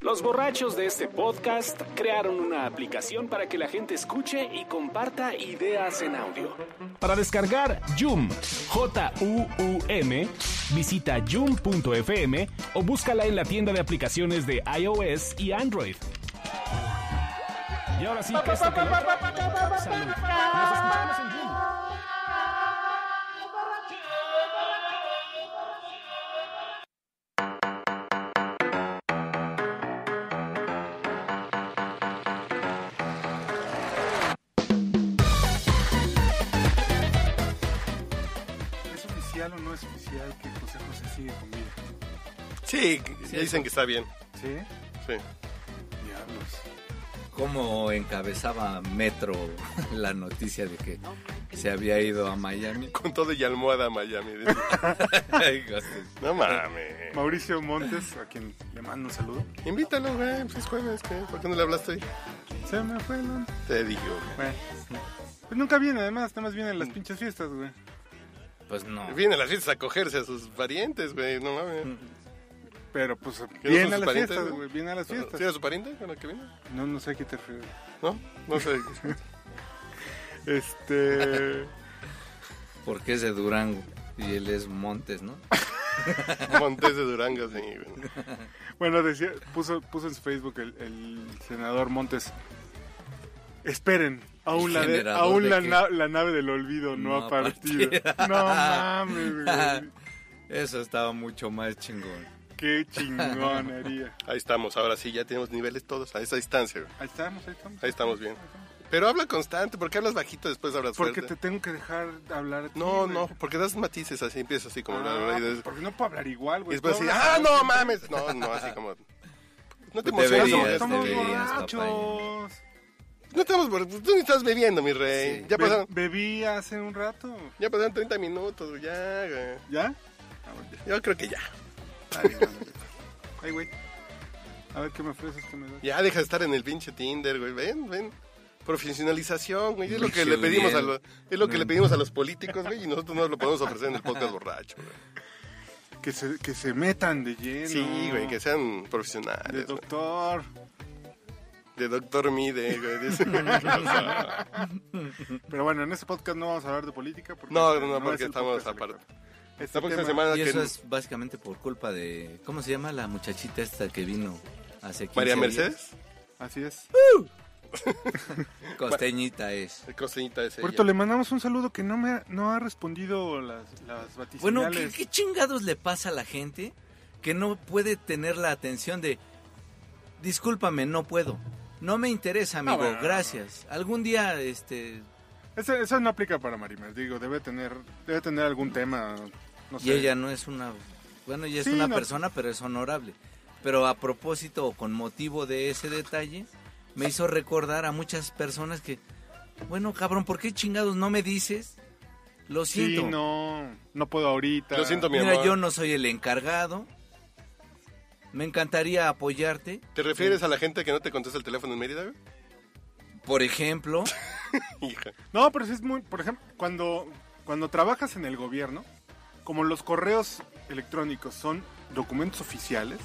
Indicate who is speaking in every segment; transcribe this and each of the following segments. Speaker 1: Los borrachos de este podcast crearon una aplicación para que la gente escuche y comparta ideas en audio. Para descargar Joom, J-U-U-M, visita joom.fm o búscala en la tienda de aplicaciones de iOS y Android. Y ahora sí, que esto que- Salud. Nos escuchamos en Joom.
Speaker 2: ¿Es oficial o no es oficial que José José sigue con vida?
Speaker 3: Sí, dicen que está bien.
Speaker 2: ¿Sí?
Speaker 3: Sí.
Speaker 2: Diablos.
Speaker 4: cómo encabezaba Metro la noticia de que se había ido a Miami.
Speaker 3: Con todo y almohada Miami. dice.
Speaker 4: Ay, gastes.
Speaker 3: No mames.
Speaker 2: Mauricio Montes, a quien le mando un saludo.
Speaker 3: Invítalo, güey. Pues es jueves, ¿qué? ¿Por qué no le hablaste?
Speaker 2: Se me fue el onda.
Speaker 3: Te digo, güey.
Speaker 2: Bueno. Mm. Pues nunca viene, además, nada más vienen las pinches fiestas, güey.
Speaker 4: pues no.
Speaker 3: Vienen a las fiestas a cogerse a sus parientes, güey. No mames.
Speaker 2: Pero pues
Speaker 3: son
Speaker 2: viene a
Speaker 3: sus
Speaker 2: las
Speaker 3: parientes,
Speaker 2: fiestas,
Speaker 3: güey?
Speaker 2: güey. Viene a las
Speaker 3: ¿Sí era
Speaker 2: fiestas.
Speaker 3: su pariente con la que vino?
Speaker 2: No, no sé a qué te refieres.
Speaker 3: ¿No? No sé.
Speaker 2: Este.
Speaker 4: Porque es de Durango y él es Montes, ¿no?
Speaker 3: Montes de Durango, sí, güey.
Speaker 2: Bueno, decía, puso, puso en su Facebook el, el senador Montes. Esperen, aún, la, de-
Speaker 4: ¿Generador
Speaker 2: aún
Speaker 4: de
Speaker 2: la,
Speaker 4: qué?
Speaker 2: na- la nave del olvido no,
Speaker 4: No
Speaker 2: ha
Speaker 4: ha
Speaker 2: partido.
Speaker 4: partido.
Speaker 2: No mames, güey.
Speaker 4: Eso estaba mucho más chingón.
Speaker 2: Qué chingonería.
Speaker 3: Ahí estamos, ahora sí, ya tenemos niveles todos a esa distancia, güey.
Speaker 2: Ahí estamos, ahí estamos.
Speaker 3: Ahí estamos bien. Pero habla constante, porque hablas bajito después hablas
Speaker 2: Porque te
Speaker 3: fuerte?
Speaker 2: tengo que dejar hablar. a ti,
Speaker 3: No,
Speaker 2: güey.
Speaker 3: no, porque das matices así, empiezas así como... bla, bla, bla,
Speaker 2: Ah,
Speaker 3: y des-
Speaker 2: porque no puedo hablar igual,
Speaker 3: Y
Speaker 2: güey.
Speaker 3: después así,
Speaker 2: Todos-
Speaker 3: ¡ah, no mames! No, no, así como... No te
Speaker 2: Pues
Speaker 3: emocionas,
Speaker 4: Deberías,
Speaker 3: no,
Speaker 2: Estamos
Speaker 4: deberías, papá.
Speaker 2: borrachos.
Speaker 3: No estamos, bor- tú ni estás bebiendo, mi rey.
Speaker 4: Sí.
Speaker 3: Ya,
Speaker 2: Be-
Speaker 3: pasaron,
Speaker 2: bebí hace un rato.
Speaker 3: ya pasaron 30 minutos, güey, ya, güey.
Speaker 2: ¿Ya?
Speaker 3: Yo creo que ya.
Speaker 2: Ay, güey. A ver qué me ofreces, qué me das.
Speaker 3: Ya deja de estar en el pinche Tinder, güey. Ven, ven. Profesionalización, güey. Es lo que le
Speaker 4: Luis
Speaker 3: pedimos a
Speaker 4: Uriel.
Speaker 3: los, es lo que le pedimos a los políticos, güey, y nosotros no lo podemos ofrecer en el podcast borracho, güey.
Speaker 2: Que se, que se metan de lleno.
Speaker 3: Sí, güey, que sean
Speaker 2: De
Speaker 3: profesionales. güey.
Speaker 2: doctor.
Speaker 3: De doctor Mide, güey. dice.
Speaker 2: Pero bueno, en este podcast no vamos a hablar de política. Porque este
Speaker 3: No, no, no, porque
Speaker 2: es el
Speaker 3: estamos
Speaker 2: podcast
Speaker 3: aparte.
Speaker 2: electoral. Este
Speaker 3: La próxima
Speaker 2: tema-
Speaker 3: semana
Speaker 4: Y
Speaker 3: que
Speaker 4: eso es básicamente por culpa de... ¿Cómo se llama la muchachita esta que vino hace 15
Speaker 3: María
Speaker 4: días?
Speaker 3: Mercedes,
Speaker 2: Así es.
Speaker 4: Costeñita es.
Speaker 3: de costeñita ese.
Speaker 2: Puerto, le mandamos un saludo que no me ha, no ha respondido las, las
Speaker 4: Bueno,
Speaker 2: vaticinales.
Speaker 4: ¿qué, qué chingados le pasa a la gente que no puede tener la atención de, discúlpame, no puedo, no me interesa, amigo,
Speaker 2: bueno.
Speaker 4: gracias. Algún día, este,
Speaker 2: Eso, eso no aplica para Marimer, digo, debe tener, debe tener algún tema, no sé.
Speaker 4: y ella no es una, bueno, ella es
Speaker 2: Sí,
Speaker 4: una
Speaker 2: no.
Speaker 4: persona, pero es honorable. Pero a propósito, o con motivo de ese detalle, me hizo recordar a muchas personas que, bueno, cabrón, ¿por qué chingados no me dices? Lo
Speaker 2: Sí,
Speaker 4: siento.
Speaker 2: no, no puedo ahorita.
Speaker 3: Lo siento, mi
Speaker 4: Mira,
Speaker 3: amor.
Speaker 4: yo no soy el encargado. Me encantaría apoyarte.
Speaker 3: ¿Te refieres a la gente que no te contesta el teléfono en Mérida, güey?
Speaker 4: Por ejemplo,
Speaker 3: Hija.
Speaker 2: No, pero sí es muy, por ejemplo, cuando, cuando trabajas en el gobierno, como los correos electrónicos son documentos oficiales,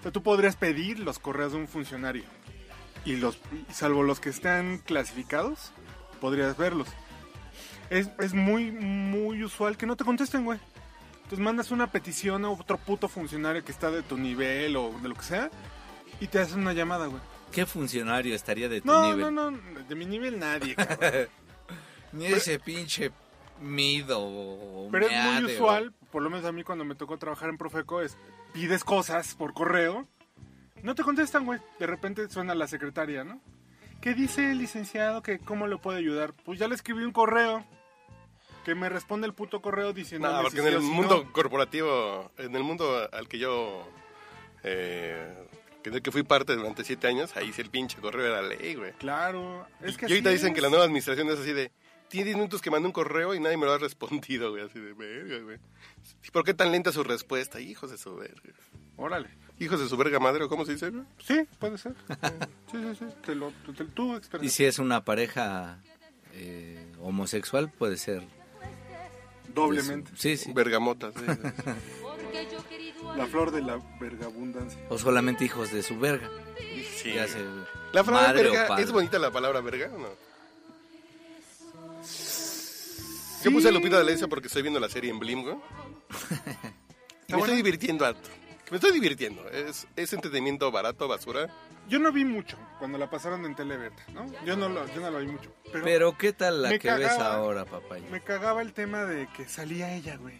Speaker 2: o sea, tú podrías pedir los correos de un funcionario y los, y salvo los que están clasificados, podrías verlos. Es, es muy, muy usual que no te contesten, güey. Entonces mandas una petición a otro puto funcionario que está de tu nivel o de lo que sea y te hacen una llamada, güey.
Speaker 4: ¿qué funcionario estaría de tu
Speaker 2: No,
Speaker 4: nivel?
Speaker 2: no, no, de mi nivel nadie, cabrón.
Speaker 4: Ni ese pinche mido. o
Speaker 2: Pero es muy
Speaker 4: meade, o-
Speaker 2: usual, por lo menos a mí cuando me tocó trabajar en Profeco, es pides cosas por correo, no te contestan, güey. De repente suena la secretaria, ¿no? ¿Qué dice el licenciado que cómo lo puede ayudar? Pues ya le escribí un correo que me responde el puto correo diciendo.
Speaker 3: No, porque en el mundo corporativo, en el mundo al que yo, eh, que del que fui parte durante siete años, ahí sí el pinche correo era ley, güey.
Speaker 2: Claro, es que
Speaker 3: y ahorita
Speaker 2: así
Speaker 3: dicen
Speaker 2: es.
Speaker 3: que la nueva administración es así de, tiene 10 minutos que mandé un correo y nadie me lo ha respondido, güey, así de, verga, güey. ¿Y por qué tan lenta su respuesta? Hijos de su verga.
Speaker 2: Órale.
Speaker 3: Hijos de su verga madre, ¿o ¿cómo se dice? güey?
Speaker 2: Sí, puede ser. Sí, sí, sí. Te lo, te, te- tú
Speaker 4: Y
Speaker 2: experiencia.
Speaker 4: si es una pareja eh, homosexual, puede ser. de su-
Speaker 2: Doblemente.
Speaker 4: Sí, sí.
Speaker 3: Vergamotas. sí, sí, sí.
Speaker 5: Porque yo querido
Speaker 2: La flor de la vergabundancia.
Speaker 4: O solamente hijos de su verga.
Speaker 3: Sí.
Speaker 4: Ya se-
Speaker 3: La frase
Speaker 4: madre o
Speaker 3: verga,
Speaker 4: padre.
Speaker 3: ¿es bonita la palabra verga o no? Yo puse a Lupita D'Alessio porque estoy viendo la serie en Blimgo. y me estoy divirtiendo harto. Me estoy divirtiendo. Es, es entretenimiento barato, basura.
Speaker 2: Yo no vi mucho cuando la pasaron en Televerde, ¿no? Yo no lo, yo no la vi mucho. Pero,
Speaker 4: Pero ¿qué tal la
Speaker 2: Me
Speaker 4: que ves
Speaker 2: cagaba.
Speaker 4: ahora, papá?
Speaker 2: me cagaba el tema de que salía ella, güey.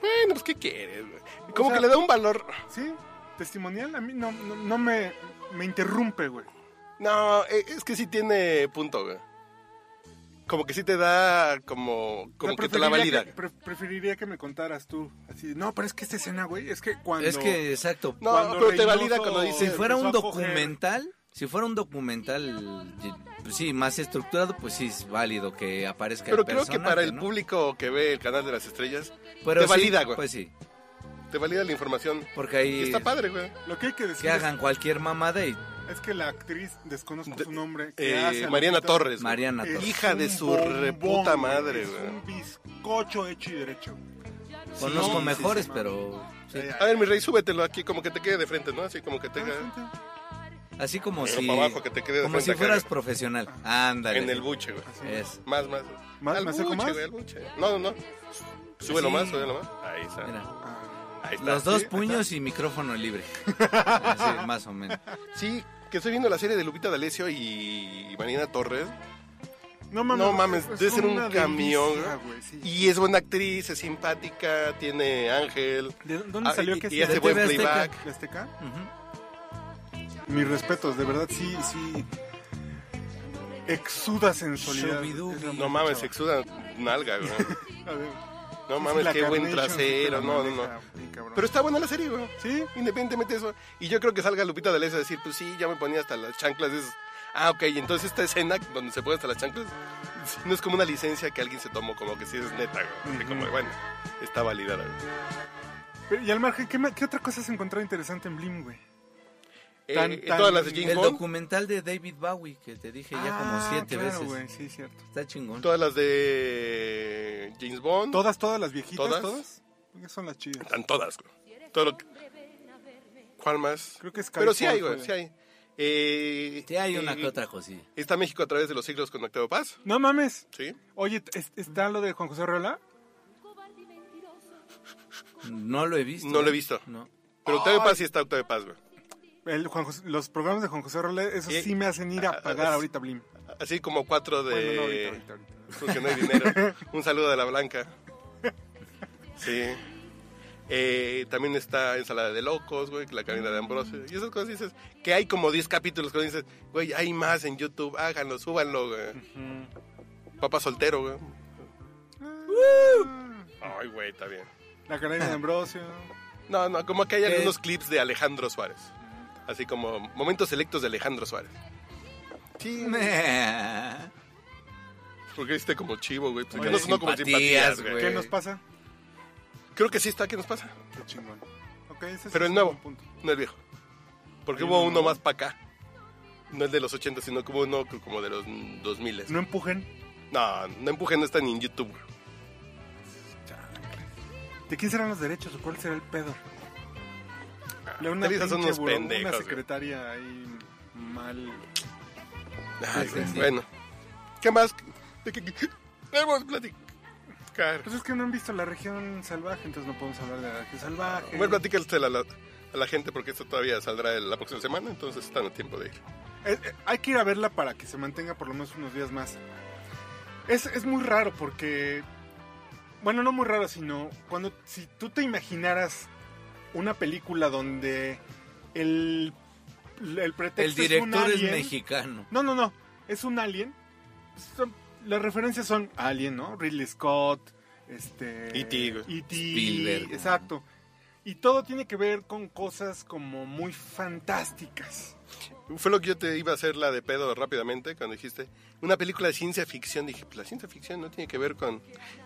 Speaker 3: Bueno, pues ¿qué quieres? güey? Como
Speaker 2: sea-
Speaker 3: que le da un valor.
Speaker 2: ¿Sí? ¿Testimonial? A mí no, no, no me, me interrumpe, güey.
Speaker 3: No, e- es que sí tiene punto, güey. Como que sí te da como, como
Speaker 2: O sea,
Speaker 3: que te
Speaker 2: preferiría
Speaker 3: la valida.
Speaker 2: que- pre- preferiría que me contaras tú. Así, no, pero es que esta escena, güey, es que cuando...
Speaker 4: Es que, exacto.
Speaker 3: No,
Speaker 2: Cuando
Speaker 3: pero te
Speaker 2: Reynoso-
Speaker 3: valida cuando
Speaker 4: si
Speaker 3: dices...
Speaker 2: fue-
Speaker 4: fuera un
Speaker 2: empezó a coger.
Speaker 4: documental, si fuera un documental, pues sí, más estructurado, pues sí es válido que aparezca
Speaker 3: Pero
Speaker 4: el
Speaker 3: creo que
Speaker 4: personaje,
Speaker 3: para el
Speaker 4: ¿no?
Speaker 3: público que ve el canal de las estrellas,
Speaker 4: Pero
Speaker 3: te
Speaker 4: sí,
Speaker 3: valida, güey.
Speaker 4: Pues sí,
Speaker 3: te valida la información.
Speaker 4: porque ahí
Speaker 3: Y está padre, güey.
Speaker 2: Lo que hay que decir
Speaker 4: que hagan cualquier mamada y
Speaker 2: es, es que la actriz, desconozco
Speaker 3: De-
Speaker 2: su nombre, que hace
Speaker 3: Eh,
Speaker 2: a
Speaker 3: Mariana
Speaker 2: Lupita,
Speaker 3: Torres. güey.
Speaker 4: Mariana pues,
Speaker 2: es
Speaker 4: Torres.
Speaker 3: Hija de
Speaker 2: un
Speaker 3: su
Speaker 2: bombón,
Speaker 3: reputa
Speaker 2: güey,
Speaker 3: madre,
Speaker 2: es
Speaker 3: güey.
Speaker 2: un bizcocho hecho y derecho.
Speaker 4: Conozco
Speaker 3: sí, Eh,
Speaker 4: mejores,
Speaker 2: sí,
Speaker 4: pero sí.
Speaker 2: Ay,
Speaker 3: A ver, mi rey, súbetelo aquí, como que te quede de frente, ¿no? Así como que te
Speaker 4: así como
Speaker 3: Pero
Speaker 4: si
Speaker 3: para abajo, que te quede de
Speaker 4: Ah, como si
Speaker 3: frente acá,
Speaker 4: fueras
Speaker 3: güey.
Speaker 4: profesional. Ándale.
Speaker 3: en el buche, güey.
Speaker 4: Es.
Speaker 3: Más, más.
Speaker 2: ¿Más-
Speaker 3: Al
Speaker 2: más
Speaker 3: buche,
Speaker 2: seco más?
Speaker 3: güey, al buche. No, no, no. Súbelo
Speaker 4: Sí.
Speaker 3: más, súbelo más. Ahí está.
Speaker 4: Mira,
Speaker 2: Ah,
Speaker 3: Ahí está.
Speaker 4: los dos
Speaker 3: Sí,
Speaker 4: puños y micrófono libre. Así, más o menos.
Speaker 3: Sí, que estoy viendo la serie de Lupita D'Alessio y Mariana Torres.
Speaker 2: No
Speaker 3: No mames,
Speaker 2: es
Speaker 3: debe ser un
Speaker 2: una
Speaker 3: camión,
Speaker 2: delicia, güey, sí.
Speaker 3: Y es buena actriz, es simpática, tiene ángel.
Speaker 2: ¿De dónde
Speaker 3: Ah,
Speaker 2: salió
Speaker 3: y-
Speaker 2: que
Speaker 3: y
Speaker 2: sí?
Speaker 3: hace
Speaker 2: ¿De
Speaker 3: buen
Speaker 2: TV Azteca?
Speaker 3: playback.
Speaker 2: ¿De Azteca?
Speaker 4: Ujú.
Speaker 2: Mis respetos, de verdad, sí, sí. Exuda sensualidad.
Speaker 4: Shubidubi.
Speaker 2: Es la
Speaker 3: No
Speaker 2: mujer
Speaker 3: mames,
Speaker 2: chava.
Speaker 3: sexuda nalga, güey.
Speaker 2: A ver,
Speaker 3: No
Speaker 2: sí,
Speaker 3: mames,
Speaker 2: la
Speaker 3: qué buen
Speaker 2: Carnation sí te la
Speaker 3: trasero. No, no,
Speaker 2: maneja,
Speaker 3: no.
Speaker 2: bien cabrón.
Speaker 3: Pero está buena la serie, güey.
Speaker 2: sí,
Speaker 3: Independientemente de eso. Y yo creo que salga Lupita D'Alessio a decir, pues sí, ya me ponía hasta las chanclas. Es, ah, ok, y entonces esta escena donde se pone hasta las chanclas no es como una licencia que alguien se tomó, como que sí es neta, güey. Así como, bueno, está validada, güey.
Speaker 2: Pero, y al margen, ¿qué, ma- qué otra cosa has encontrado interesante en Blim, güey? Tan,
Speaker 3: Eh,
Speaker 2: tan-
Speaker 3: todas las de
Speaker 4: El
Speaker 3: James Bond,
Speaker 4: documental de David Bowie que te dije ya como
Speaker 2: Ah,
Speaker 4: siete
Speaker 2: claro,
Speaker 4: veces.
Speaker 2: güey, sí, cierto.
Speaker 4: Está chingón.
Speaker 3: todas las de James Bond.
Speaker 2: ¿Todas, todas las viejitas? ¿Todas?
Speaker 3: ¿Todas?
Speaker 2: Porque Son las chidas.
Speaker 3: Están todas, güey. Todo lo que- ¿Cuál más?
Speaker 2: Creo que Skyfall
Speaker 3: Pero sí hay, güey,
Speaker 2: fue.
Speaker 3: sí hay. Eh,
Speaker 4: Sí, hay
Speaker 3: eh,
Speaker 4: una que otra cosilla.
Speaker 3: Está México a través de los siglos con Octavio Paz,
Speaker 2: No mames.
Speaker 3: ¿sí?
Speaker 2: Oye, ¿es- ¿está lo de Juan José Arreola?
Speaker 4: No lo he visto.
Speaker 3: No lo he visto.
Speaker 4: No.
Speaker 3: Pero Octavio Paz sí está Octavio Paz, güey.
Speaker 2: El Juan José- los programas de Juan José Arreola, esos
Speaker 3: Eh,
Speaker 2: sí me hacen ir
Speaker 3: ah,
Speaker 2: a pagar
Speaker 3: ah,
Speaker 2: ahorita Blim.
Speaker 3: Así como cuatro de...
Speaker 2: Bueno, no, ahorita, ahorita, ahorita.
Speaker 3: Porque no hay dinero. Un saludo a la Blanca. Sí. Eh, también está Ensalada de Locos, güey, la cabina de Ambrosio. Y esas cosas dices, que hay como 10 capítulos que dices, güey, hay más en YouTube, háganlo, súbanlo, güey. Papá soltero, güey.
Speaker 2: Ah.
Speaker 3: Ay, güey, está bien.
Speaker 2: La Carolina de Ambrosio.
Speaker 3: No, no, como que hay
Speaker 4: ¿Qué?
Speaker 3: algunos clips de Alejandro Suárez. Así como momentos selectos de Alejandro Suárez. Sí, porque viste como chivo, güey. Pues,
Speaker 2: Oye,
Speaker 3: que no sonó como
Speaker 4: simpatías,
Speaker 3: simpatías, güey.
Speaker 2: ¿Qué nos pasa?
Speaker 3: Creo que sí está, ¿qué nos pasa?
Speaker 2: Qué chingón. Ok, ese es
Speaker 3: Pero el
Speaker 2: un
Speaker 3: nuevo.
Speaker 2: buen punto.
Speaker 3: No el viejo. Porque
Speaker 2: Hay
Speaker 3: hubo
Speaker 2: uno
Speaker 3: uno
Speaker 2: nuevo.
Speaker 3: más para acá. No el de los 80, sino que hubo uno que como de los 2000.
Speaker 2: No
Speaker 3: No,
Speaker 2: empujen.
Speaker 3: no, empujen, no está ni en YouTube. güey.
Speaker 2: ¿De quién serán los derechos o cuál será el pedo? De una,
Speaker 3: Ustedes son
Speaker 2: pinche
Speaker 3: unos
Speaker 2: buro-
Speaker 3: pendejos,
Speaker 2: una
Speaker 3: güey.
Speaker 2: secretaria ahí mal.
Speaker 3: Ay,
Speaker 4: sí,
Speaker 3: güey,
Speaker 4: sí.
Speaker 3: Bueno, ¿qué más? ¿De qué qué- podemos platicar?
Speaker 2: Pues es que no han visto la región salvaje, entonces no podemos hablar de la región salvaje.
Speaker 3: Bueno, platícale usted a la, a la gente porque esto todavía saldrá el- la próxima semana, entonces están a tiempo de ir.
Speaker 2: Eh, eh, hay que ir a verla para que se mantenga por lo menos unos días más. Es, es muy raro porque. Bueno, no muy raro, sino cuando. Si tú te imaginaras una película donde el. El pretexto
Speaker 4: El director
Speaker 2: es,
Speaker 4: es
Speaker 2: un alien,
Speaker 4: mexicano.
Speaker 2: No, no, no. Es un alien. Son- las referencias son Alien, ¿no? Ridley Scott, este.
Speaker 3: E.T., güey.
Speaker 2: E.T.,
Speaker 4: Spielberg.
Speaker 2: Exacto. Y todo tiene que ver con cosas como muy fantásticas.
Speaker 3: Fue lo que yo te iba a hacer la de pedo rápidamente cuando dijiste una película de ciencia ficción. Dije, pues la ciencia ficción no tiene que ver con.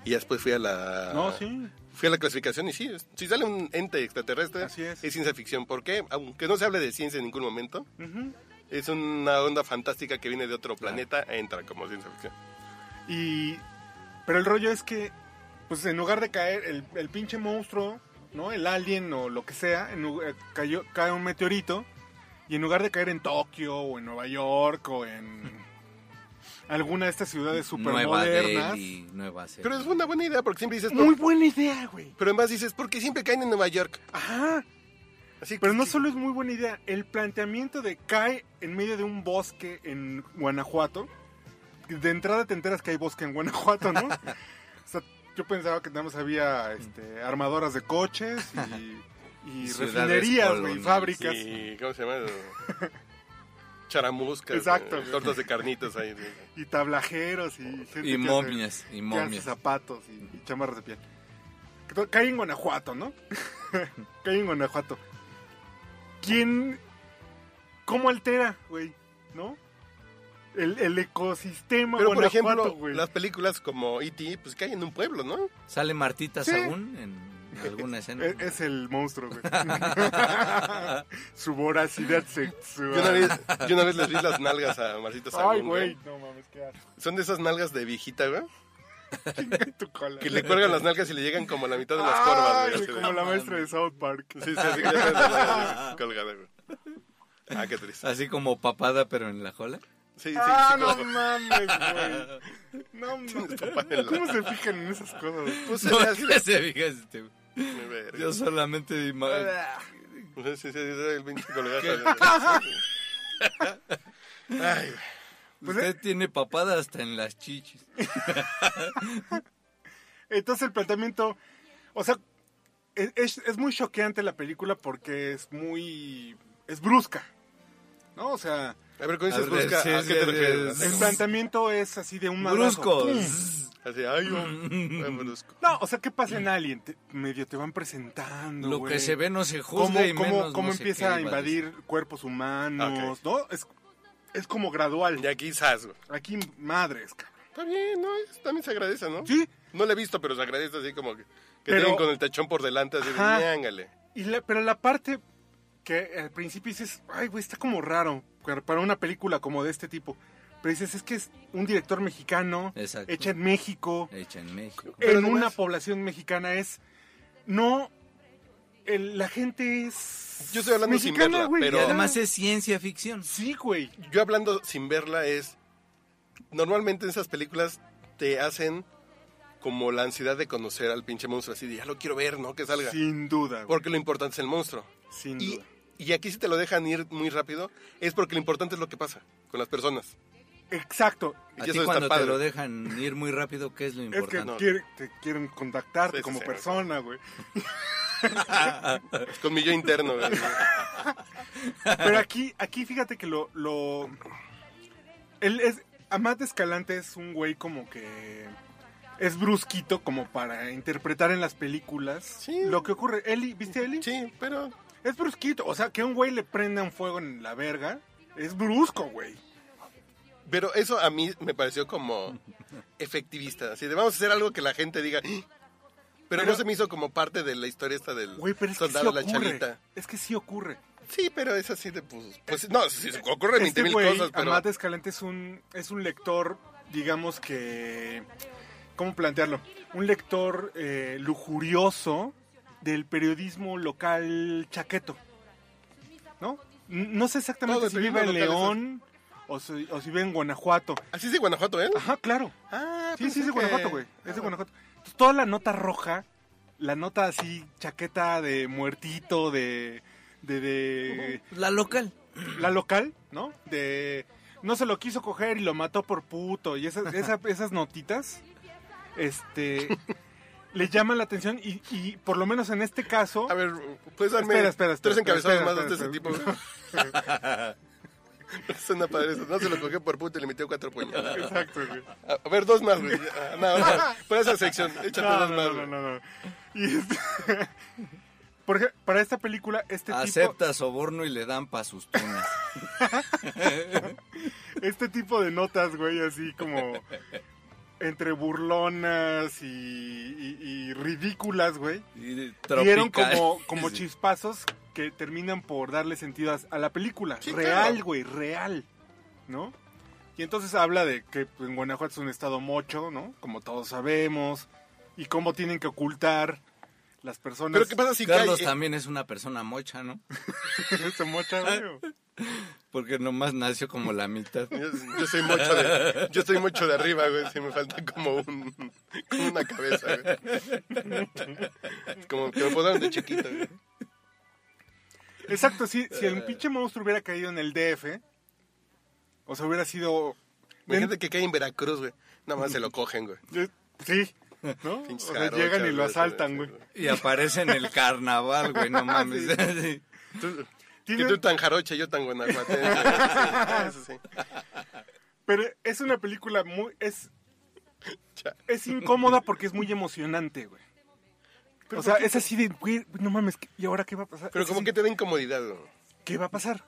Speaker 3: Y ya después fui a la.
Speaker 2: No,
Speaker 4: Ah.
Speaker 2: sí.
Speaker 3: Fui a la clasificación y sí, es- si sale un ente extraterrestre,
Speaker 2: Así es.
Speaker 3: ciencia ficción. ¿Por qué? Aunque no se hable de ciencia en ningún momento,
Speaker 2: Ujú.
Speaker 3: es una onda fantástica que viene de otro planeta, e entra como ciencia ficción.
Speaker 2: Y. Pero el rollo es que. Pues en lugar de caer el, el pinche monstruo. ¿no? El alien o lo que sea, en lu- eh, cayó, cae un meteorito y en lugar de caer en Tokio o en Nueva York o en alguna de estas ciudades
Speaker 4: Nueva
Speaker 2: supermodernas.
Speaker 4: Delhi, Nueva Zelanda.
Speaker 3: Pero es una buena idea porque siempre dices. "No".
Speaker 2: Muy buena idea, güey.
Speaker 3: Pero además dices, ¿por qué siempre caen en Nueva York?
Speaker 2: Ajá.
Speaker 3: Así que-
Speaker 2: Pero no solo es muy buena idea, el planteamiento de cae en medio de un bosque en Guanajuato. De entrada te enteras que hay bosque en Guanajuato, ¿no? o sea, yo pensaba que nada más había este, armadoras de coches y, y
Speaker 4: Ciudades
Speaker 2: refinerías, güey, y
Speaker 4: coloniales.
Speaker 2: fábricas.
Speaker 3: Y, ¿Cómo se llama? Charamuscas.
Speaker 2: Exacto.
Speaker 3: eh, tortas de carnitas ahí. sí.
Speaker 2: y tablajeros y gente que
Speaker 4: Y
Speaker 2: hace-
Speaker 4: momias, y
Speaker 2: que hace
Speaker 4: momias.
Speaker 2: zapatos y, y chamarras de piel. Que to- Cae en Guanajuato, ¿no? Cae en Guanajuato. ¿Quién? ¿Cómo altera, güey? ¿No? El, el ecosistema
Speaker 3: Pero por
Speaker 2: Guanajuato,
Speaker 3: ejemplo,
Speaker 2: güey.
Speaker 3: las películas como E.T., pues caen en un pueblo, ¿no?
Speaker 4: ¿Sale Martita
Speaker 2: Sí. Eh,
Speaker 4: Sagún en alguna escena?
Speaker 2: E-, Es, es el monstruo, güey. Su voracidad sexual.
Speaker 3: Yo una vez, yo una vez les vi las nalgas a Marcito Sagún.
Speaker 2: Ay, güey. No mames, qué asco.
Speaker 3: Son de esas nalgas de viejita, güey.
Speaker 2: Chinga tu cola.
Speaker 3: Que le cuelgan las nalgas y le llegan como a la mitad de las
Speaker 2: Ay,
Speaker 3: corvas, güey. así de-
Speaker 2: como la maestra de South Park.
Speaker 3: Sí, sí, así que ya sabes, la nalga colgada, güey. Ah, qué triste.
Speaker 4: Así como papada, pero en la jola.
Speaker 3: Sí, sí,
Speaker 2: Ah,
Speaker 3: sí,
Speaker 2: no
Speaker 3: como-
Speaker 2: mames, güey. No mames.
Speaker 3: Párenla.
Speaker 2: ¿Cómo se fijan en esas cosas?
Speaker 3: Pues se
Speaker 4: No,
Speaker 3: le hace-
Speaker 4: ¿qué se fija este, güey?
Speaker 3: Mi verga.
Speaker 4: Yo
Speaker 2: Pues, eh,
Speaker 4: solamente ima-
Speaker 3: Sí, sí, sí, el pinche colgado. Ay, güey.
Speaker 2: Pues,
Speaker 4: Usted tiene papada hasta en las chichis.
Speaker 2: Entonces el planteamiento, o sea, es, es- es muy choqueante la película porque es muy, es brusca, ¿no? O sea,
Speaker 3: A ver, ¿cómo
Speaker 4: A
Speaker 3: dices
Speaker 4: ver,
Speaker 3: busca?
Speaker 4: sí,
Speaker 3: ¿A
Speaker 4: sí,
Speaker 3: qué te
Speaker 4: sí,
Speaker 3: refieres?
Speaker 4: sí.
Speaker 2: el
Speaker 3: Así
Speaker 2: planteamiento es así de un madrazo.
Speaker 4: Brusco.
Speaker 2: ¡Pum!
Speaker 3: como- Así, ay, un- un brusco.
Speaker 2: No, o sea, ¿qué pasa en Alien? Te- medio te van presentando,
Speaker 4: Lo
Speaker 2: güey.
Speaker 4: que se ve no se juzga
Speaker 2: cómo,
Speaker 4: y
Speaker 2: cómo-
Speaker 4: menos
Speaker 2: cómo
Speaker 4: no sé
Speaker 2: empieza
Speaker 4: qué
Speaker 2: a
Speaker 4: iba
Speaker 2: invadir cuerpos humanos, ¿no? Es, es como gradual.
Speaker 3: Y aquí, sas, güey.
Speaker 2: Aquí, madres, cabrón.
Speaker 3: Está bien, ¿no? Es- También se agradece, ¿no?
Speaker 2: Sí,
Speaker 3: No le he visto, pero se agradece así como que, que
Speaker 2: Pero-
Speaker 3: tienen con el tachón por delante, así de
Speaker 2: Ajá.
Speaker 3: ñángale.
Speaker 2: Y la- pero la parte que al principio dices, ay, güey, está como raro pero para una película como de este tipo. Pero dices, es que es un director mexicano,
Speaker 4: Exacto.
Speaker 2: hecha en México,
Speaker 4: decir. Hecha en México.
Speaker 3: Pero
Speaker 2: en
Speaker 3: además-
Speaker 2: una población mexicana, es. No. el- la gente es.
Speaker 3: Yo estoy hablando sin verla, pero-
Speaker 4: Y
Speaker 2: Ajá.
Speaker 4: además es ciencia ficción.
Speaker 2: Sí, güey.
Speaker 3: Yo hablando sin verla es... Normalmente en esas películas te hacen como la ansiedad de conocer al pinche monstruo, así de ya lo quiero ver, ¿no? Que salga.
Speaker 2: Sin duda, güey.
Speaker 3: Porque lo importante es el monstruo.
Speaker 2: Sin
Speaker 3: Y,
Speaker 2: duda.
Speaker 3: y aquí si te lo dejan ir muy rápido, es porque lo importante es lo que pasa con las personas.
Speaker 2: Exacto.
Speaker 3: Y
Speaker 4: A
Speaker 3: eso
Speaker 4: ti
Speaker 3: está
Speaker 4: cuando te
Speaker 3: padre.
Speaker 4: lo dejan ir muy rápido, ¿qué es lo
Speaker 2: Es que
Speaker 4: importante?
Speaker 3: no.
Speaker 2: quiere- te quieren contactarte
Speaker 3: Sí, sí,
Speaker 2: como
Speaker 3: sí,
Speaker 2: persona, güey.
Speaker 3: Es con mi yo interno. güey.
Speaker 2: Pero aquí, aquí fíjate que lo, lo él es Amat Escalante es un güey como que es brusquito como para interpretar en las películas
Speaker 3: Sí.
Speaker 2: lo que ocurre. Eli, ¿viste a Eli?
Speaker 3: Sí, pero
Speaker 2: Es brusquito, o sea, que un güey le prenda un fuego en la verga es brusco, güey.
Speaker 3: Pero eso a mí me pareció como efectivista. Así de, vamos a hacer algo que la gente diga. "Ah". Pero,
Speaker 2: Pero-
Speaker 3: no se me hizo como parte de la historia esta del
Speaker 2: Güey, pero es que sí
Speaker 3: soldado
Speaker 2: ocurre.
Speaker 3: la chalita.
Speaker 2: Es que sí ocurre.
Speaker 3: Sí, pero es así de, pues, pues no, sí, sí, ocurren 20
Speaker 2: Este
Speaker 3: mil
Speaker 2: güey,
Speaker 3: cosas, pero...
Speaker 2: Amat Escalante es un es un lector, digamos que ¿cómo plantearlo? Un lector eh, lujurioso del periodismo local chaqueto. ¿No? N- No sé
Speaker 3: Todo
Speaker 2: exactamente
Speaker 3: el
Speaker 2: si vive
Speaker 3: periodismo
Speaker 2: en
Speaker 3: local
Speaker 2: León o si, o si vive en Guanajuato.
Speaker 3: Así es de Guanajuato, ¿eh?
Speaker 2: Ajá, claro.
Speaker 3: Ah,
Speaker 2: Sí, sí, es de
Speaker 3: pensé que- Ah,
Speaker 2: Guanajuato, güey. Es de Guanajuato. Entonces, toda la nota roja, la nota así, chaqueta de muertito, de. de. de
Speaker 4: La local.
Speaker 2: la local, ¿no? De no se lo quiso coger y lo mató por puto y esas, esa- esas notitas, este, le llaman la atención y, y por lo menos en este caso,
Speaker 3: A ver, ¿puedes darme
Speaker 2: Espera, espera, espera,
Speaker 3: tres encabezados
Speaker 2: espera,
Speaker 3: más
Speaker 2: espera,
Speaker 3: de ese tipo? güey? Suena padre eso. No se lo cogió por puto y le metió cuatro puñaladas.
Speaker 2: exacto, güey.
Speaker 3: A a ver, dos más, güey. Ah, No, no, para esa sección, échate
Speaker 2: No,
Speaker 3: dos
Speaker 2: no,
Speaker 3: más,
Speaker 2: no, no,
Speaker 3: güey.
Speaker 2: no, no. Y este- por ej- para esta película este tipo,
Speaker 4: Acepta soborno y le dan pa' sus tunas.
Speaker 2: este tipo de notas, güey, así como entre burlonas y, y- y ridículas, güey.
Speaker 4: Y
Speaker 2: dieron
Speaker 4: tropical.
Speaker 2: como, como
Speaker 4: Sí.
Speaker 2: chispazos que terminan por darle sentido a, a la película.
Speaker 3: Sí,
Speaker 2: real,
Speaker 3: claro.
Speaker 2: güey, real, ¿no? Y entonces habla de que pues, en Guanajuato es un estado mocho, ¿no? Como todos sabemos, y cómo tienen que ocultar las personas.
Speaker 3: Pero ¿qué pasa si
Speaker 4: Carlos
Speaker 3: cae?
Speaker 4: también es una persona mocha, ¿no?
Speaker 2: Se mocha,
Speaker 3: Ah.
Speaker 2: güey.
Speaker 4: Porque nomás nació como la mitad.
Speaker 3: Yo, yo soy mucho de, yo soy mucho de arriba, güey. Si me falta como un, como una cabeza, güey. Como que me posaron de chiquito, güey.
Speaker 2: Exacto, si, si el pinche monstruo hubiera caído en el DF, o sea, hubiera sido...
Speaker 3: Imagínate que cae en Veracruz, güey. Nada más se lo cogen, güey.
Speaker 2: Eh, Sí, ¿no? O
Speaker 3: Pinches
Speaker 2: sea,
Speaker 3: jarochas,
Speaker 2: llegan y lo
Speaker 3: güey,
Speaker 2: asaltan, güey.
Speaker 4: Y aparece en el carnaval, güey, no mames. Sí.
Speaker 3: Tú- Que
Speaker 2: Tiene-
Speaker 3: tú tan jarocha, yo tan guanajuatense. güey. Sí, eso sí.
Speaker 2: Pero es una película muy... Es,
Speaker 3: Chale.
Speaker 2: es incómoda porque es muy emocionante, güey. O sea, es así de, güey, no mames, ¿qué- ¿y ahora qué va a pasar?
Speaker 3: Pero
Speaker 2: Es
Speaker 3: como
Speaker 2: así,
Speaker 3: que te da incomodidad, güey.
Speaker 2: ¿Qué va a pasar?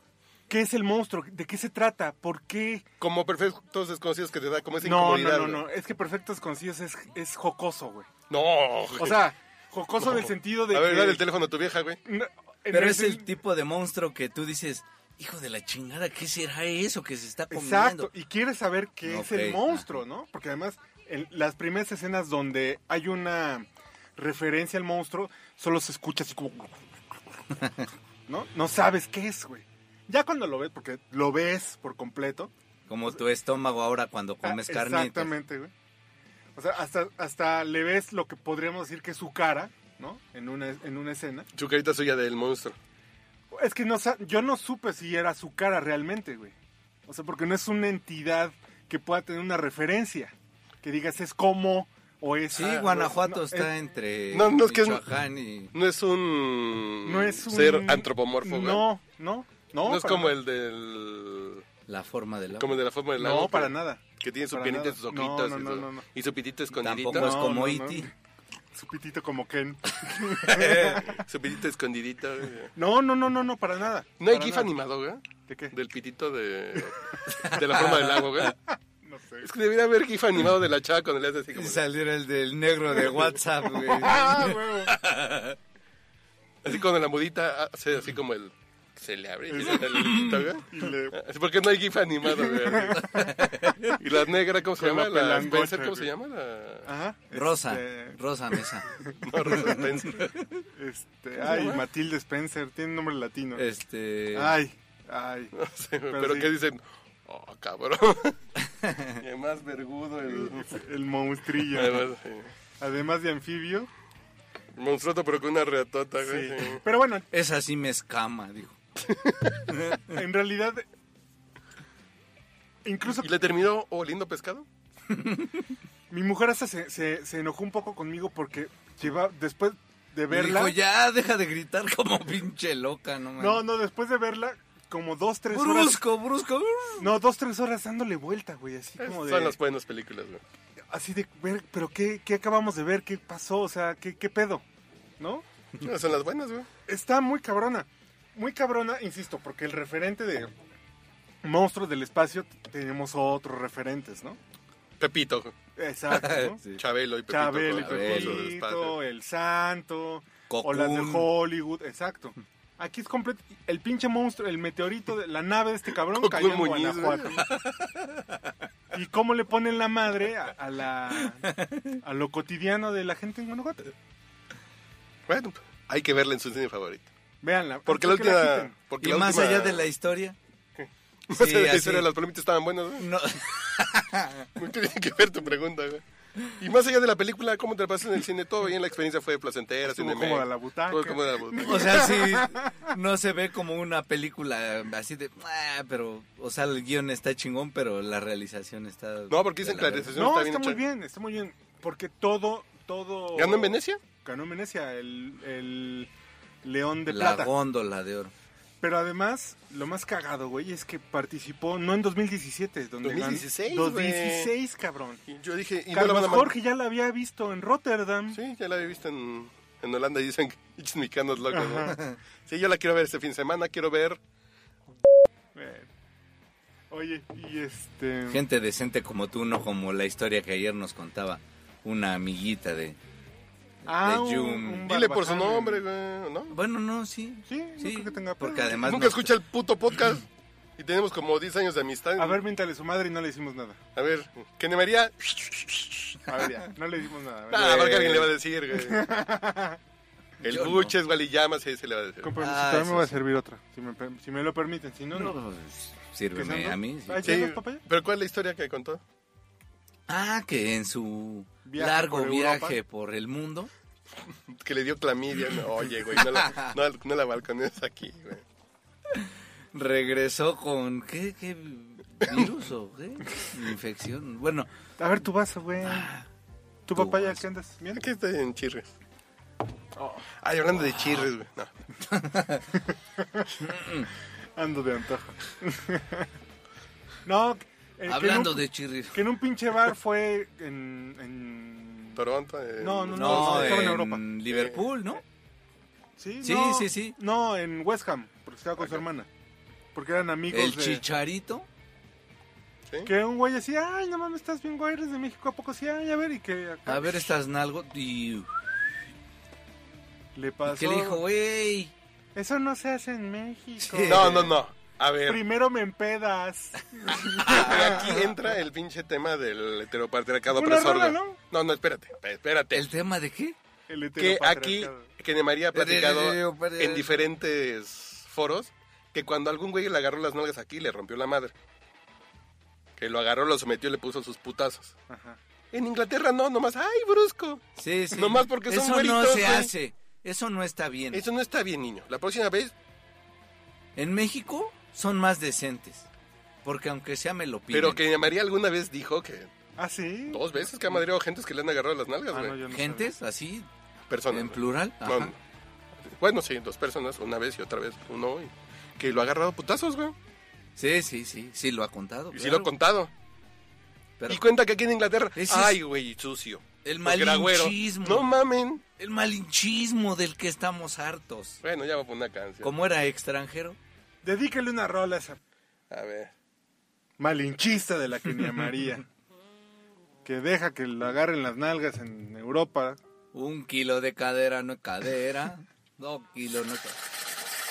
Speaker 2: ¿Qué es el monstruo? ¿De qué se trata? ¿Por qué?
Speaker 3: Como perfectos desconocidos que te da como esa
Speaker 2: No, no,
Speaker 3: incomodidad.
Speaker 2: no, no,
Speaker 3: güey.
Speaker 2: es que Perfectos Conocidos es, es jocoso, güey.
Speaker 3: No,
Speaker 2: O
Speaker 3: güey.
Speaker 2: sea, jocoso en el sentido de
Speaker 3: A ver,
Speaker 2: que-
Speaker 3: dale el teléfono a tu vieja, güey.
Speaker 2: No, en
Speaker 4: Pero es
Speaker 2: sen-
Speaker 4: el tipo de monstruo que tú dices, hijo de la chingada, ¿qué será eso que se está comiendo?
Speaker 2: Exacto, y quieres saber qué es el
Speaker 4: Ok,
Speaker 2: monstruo, ¿no? Porque además, en las primeras escenas donde hay una referencia al monstruo, solo se escucha así como... ¿No? No sabes qué es, güey. Ya cuando lo ves, porque lo ves por completo.
Speaker 4: Como tu estómago ahora cuando comes
Speaker 2: Ah,
Speaker 4: carnitas.
Speaker 2: Exactamente, güey. O sea, hasta, hasta le ves lo que podríamos decir que es su cara, ¿no? En una, en una escena.
Speaker 3: Su carita suya del monstruo.
Speaker 2: Es que no, sa- yo no supe si era su cara realmente, güey. O sea, porque no es una entidad que pueda tener una referencia. Que digas es como o es...
Speaker 4: Sí,
Speaker 2: Ah,
Speaker 4: Guanajuato
Speaker 2: no, es-
Speaker 4: está entre
Speaker 3: No, no, es que es-
Speaker 4: Michoacán y...
Speaker 3: No es un,
Speaker 2: no es un...
Speaker 3: ser antropomorfo, güey.
Speaker 2: No, no, no.
Speaker 3: No es
Speaker 2: para
Speaker 3: como
Speaker 2: nada.
Speaker 3: el del.
Speaker 4: La forma del agua.
Speaker 3: Como el de la forma del
Speaker 2: No,
Speaker 3: agua. que-
Speaker 2: para nada.
Speaker 3: Que tiene su
Speaker 2: Para
Speaker 3: pianita en
Speaker 2: nada.
Speaker 3: sus
Speaker 2: No,
Speaker 3: ojitos.
Speaker 2: no,
Speaker 3: y
Speaker 2: no,
Speaker 3: su-
Speaker 2: no, no.
Speaker 3: Y su pitita escondidita.
Speaker 4: Tampoco es
Speaker 2: No,
Speaker 4: como
Speaker 2: no,
Speaker 4: Iti.
Speaker 2: no. Su pitito como Ken.
Speaker 3: su pitita escondidita. güey.
Speaker 2: No, no, no, no, no, para nada.
Speaker 3: No hay
Speaker 2: Para
Speaker 3: gif
Speaker 2: nada.
Speaker 3: animado, güey.
Speaker 2: ¿De qué?
Speaker 3: Del pitito de. De la forma del agua, güey.
Speaker 2: No sé.
Speaker 3: Es que debería haber gif animado de la chava cuando le hace así
Speaker 4: Y
Speaker 3: como.
Speaker 4: saliera el del negro de WhatsApp, güey.
Speaker 2: Ah, huevo.
Speaker 3: Así cuando la mudita hace así como el. Se le abre y se le abre el
Speaker 2: Y
Speaker 3: pitito,
Speaker 2: le-
Speaker 3: güey. Así, ¿Por qué no hay gif animado, güey? Y la negra, ¿cómo se
Speaker 2: Con la
Speaker 3: llama? La
Speaker 2: pelangocha,
Speaker 3: Spencer, ¿cómo
Speaker 2: güey.
Speaker 3: se llama? La-
Speaker 2: Ajá.
Speaker 4: Rosa,
Speaker 2: Este,
Speaker 4: Rosa Mesa.
Speaker 3: No, Rosa Spencer.
Speaker 2: este, ay, Matilde Spencer, tiene nombre latino.
Speaker 4: Este...
Speaker 2: Ay, ay.
Speaker 3: No sé, güey,
Speaker 2: Pero
Speaker 3: pero
Speaker 2: sí.
Speaker 3: ¿qué dicen? Oh, cabrón. y más vergudo el.
Speaker 2: El monstrillo.
Speaker 3: Además, sí.
Speaker 2: Además de anfibio.
Speaker 3: Monstruoto, pero con una reatota, güey.
Speaker 2: sí. Pero bueno,
Speaker 4: Esa sí me escama, dijo.
Speaker 2: en realidad. Incluso
Speaker 3: ¿Y le terminó oliendo pescado?
Speaker 2: mi mujer hasta se, se- se enojó un poco conmigo porque lleva, después de
Speaker 4: Me
Speaker 2: verla.
Speaker 4: Dijo, ya, deja de gritar como pinche loca, no mames.
Speaker 2: no, no, después de verla, como dos, tres horas.
Speaker 4: brusco, brusco.
Speaker 2: No, dos, tres horas dándole vuelta, güey. Así como de.
Speaker 3: Son las buenas películas, güey.
Speaker 2: Así de ver, pero qué, qué acabamos de ver, qué pasó, o sea, qué, qué pedo, ¿no?
Speaker 3: No, son las buenas, güey.
Speaker 2: Está muy cabrona. Muy cabrona, insisto, porque el referente de Monstruos del Espacio t- tenemos otros referentes, ¿no?
Speaker 3: Pepito, güey.
Speaker 2: Exacto. ¿no?
Speaker 4: Sí.
Speaker 3: Chabelo y Pepito.
Speaker 2: Chabelo, y
Speaker 3: con las
Speaker 4: Chabelo,
Speaker 2: Pepito,
Speaker 3: cosas del espacio.
Speaker 2: el Santo, o
Speaker 4: Cocoon.
Speaker 2: las de Hollywood, exacto. Aquí es completo. El pinche monstruo, el meteorito, de, la nave de este cabrón
Speaker 3: Cocoon
Speaker 2: cayó en
Speaker 3: Muñiz,
Speaker 2: Guanajuato. ¿Y cómo le ponen la madre a, a la, a lo cotidiano de la gente en Guanajuato?
Speaker 3: Bueno, pues, hay que verla en su cine favorito.
Speaker 2: Véanla.
Speaker 3: Porque la
Speaker 2: antes de Pues que la
Speaker 3: última.
Speaker 2: quiten.
Speaker 3: Porque
Speaker 4: Y
Speaker 3: la
Speaker 4: más
Speaker 3: última-
Speaker 4: allá de la historia.
Speaker 3: Más allá de la
Speaker 4: así.
Speaker 3: historia, las palomitas estaban buenas, güey.
Speaker 4: No,
Speaker 3: Mucho tiene que ver tu pregunta, güey. Y más allá de la película, ¿cómo te la pasas en el cine? Todo bien, la experiencia fue placentera.
Speaker 2: Estuvo
Speaker 3: cine
Speaker 2: cómoda
Speaker 3: me-
Speaker 2: la butaca.
Speaker 3: Estuvo cómoda la butaca.
Speaker 4: o sea, sí, no se ve como una película así de, "Ah", pero, o sea, el guión está chingón, pero la realización está...
Speaker 3: No, porque dicen
Speaker 4: de
Speaker 3: que la
Speaker 4: verga.
Speaker 3: realización
Speaker 2: No,
Speaker 3: está
Speaker 2: está,
Speaker 3: bien
Speaker 2: muy
Speaker 3: hecha.
Speaker 2: bien, está muy bien. Porque todo, todo.
Speaker 3: ¿Ganó en Venecia?
Speaker 2: Ganó en Venecia el, el León de
Speaker 4: La
Speaker 2: Plata.
Speaker 4: góndola de oro.
Speaker 2: Pero además, lo más cagado, güey, es que participó no en 2017, donde ganó-
Speaker 3: 2016, güey.
Speaker 2: 2016, cabrón.
Speaker 3: Y yo dije, ¿y no la
Speaker 2: Carlos
Speaker 3: van a mandar?
Speaker 2: Jorge ya la había visto en Rotterdam.
Speaker 3: Sí, ya la había visto en, en Holanda y dicen que "Pinches mexicanos locos, ¿no? Sí, yo la quiero ver este fin de semana, quiero ver.
Speaker 2: Eh, Oye, y este.
Speaker 4: Gente decente como tú, no como la historia que ayer nos contaba una amiguita de...
Speaker 2: ah, un-
Speaker 4: June.
Speaker 2: un
Speaker 3: Dile por su
Speaker 2: barbaján.
Speaker 3: nombre, güey, ¿no?
Speaker 4: Bueno, no, sí.
Speaker 2: Sí, no creo que tenga
Speaker 4: porque
Speaker 2: problema.
Speaker 4: además...
Speaker 3: Nunca
Speaker 4: no-
Speaker 3: escucha el puto podcast y tenemos como 10 años de amistad.
Speaker 2: A ver, miéntale su madre y no le hicimos nada.
Speaker 3: A ver, que Ah, ni María.
Speaker 2: A ver, ya, no le hicimos nada. a ver.
Speaker 3: Ah, a ver qué alguien le va a decir, güey. El
Speaker 4: Yo no.
Speaker 3: buche es Gualillama, sí, se le va a decir.
Speaker 2: Con permiso,
Speaker 4: Ah,
Speaker 2: también me
Speaker 4: eso
Speaker 2: voy a
Speaker 4: sí.
Speaker 2: servir otra, si me, per- si me lo permiten, si no,
Speaker 4: No,
Speaker 2: no.
Speaker 4: pues, sírveme
Speaker 2: ¿Quesando?
Speaker 4: a mí. sí.
Speaker 2: Ay,
Speaker 3: Sí,
Speaker 2: ¿Tienes papaya?
Speaker 3: pero ¿cuál es la historia que contó?
Speaker 4: Ah, que en su
Speaker 2: Viaje
Speaker 4: largo
Speaker 2: por Europa.
Speaker 4: viaje por el mundo,
Speaker 3: Que le dio clamidia. No, oye, güey, no la, no, no la balcones aquí, güey.
Speaker 4: regresó con... ¿Qué? ¿Qué virus o qué? Infección. Bueno,
Speaker 2: A ver tu vaso, güey.
Speaker 4: Ah,
Speaker 2: ¿Tu
Speaker 4: tu
Speaker 2: papaya
Speaker 4: vaso.
Speaker 2: qué andas? ¿Bien?
Speaker 3: Aquí estoy en chirres.
Speaker 2: Oh.
Speaker 3: Ay, hablando de chirres, güey. No.
Speaker 2: Ando de antojo. no, eh, que en
Speaker 4: hablando
Speaker 2: un-
Speaker 4: de chirris.
Speaker 2: Que en un pinche bar fue en... en-
Speaker 3: Toronto. eh,
Speaker 2: No, no,
Speaker 4: No,
Speaker 2: estaba en
Speaker 4: en
Speaker 2: Europa.
Speaker 4: Liverpool, ¿no?
Speaker 2: Sí,
Speaker 4: Sí,
Speaker 2: no,
Speaker 4: sí, sí.
Speaker 2: No, en West Ham, porque estaba con su hermana. Porque eran amigos
Speaker 4: El
Speaker 2: de...
Speaker 4: chicharito.
Speaker 3: ¿sí?
Speaker 2: Que un güey así, ay, no mames, estás bien güey, eres de México, ¿a poco sí? Ay, a ver, y que acá
Speaker 4: A ver este, estas nalgos. Y,
Speaker 2: le pasó.
Speaker 4: que le dijo, güey.
Speaker 2: Eso no se hace en México.
Speaker 4: Sí.
Speaker 3: No, no, no. A ver,
Speaker 2: Primero me empedas.
Speaker 3: aquí entra el pinche tema del heteropatriarcado
Speaker 2: Una
Speaker 3: opresor.
Speaker 2: rola,
Speaker 3: güey.
Speaker 2: ¿no?
Speaker 3: No, no, espérate, espérate.
Speaker 4: ¿El tema de qué?
Speaker 2: El
Speaker 3: que aquí, que de María ha platicado
Speaker 4: Heteropatriarcado.
Speaker 3: en diferentes foros, que cuando algún güey le agarró las nalgas aquí, le rompió la madre. Que lo agarró, lo sometió y le puso sus putazos.
Speaker 2: Ajá.
Speaker 3: En Inglaterra no, nomás, ay, brusco.
Speaker 4: Sí, sí.
Speaker 3: Nomás porque son
Speaker 4: Eso no
Speaker 3: güeritos,
Speaker 4: se
Speaker 3: güey.
Speaker 4: hace. Eso no está bien.
Speaker 3: Eso no está bien, niño. La próxima vez,
Speaker 4: En México son más decentes. Porque aunque sea me lo piden.
Speaker 3: pero que Doña María alguna vez dijo que
Speaker 2: ¿Ah, sí?
Speaker 3: dos veces que ha madreado gentes que le han agarrado las
Speaker 2: Ah,
Speaker 3: nalgas, güey.
Speaker 2: no, yo no
Speaker 4: Gentes así,
Speaker 3: Personas.
Speaker 4: en
Speaker 3: güey.
Speaker 4: plural.
Speaker 3: No,
Speaker 4: ajá.
Speaker 3: no. Bueno, sí, dos personas, una vez y otra vez, uno y- que lo ha agarrado a putazos, güey.
Speaker 4: Sí, sí, sí. Sí lo ha contado.
Speaker 3: Y sí
Speaker 4: claro.
Speaker 3: lo ha contado.
Speaker 4: Pero
Speaker 3: Y cuenta que aquí en Inglaterra,
Speaker 4: Ese es-
Speaker 3: ay, güey, sucio.
Speaker 4: el
Speaker 3: Porque era güero.
Speaker 4: malinchismo.
Speaker 3: No mamen.
Speaker 4: El malinchismo del que estamos hartos.
Speaker 3: Bueno, ya va a poner una canción.
Speaker 4: Como era extranjero.
Speaker 2: sé. Dedícale una rola a esa
Speaker 3: A ver.
Speaker 2: malinchista de la que ni María. que deja que la agarren las nalgas en Europa.
Speaker 4: Un kilo de cadera no es cadera. Dos kilos no es cadera.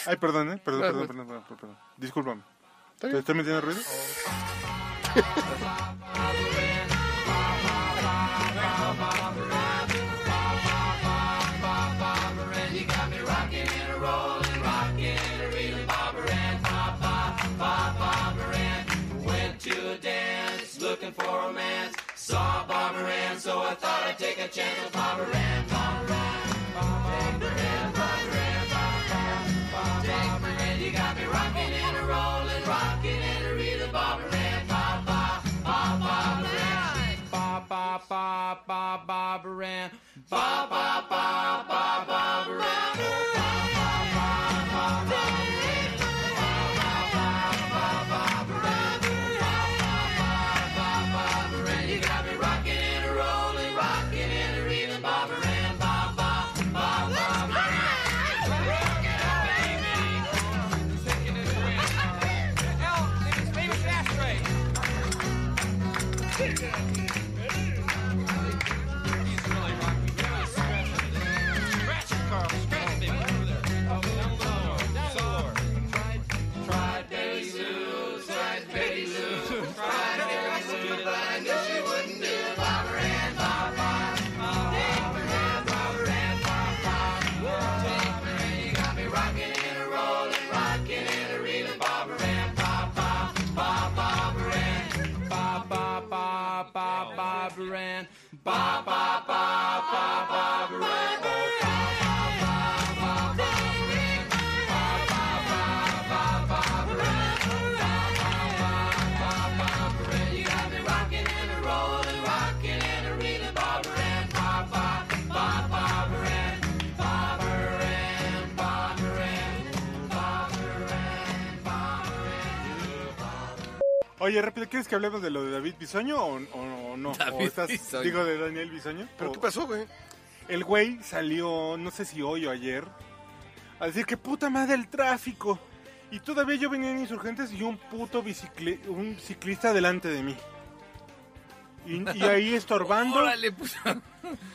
Speaker 2: Ay, perdón, ¿eh? Perdón,
Speaker 3: Ah,
Speaker 2: perdón,
Speaker 3: güey.
Speaker 2: perdón, perdón, perdón, perdón. Discúlpame. ¿Te
Speaker 3: ¿Está bien?
Speaker 2: estoy metiendo ruido? Oye, rápido, ¿quieres que hablemos de lo de David Bisoño o, o- o no?
Speaker 4: David
Speaker 2: ¿O estás,
Speaker 4: Bisoño.
Speaker 2: digo, de Daniel Bisoño?
Speaker 3: ¿Pero
Speaker 2: ¿O-
Speaker 3: qué pasó, güey?
Speaker 2: El güey salió, no sé si hoy o ayer, a decir que puta madre el tráfico. Y todavía yo venía en insurgentes y un puto bicicli- un ciclista delante de mí. Y, y ahí estorbando,
Speaker 4: Órale, pues.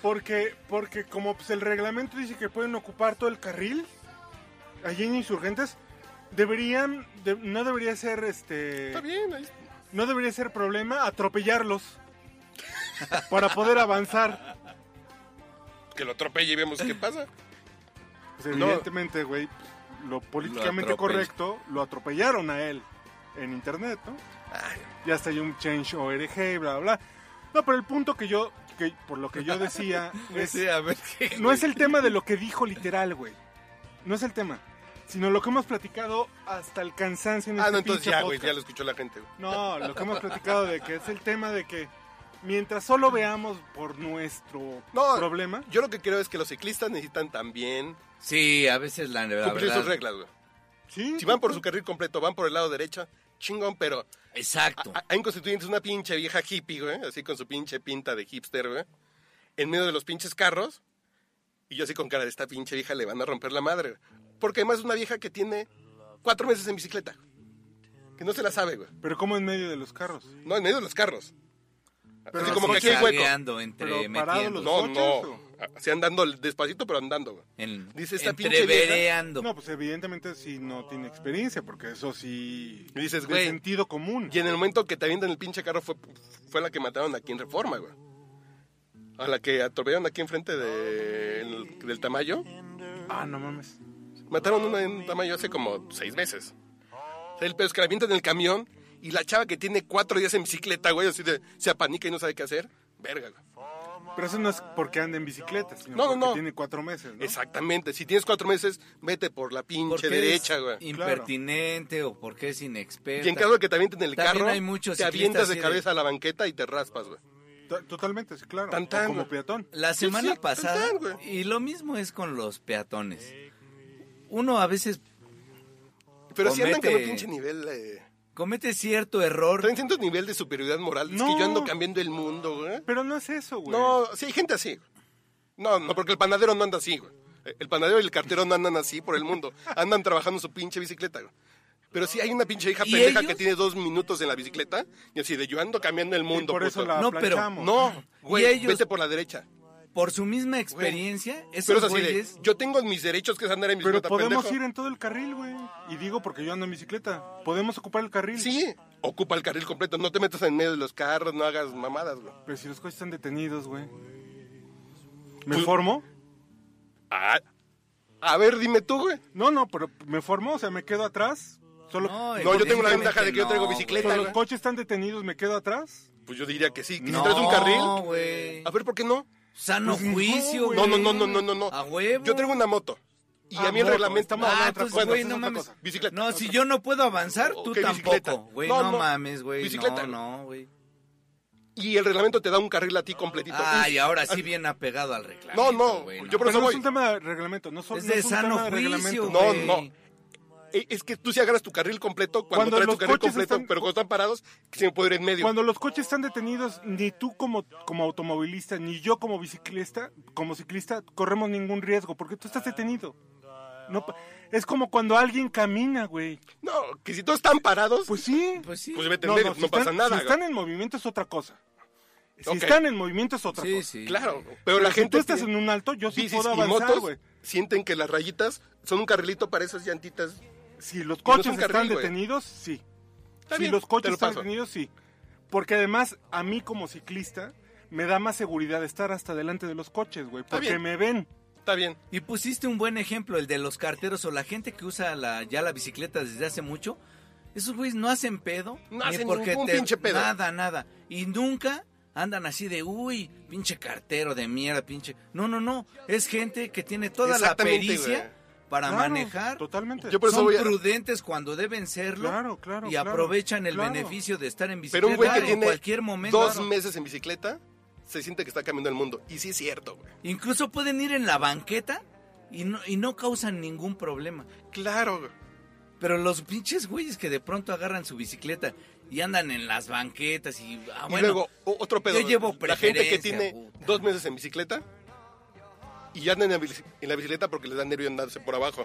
Speaker 2: porque, porque como pues, el reglamento dice que pueden ocupar todo el carril, allí en insurgentes, deberían, de- no debería ser este,
Speaker 3: Está bien, ahí.
Speaker 2: no debería ser problema atropellarlos para poder avanzar.
Speaker 3: Que lo atropelle y vemos qué pasa.
Speaker 2: Pues evidentemente, güey, lo políticamente
Speaker 4: atropelló.
Speaker 2: correcto lo atropellaron a él en internet, ¿no? Ya hasta hay un change ORG, bla, bla, bla. No, pero el punto que yo, que por lo que yo decía, es,
Speaker 4: Sí, a ver qué.
Speaker 2: no es el tema de lo que dijo literal, güey. No es el tema. Sino lo que hemos platicado hasta el cansancio en
Speaker 3: Ah,
Speaker 2: este
Speaker 3: no, entonces
Speaker 2: pinche
Speaker 3: ya, güey,
Speaker 2: podcast.
Speaker 3: ya lo escuchó la gente. güey.
Speaker 2: No, lo que hemos platicado de que es el tema de que mientras solo veamos por nuestro
Speaker 3: No.
Speaker 2: problema,
Speaker 3: Yo lo que creo es que los ciclistas necesitan también
Speaker 4: Sí, a veces la, la
Speaker 3: cumplir sus
Speaker 4: verdad.
Speaker 3: reglas, güey.
Speaker 2: ¿sí?
Speaker 3: Si van por su carril completo, van por el lado derecho, chingón, pero
Speaker 4: Exacto.
Speaker 3: a- hay en Constituyentes una pinche vieja hippie, güey, así con su pinche pinta de hipster, güey, en medio de los pinches carros, y yo así con cara de esta pinche vieja le van a romper la madre, güey. Porque además es una vieja que tiene cuatro meses en bicicleta, que no se la sabe, güey.
Speaker 2: Pero como en medio de los carros.
Speaker 3: No, en medio de los carros.
Speaker 2: Pero
Speaker 3: así como que
Speaker 2: sí
Speaker 3: aquí hay hueco.
Speaker 4: Zigzagueando entre
Speaker 2: Pero parado
Speaker 4: metiendo.
Speaker 2: los-
Speaker 3: No,
Speaker 2: coches, Eh.
Speaker 3: no. Así andando despacito, pero andando, güey.
Speaker 4: En,
Speaker 3: Dice esta pinche vieja-
Speaker 4: entrevereando.
Speaker 2: No, pues evidentemente si no tiene experiencia, porque eso sí
Speaker 3: Y dices,
Speaker 2: de
Speaker 3: güey.
Speaker 2: sentido común.
Speaker 3: Y en el momento que te avientan el pinche carro fue, fue la que mataron aquí en Reforma, güey. A la que atropellaron aquí enfrente de- el- del Tamayo.
Speaker 2: Ah, no mames.
Speaker 3: Mataron una en Tamayo hace como seis meses. O sea, el pedo es que la avientan en el camión y la chava que tiene cuatro días en bicicleta, güey, así de, se apanica y no sabe qué hacer. Verga, güey.
Speaker 2: Pero eso no es porque anda en bicicleta, sino
Speaker 3: No, no,
Speaker 2: porque
Speaker 3: no.
Speaker 2: tiene cuatro meses, ¿no?
Speaker 3: Exactamente. Si tienes cuatro meses, vete por la pinche
Speaker 4: Porque
Speaker 3: derecha,
Speaker 4: eres
Speaker 3: güey.
Speaker 4: Impertinente o porque es inexperto.
Speaker 3: Y en caso de que te avienten el
Speaker 4: También
Speaker 3: carro,
Speaker 4: hay muchos
Speaker 3: te
Speaker 4: ciclistas
Speaker 3: avientas de
Speaker 4: así de-
Speaker 3: cabeza a la banqueta y te raspas, güey.
Speaker 2: To- Totalmente, sí, claro.
Speaker 3: Tan, tan,
Speaker 2: O como
Speaker 3: güey.
Speaker 2: peatón.
Speaker 4: La
Speaker 3: Sí,
Speaker 4: semana
Speaker 3: sí,
Speaker 4: pasada,
Speaker 3: total, güey.
Speaker 4: y lo mismo es con los peatones. Uno a veces
Speaker 3: Pero si andan con un
Speaker 4: Comete-
Speaker 3: pinche nivel... eh,
Speaker 4: comete cierto error.
Speaker 3: Traen cierto nivel de superioridad moral. Es
Speaker 2: No.
Speaker 3: que yo ando cambiando el mundo, güey.
Speaker 2: Pero no es eso, güey.
Speaker 3: No, sí, hay gente así. No, no, porque el panadero no anda así, güey. El panadero y el cartero no andan así por el mundo. Andan trabajando su pinche bicicleta, güey. Pero sí hay una pinche hija
Speaker 4: ¿Y
Speaker 3: pendeja
Speaker 4: ellos?
Speaker 3: que tiene dos minutos en la bicicleta y así de yo ando cambiando el mundo.
Speaker 2: Y por eso
Speaker 3: puto".
Speaker 2: la
Speaker 4: No, pero-
Speaker 2: planchamos.
Speaker 3: No, güey,
Speaker 4: ¿Y ellos?
Speaker 3: vete por la derecha.
Speaker 4: Por su misma experiencia,
Speaker 3: Pero
Speaker 4: esos
Speaker 3: es así de,
Speaker 4: güeyes...
Speaker 3: yo tengo mis derechos que es andar en
Speaker 2: Pero
Speaker 3: bicicleta,
Speaker 2: podemos
Speaker 3: pendejo.
Speaker 2: ir en todo el carril, güey. Y digo porque yo ando en bicicleta. Podemos ocupar el carril.
Speaker 3: Sí, ocupa el carril completo, no te metas en medio de los carros, no hagas mamadas, güey.
Speaker 2: Pero si los coches están detenidos, güey. ¿Me
Speaker 3: Pues-
Speaker 2: formo?
Speaker 3: Ah, a ver, dime tú, güey.
Speaker 2: No, no, pero me formo, o sea, me quedo atrás. Solo
Speaker 3: No, yo tengo la ventaja de que yo traigo
Speaker 4: güey.
Speaker 3: bicicleta,
Speaker 2: pero
Speaker 3: güey.
Speaker 2: los coches están detenidos, me quedo atrás.
Speaker 3: Pues yo diría que sí. que
Speaker 4: No,
Speaker 3: si traes un carril,
Speaker 4: güey.
Speaker 3: a ver, ¿por qué no?
Speaker 4: Sano
Speaker 2: Pues no,
Speaker 4: juicio,
Speaker 2: güey.
Speaker 3: No,
Speaker 4: güey.
Speaker 3: no, no, no, no, no. no.
Speaker 4: A huevo.
Speaker 3: Yo traigo una moto. Y
Speaker 2: Ah,
Speaker 3: a mí el
Speaker 2: moto,
Speaker 3: reglamento...
Speaker 2: estamos hablando
Speaker 4: Ah,
Speaker 2: de otra
Speaker 4: entonces,
Speaker 2: cosa,
Speaker 4: güey,
Speaker 2: esa
Speaker 4: no
Speaker 2: es otra
Speaker 4: mames.
Speaker 2: cosa.
Speaker 3: Bicicleta.
Speaker 4: No, si yo no puedo avanzar, tú
Speaker 3: Ok, bicicleta.
Speaker 4: tampoco. Güey,
Speaker 3: No,
Speaker 4: no,
Speaker 3: no.
Speaker 4: mames, güey.
Speaker 3: Bicicleta.
Speaker 4: No, no, güey.
Speaker 3: Y el reglamento te da un carril a ti completito.
Speaker 4: Ay, ahora sí bien apegado al reclamo.
Speaker 3: No, no,
Speaker 4: güey,
Speaker 3: yo por
Speaker 2: Pero
Speaker 3: eso
Speaker 2: no es
Speaker 3: voy.
Speaker 2: un tema de reglamento, no, so-
Speaker 4: Es
Speaker 2: no
Speaker 4: de
Speaker 2: un
Speaker 4: sano
Speaker 2: tema de
Speaker 4: juicio,
Speaker 2: reglamento.
Speaker 3: No,
Speaker 4: güey.
Speaker 3: no. Eh, Es que tú sí agarras tu carril completo cuando,
Speaker 2: Cuando
Speaker 3: traes tu
Speaker 2: los
Speaker 3: carril
Speaker 2: coches
Speaker 3: completo,
Speaker 2: están-
Speaker 3: pero cuando están parados, que se me puede ir en medio.
Speaker 2: Cuando los coches están detenidos, ni tú como, como automovilista, ni yo como bicicleta, como ciclista, corremos ningún riesgo, porque tú estás detenido. No, pa- es como cuando alguien camina, güey.
Speaker 3: No, que si todos están parados,
Speaker 2: Pues
Speaker 3: pues,
Speaker 2: sí.
Speaker 4: Pues sí.
Speaker 3: se meten en medio, no,
Speaker 2: si
Speaker 3: pasa
Speaker 2: están-
Speaker 3: nada.
Speaker 2: Si están en movimiento es otra cosa. Si
Speaker 3: Ok.
Speaker 2: están en movimiento es otra
Speaker 4: sí,
Speaker 2: cosa.
Speaker 4: sí.
Speaker 3: Claro, pero,
Speaker 2: Pero
Speaker 3: la
Speaker 2: si
Speaker 3: gente...
Speaker 2: tú estás
Speaker 3: tiene
Speaker 2: en un alto, yo sí
Speaker 3: bicis
Speaker 2: puedo
Speaker 3: y
Speaker 2: avanzar,
Speaker 3: motos
Speaker 2: güey.
Speaker 3: sienten que las rayitas son un carrilito para esas llantitas
Speaker 2: Si los
Speaker 3: no es
Speaker 2: coches
Speaker 3: un carril,
Speaker 2: están
Speaker 3: güey.
Speaker 2: detenidos, sí.
Speaker 3: Está
Speaker 2: si
Speaker 3: bien,
Speaker 2: los
Speaker 3: te
Speaker 2: coches
Speaker 3: lo
Speaker 2: están
Speaker 3: paso.
Speaker 2: detenidos, sí. Porque además, a mí como ciclista, me da más seguridad estar hasta delante de los coches, güey. Porque
Speaker 3: bien.
Speaker 2: me ven.
Speaker 3: Está bien.
Speaker 4: Y pusiste un buen ejemplo, el de los carteros o la gente que usa la, ya la bicicleta desde hace mucho. Esos güeyes no hacen pedo.
Speaker 3: No hacen ningún pinche pedo.
Speaker 4: Nada, nada. Y nunca andan así de, uy, pinche cartero de mierda, pinche. No, no, no. Es gente que tiene toda la
Speaker 3: Exactamente,
Speaker 4: pericia
Speaker 3: güey.
Speaker 4: para
Speaker 2: Claro,
Speaker 4: manejar.
Speaker 2: Totalmente.
Speaker 3: Yo por eso
Speaker 4: Son
Speaker 3: voy a-
Speaker 4: prudentes cuando deben serlo.
Speaker 2: Claro, claro,
Speaker 4: Y
Speaker 2: claro,
Speaker 4: aprovechan el
Speaker 2: claro.
Speaker 4: beneficio de estar en bicicleta
Speaker 3: Pero un güey que
Speaker 4: en
Speaker 3: tiene
Speaker 4: cualquier momento.
Speaker 3: dos
Speaker 4: Claro.
Speaker 3: meses en bicicleta se siente que está caminando el mundo. Y sí es cierto, güey.
Speaker 4: Incluso pueden ir en la banqueta y no, y no causan ningún problema.
Speaker 3: Claro, güey.
Speaker 4: Pero los pinches güeyes que de pronto agarran su bicicleta y andan en las banquetas y... Ah,
Speaker 3: Y
Speaker 4: bueno,
Speaker 3: luego, o- otro pedo.
Speaker 4: yo llevo
Speaker 3: la gente que
Speaker 4: preferencia,
Speaker 3: tiene
Speaker 4: puta.
Speaker 3: dos meses en bicicleta y ya andan en la bici- en la bicicleta porque les da nervio andarse por abajo.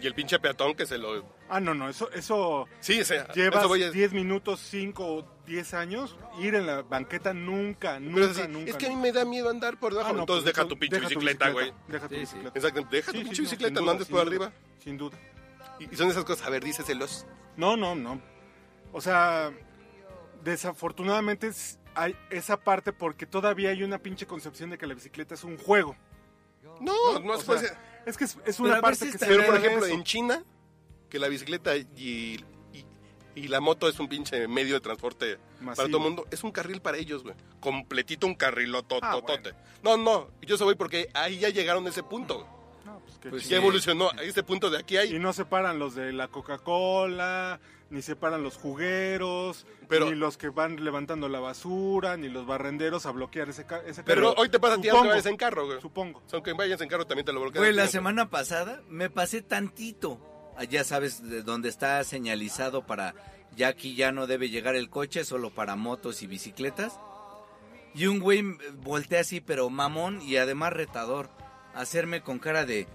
Speaker 3: Y el pinche peatón que se lo.
Speaker 2: Ah, no, no, eso, eso
Speaker 3: Sí, o sea,
Speaker 2: llevas
Speaker 3: eso voy a-
Speaker 2: 10 minutos, 5 o 10 años, ir en la banqueta nunca,
Speaker 3: Pero es
Speaker 2: nunca,
Speaker 3: así,
Speaker 2: nunca.
Speaker 3: es que a mí
Speaker 2: nunca.
Speaker 3: me da miedo andar por
Speaker 2: Ah,
Speaker 3: debajo.
Speaker 2: no,
Speaker 3: Entonces
Speaker 2: pues,
Speaker 3: deja tu pinche
Speaker 2: deja
Speaker 3: bicicleta, güey.
Speaker 2: Deja tu
Speaker 4: Sí, sí.
Speaker 2: bicicleta.
Speaker 3: Exacto, deja
Speaker 2: Sí,
Speaker 3: tu
Speaker 2: sí,
Speaker 3: pinche
Speaker 2: no,
Speaker 3: bicicleta,
Speaker 2: sin
Speaker 3: no
Speaker 2: duda,
Speaker 3: andes
Speaker 2: sin
Speaker 3: por
Speaker 2: duda,
Speaker 3: arriba.
Speaker 2: Sin duda.
Speaker 3: Y y son esas cosas, a ver, díceselos.
Speaker 2: No, no, no. O sea, desafortunadamente es- hay esa parte porque todavía hay una pinche concepción de que la bicicleta es un juego.
Speaker 3: Pues No, no,
Speaker 2: O
Speaker 3: se puede
Speaker 2: sea,
Speaker 3: ser.
Speaker 2: Es Es que es, es
Speaker 4: Pero
Speaker 2: una
Speaker 4: a
Speaker 2: parte
Speaker 4: veces
Speaker 2: que se
Speaker 3: Pero, por
Speaker 2: ve de
Speaker 3: ejemplo,
Speaker 2: eso.
Speaker 3: en China, que la bicicleta y, y- y la moto es un pinche medio de transporte para
Speaker 2: Masivo.
Speaker 3: todo el mundo, es un carril para ellos, güey. Completito un carrilotototote.
Speaker 2: Ah, bueno.
Speaker 3: No, no, yo se voy porque ahí ya llegaron a ese punto.
Speaker 2: No, pues qué
Speaker 4: Pues
Speaker 2: chido.
Speaker 3: Ya
Speaker 4: Sí.
Speaker 3: evolucionó a este punto de aquí hay.
Speaker 2: Y no separan los de la Coca-Cola, ni separan los jugueros,
Speaker 3: Pero-
Speaker 2: ni los que van levantando la basura, ni los barrenderos a bloquear ese, ca- ese
Speaker 3: Pero
Speaker 2: carro.
Speaker 3: no, hoy te pasa a ti aunque
Speaker 2: Supongo,
Speaker 3: vayas en carro, güey.
Speaker 2: Supongo.
Speaker 3: Aunque vayas en carro también te lo bloquean.
Speaker 4: Güey, la semana pasada me pasé tantito. Ah, Ya sabes, de donde está señalizado para. Ya aquí ya no debe llegar el coche, solo para motos y bicicletas. Y un güey eh, voltea así, pero mamón y además retador. a Hacerme con cara de.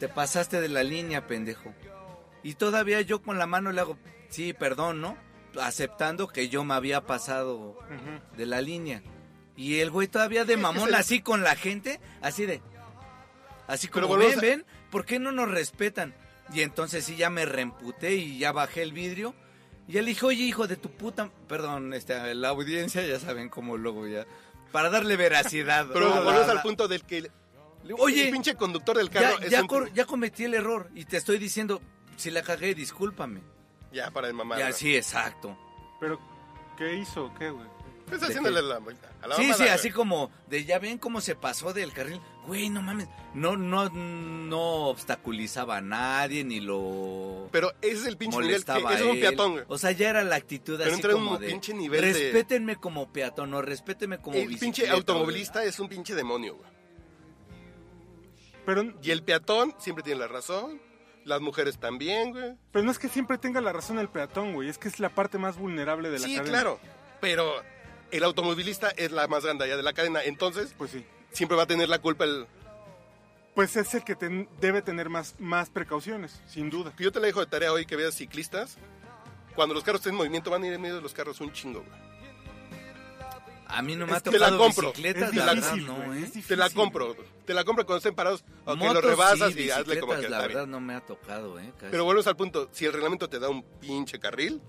Speaker 4: Te pasaste de la línea, pendejo. Y todavía yo con la mano le hago. Sí, perdón, ¿no? Aceptando que yo me había pasado de la línea. Y el güey todavía de mamón, así con la gente, así de. Así
Speaker 3: Pero
Speaker 4: como, ven,
Speaker 3: volvemos
Speaker 4: ven, ¿por qué no nos respetan? Y entonces sí, ya me reemputé y ya bajé el vidrio. Y él dijo, oye, hijo de tu puta... Perdón, este, la audiencia ya saben cómo luego ya... Para darle veracidad.
Speaker 3: Pero
Speaker 4: a la-
Speaker 3: volvemos al
Speaker 4: la-
Speaker 3: punto del que el,
Speaker 4: Oye,
Speaker 3: el pinche conductor del carro
Speaker 4: Ya,
Speaker 3: es
Speaker 4: ya
Speaker 3: un-
Speaker 4: cor- ya cometí el error y te estoy diciendo, si la cagué, discúlpame.
Speaker 3: Ya, para el mamá.
Speaker 4: Ya, sí, exacto.
Speaker 2: Pero, ¿qué hizo? ¿Qué, güey?
Speaker 3: Pues haciéndole la, a la
Speaker 4: Sí,
Speaker 3: mamada,
Speaker 4: sí,
Speaker 3: güey.
Speaker 4: así como de ya ven cómo se pasó del carril. Güey, no mames, no no no obstaculizaba a nadie ni lo
Speaker 3: Pero ese es el pinche nivel que
Speaker 4: molestaba.
Speaker 3: es un
Speaker 4: a él.
Speaker 3: peatón, güey.
Speaker 4: O sea, ya era la actitud
Speaker 3: Pero
Speaker 4: así
Speaker 3: entra en
Speaker 4: como
Speaker 3: un
Speaker 4: de
Speaker 3: pinche nivel de-
Speaker 4: respétenme como peatón, no respétenme como
Speaker 3: El pinche
Speaker 4: bicicleta,
Speaker 3: automovilista es un pinche demonio, güey.
Speaker 2: Pero,
Speaker 3: Y el peatón siempre tiene la razón. Las mujeres también, güey.
Speaker 2: pero no es que siempre tenga la razón el peatón, güey. Es que es la parte más vulnerable de la
Speaker 3: Sí,
Speaker 2: cadena.
Speaker 3: claro. Pero el automovilista es la más grande allá de la cadena. Entonces,
Speaker 2: Pues sí.
Speaker 3: siempre va a tener la culpa el.
Speaker 2: Pues es el que ten- debe tener más, más precauciones, sin duda.
Speaker 3: Yo te la dejo de tarea hoy que veas ciclistas. Cuando los carros estén en movimiento, van a ir en medio de los carros un chingo, güey.
Speaker 4: güey. A mí no me
Speaker 3: Es-
Speaker 4: ha
Speaker 3: te la
Speaker 4: tocado
Speaker 3: compro.
Speaker 4: bicicletas,
Speaker 2: Es
Speaker 4: la verdad,
Speaker 2: difícil,
Speaker 4: no,
Speaker 2: güey,
Speaker 4: ¿eh?
Speaker 2: es difícil.
Speaker 3: Te la compro. Te la compro cuando estén parados. Aunque
Speaker 4: Motos
Speaker 3: lo rebasas
Speaker 4: sí,
Speaker 3: y hazle como
Speaker 4: bicicletas,
Speaker 3: que
Speaker 4: la
Speaker 3: está bien.
Speaker 4: verdad no me ha tocado, eh. Casi.
Speaker 3: Pero volvemos al punto. Si el reglamento te da un pinche carril,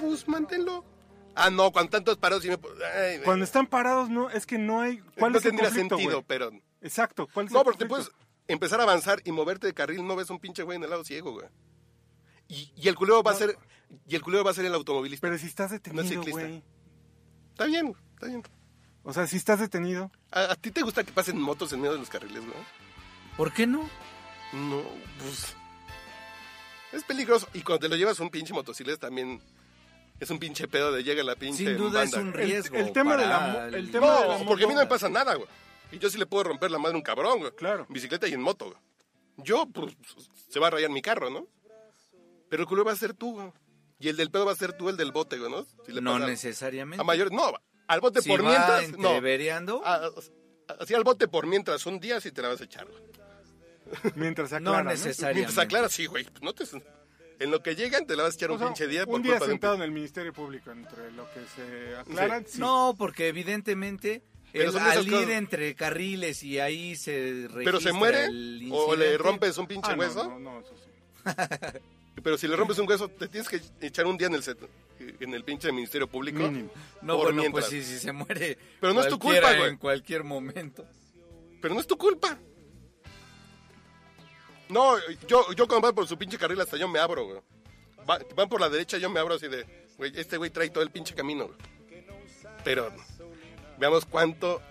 Speaker 3: pues manténlo. Ah, no, con tantos parados y me. ay, güey.
Speaker 2: Cuando están parados, no, es que no hay... ¿Cuál
Speaker 3: no
Speaker 2: es el
Speaker 3: tendría
Speaker 2: conflicto,
Speaker 3: sentido,
Speaker 2: güey?
Speaker 3: pero.
Speaker 2: Exacto, ¿cuál es
Speaker 3: No,
Speaker 2: el
Speaker 3: porque te puedes
Speaker 2: conflicto?
Speaker 3: empezar a avanzar y moverte de carril, no ves un pinche güey en el lado ciego, güey. Y, y el culero va a ser. Y el culero va a ser el automovilista.
Speaker 2: Pero si estás detenido,
Speaker 3: ciclista.
Speaker 2: güey.
Speaker 3: Está bien, está bien.
Speaker 2: O sea, si estás detenido...
Speaker 3: ¿A, a ti te gusta que pasen motos en medio de los carriles, no?
Speaker 4: ¿Por qué no?
Speaker 3: No, pues. Es peligroso. Y cuando te lo llevas un pinche motocicleta también. Es un pinche pedo de llega la pinche.
Speaker 4: Sin duda es
Speaker 3: banda,
Speaker 4: un
Speaker 3: güey.
Speaker 2: El-
Speaker 4: riesgo.
Speaker 2: el tema de la
Speaker 4: para
Speaker 2: mo- el
Speaker 4: el-
Speaker 2: tema de la
Speaker 3: No,
Speaker 2: moto.
Speaker 3: porque a mí no me pasa nada, güey. Y yo sí le puedo romper la madre a un cabrón, güey.
Speaker 2: Claro.
Speaker 3: En bicicleta y en moto, güey. Yo, pues, se va a rayar mi carro, ¿no? Pero el culo va a ser tú, güey. Y el del pedo va a ser tú, el del bote, güey, ¿no? Si le
Speaker 4: No
Speaker 3: pasa
Speaker 4: necesariamente.
Speaker 3: A mayores, no, al bote
Speaker 4: si
Speaker 3: por
Speaker 4: va
Speaker 3: mientras, no.
Speaker 4: entrevereando,
Speaker 2: Ah,
Speaker 3: A- Así al bote por mientras, un día sí te la vas a echar, güey.
Speaker 2: Mientras se
Speaker 4: no
Speaker 2: aclara,
Speaker 4: necesariamente.
Speaker 3: Mientras aclaras, sí, güey. pues, No te... En lo que llegan te la vas a echar
Speaker 2: O
Speaker 3: un
Speaker 2: sea,
Speaker 3: pinche día por
Speaker 2: un día
Speaker 3: culpa de un-
Speaker 2: sentado en el Ministerio Público, entre lo que se aclaran, sí.
Speaker 4: No, porque evidentemente
Speaker 3: Pero
Speaker 4: el-
Speaker 3: son esas
Speaker 4: al ir
Speaker 3: cosas-
Speaker 4: entre carriles y ahí se registra
Speaker 3: Pero se muere
Speaker 4: el
Speaker 3: o le
Speaker 4: incidente.
Speaker 3: rompes un pinche
Speaker 2: Ah, no,
Speaker 3: hueso.
Speaker 2: no, no, eso sí.
Speaker 3: Pero si le rompes un hueso, te tienes que echar un día en el set- en el pinche Ministerio Público.
Speaker 2: Mínimo.
Speaker 4: No,
Speaker 3: Por
Speaker 4: bueno,
Speaker 3: mientras.
Speaker 4: pues sí, sí se muere.
Speaker 3: Pero no es tu
Speaker 4: cualquiera
Speaker 3: culpa, güey.
Speaker 4: En cualquier momento.
Speaker 3: Pero no es tu culpa. No, yo, yo cuando van por su pinche carril hasta yo me abro, güey. Va- van por la derecha, yo me abro así de, güey, este güey trae todo el pinche camino, güey. Pero veamos cuánto,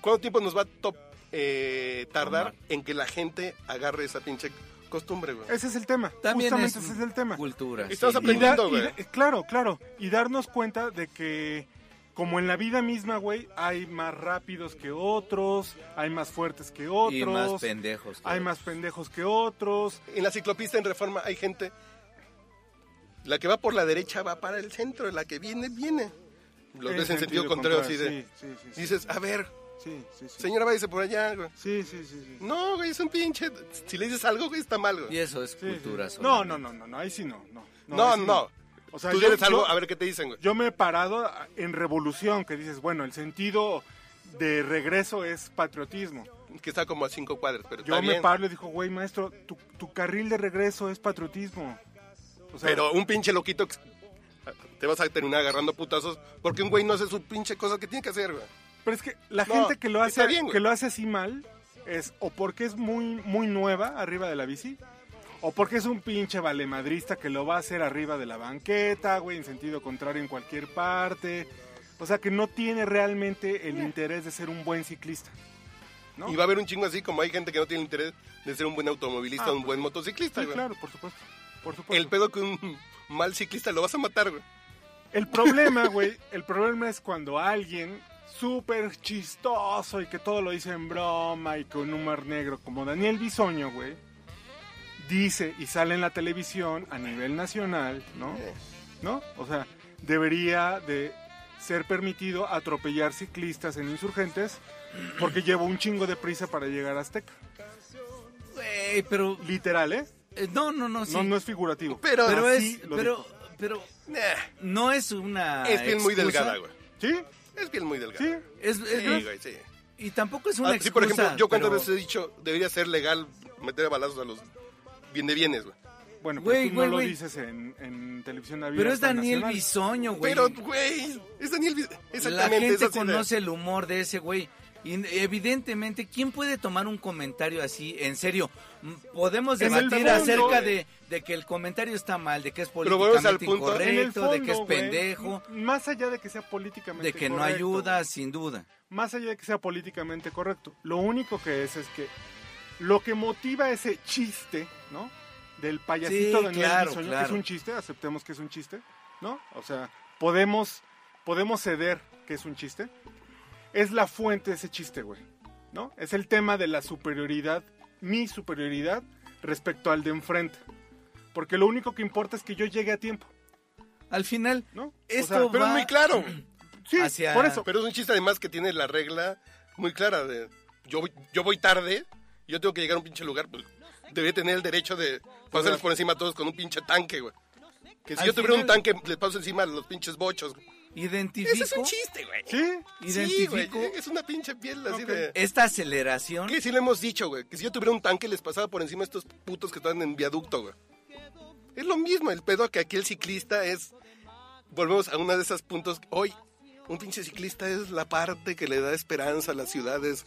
Speaker 3: cuánto tiempo nos va a top- eh, tardar en que la gente agarre esa pinche costumbre, güey.
Speaker 2: Ese es el tema.
Speaker 4: También
Speaker 2: Justamente
Speaker 4: es
Speaker 2: ese es el tema.
Speaker 4: cultura.
Speaker 3: Estás
Speaker 4: sí.
Speaker 3: aprendiendo. aprendiendo,
Speaker 2: Y da- y
Speaker 3: güey.
Speaker 2: da- claro, claro. Y darnos cuenta de que, como en la vida misma, güey, hay más rápidos que otros, hay más fuertes que otros,
Speaker 4: Y más pendejos.
Speaker 2: hay
Speaker 4: claro.
Speaker 2: más pendejos que otros.
Speaker 3: En la ciclopista en Reforma hay gente, la que va por la derecha va para el centro, la que viene, viene. Lo
Speaker 2: En
Speaker 3: ves en sentido contrario, así de...
Speaker 2: Sí, sí, sí.
Speaker 3: Dices, a ver,
Speaker 2: sí, sí, sí.
Speaker 3: señora, váyase por allá, güey.
Speaker 2: Sí, sí, sí, sí.
Speaker 3: No, güey, es un pinche. Si le dices algo, güey, está mal,
Speaker 4: Y
Speaker 3: güey.
Speaker 4: eso es
Speaker 2: Sí, sí.
Speaker 4: cultura.
Speaker 2: No,
Speaker 4: solamente.
Speaker 2: no, no, no, no, ahí sí no. No,
Speaker 3: No,
Speaker 2: ahí sí
Speaker 3: no.
Speaker 2: O sea,
Speaker 3: Tú
Speaker 2: yo-
Speaker 3: dices algo,
Speaker 2: yo-
Speaker 3: a ver qué te dicen, güey.
Speaker 2: Yo me he parado a- en revolución, que dices, bueno, el sentido de regreso es patriotismo.
Speaker 3: Que está como a cinco cuadros, pero
Speaker 2: Yo
Speaker 3: está
Speaker 2: me
Speaker 3: bien.
Speaker 2: paro y dijo, güey, maestro, tu, tu carril de regreso es patriotismo. O sea,
Speaker 3: Pero un pinche loquito que- te vas a terminar agarrando putazos porque un güey no hace su pinche cosa que tiene que hacer, güey.
Speaker 2: pero es que la
Speaker 3: No,
Speaker 2: gente que lo hace
Speaker 3: está bien, güey.
Speaker 2: que lo hace así mal es o porque es muy, muy nueva arriba de la bici, o porque es un pinche valemadrista que lo va a hacer arriba de la banqueta, güey, en sentido contrario en cualquier parte. O sea, que no tiene realmente el interés de ser un buen ciclista. ¿no?
Speaker 3: Eh. Y va a haber un chingo así, como hay gente que no tiene interés de ser un buen automovilista
Speaker 2: Ah,
Speaker 3: o un buen motociclista,
Speaker 2: Sí,
Speaker 3: güey.
Speaker 2: claro, por supuesto. Por supuesto.
Speaker 3: El pedo que un mal ciclista lo vas a matar, güey.
Speaker 2: El problema, güey, el problema es cuando alguien súper chistoso y que todo lo dice en broma y con humor negro, como Daniel Bisoño, güey, dice y sale en la televisión a nivel nacional, ¿no? ¿No? O sea, debería de ser permitido atropellar ciclistas en insurgentes porque lleva un chingo de prisa para llegar a Azteca.
Speaker 4: Güey, pero...
Speaker 2: Literal, ¿eh?
Speaker 4: eh, no, no, no, sí.
Speaker 2: No, no es figurativo.
Speaker 3: Pero-
Speaker 4: pero
Speaker 2: Así
Speaker 4: es...
Speaker 2: lo
Speaker 4: Pero,
Speaker 2: dijo.
Speaker 4: pero
Speaker 3: Nah,
Speaker 4: no es una
Speaker 3: es piel muy
Speaker 4: Ah, excusa.
Speaker 3: delgada, güey.
Speaker 2: ¿Sí?
Speaker 3: Es piel muy delgada.
Speaker 2: ¿Sí?
Speaker 4: Es, es-
Speaker 3: Sí, güey, sí.
Speaker 4: Y tampoco es una
Speaker 3: Ah,
Speaker 4: excusa.
Speaker 3: sí, por ejemplo, yo cuántas
Speaker 4: pero-
Speaker 3: veces he dicho, debería ser legal meter balazos a los bien de bienes, güey.
Speaker 2: Bueno, pero
Speaker 4: Güey,
Speaker 2: tú
Speaker 4: güey,
Speaker 2: no
Speaker 4: güey.
Speaker 2: lo dices en, en televisión abierta.
Speaker 4: Pero es Daniel
Speaker 2: nacional.
Speaker 4: Bisoño, güey.
Speaker 3: Pero, güey, es Daniel Vid-
Speaker 4: La
Speaker 3: Exactamente. es así
Speaker 4: gente
Speaker 3: de-
Speaker 4: conoce el humor de ese güey. Y evidentemente, ¿quién puede tomar un comentario así? En serio, M- podemos
Speaker 2: En el
Speaker 4: debatir
Speaker 2: fondo,
Speaker 4: acerca
Speaker 3: güey.
Speaker 4: de, de que el comentario está mal, de que es
Speaker 3: eh. Pero volvemos al
Speaker 4: políticamente
Speaker 3: punto.
Speaker 4: incorrecto,
Speaker 2: En el
Speaker 4: de que es
Speaker 2: fondo, güey,
Speaker 4: pendejo,
Speaker 2: m- más allá de que sea políticamente
Speaker 4: de que no
Speaker 2: correcto,
Speaker 4: ayuda, sin duda.
Speaker 2: Más allá de que sea políticamente correcto. Lo único que es es que lo que motiva ese chiste, ¿no? Del payasito
Speaker 4: Sí,
Speaker 2: Daniel
Speaker 4: claro,
Speaker 2: Bisoño,
Speaker 4: claro.
Speaker 2: que es un chiste, aceptemos que es un chiste, ¿no? O sea, podemos, podemos ceder que es un chiste. Es la fuente de ese chiste, güey. ¿No? Es el tema de la superioridad, mi superioridad respecto al de enfrente. Porque lo único que importa es que yo llegue a tiempo,
Speaker 4: Al final,
Speaker 2: ¿no? O
Speaker 4: Esto
Speaker 2: sea,
Speaker 3: Pero es
Speaker 4: va-
Speaker 3: muy claro. güey.
Speaker 2: Sí,
Speaker 4: hacia-
Speaker 2: por eso.
Speaker 3: Pero es un chiste además que tiene la regla muy clara de yo voy, yo voy tarde, yo tengo que llegar a un pinche lugar, pues debería tener el derecho de pasarles por encima a todos con un pinche tanque, güey. Que si
Speaker 4: Al
Speaker 3: yo tuviera un
Speaker 4: final-
Speaker 3: tanque, les paso encima a los pinches bochos. güey. Ese
Speaker 4: identifico,
Speaker 3: es un chiste, güey.
Speaker 2: Sí,
Speaker 3: Sí,
Speaker 4: identifico Eh,
Speaker 3: güey, e-, es una pinche piel así
Speaker 2: Ok.
Speaker 3: de...
Speaker 4: esta aceleración.
Speaker 3: Que sí lo hemos dicho, güey, que si yo tuviera un tanque les pasaba por encima a estos putos que están en viaducto, güey. Es lo mismo, el pedo que aquí el ciclista es... Volvemos a uno de esos puntos, hoy un pinche ciclista es la parte que le da esperanza a las ciudades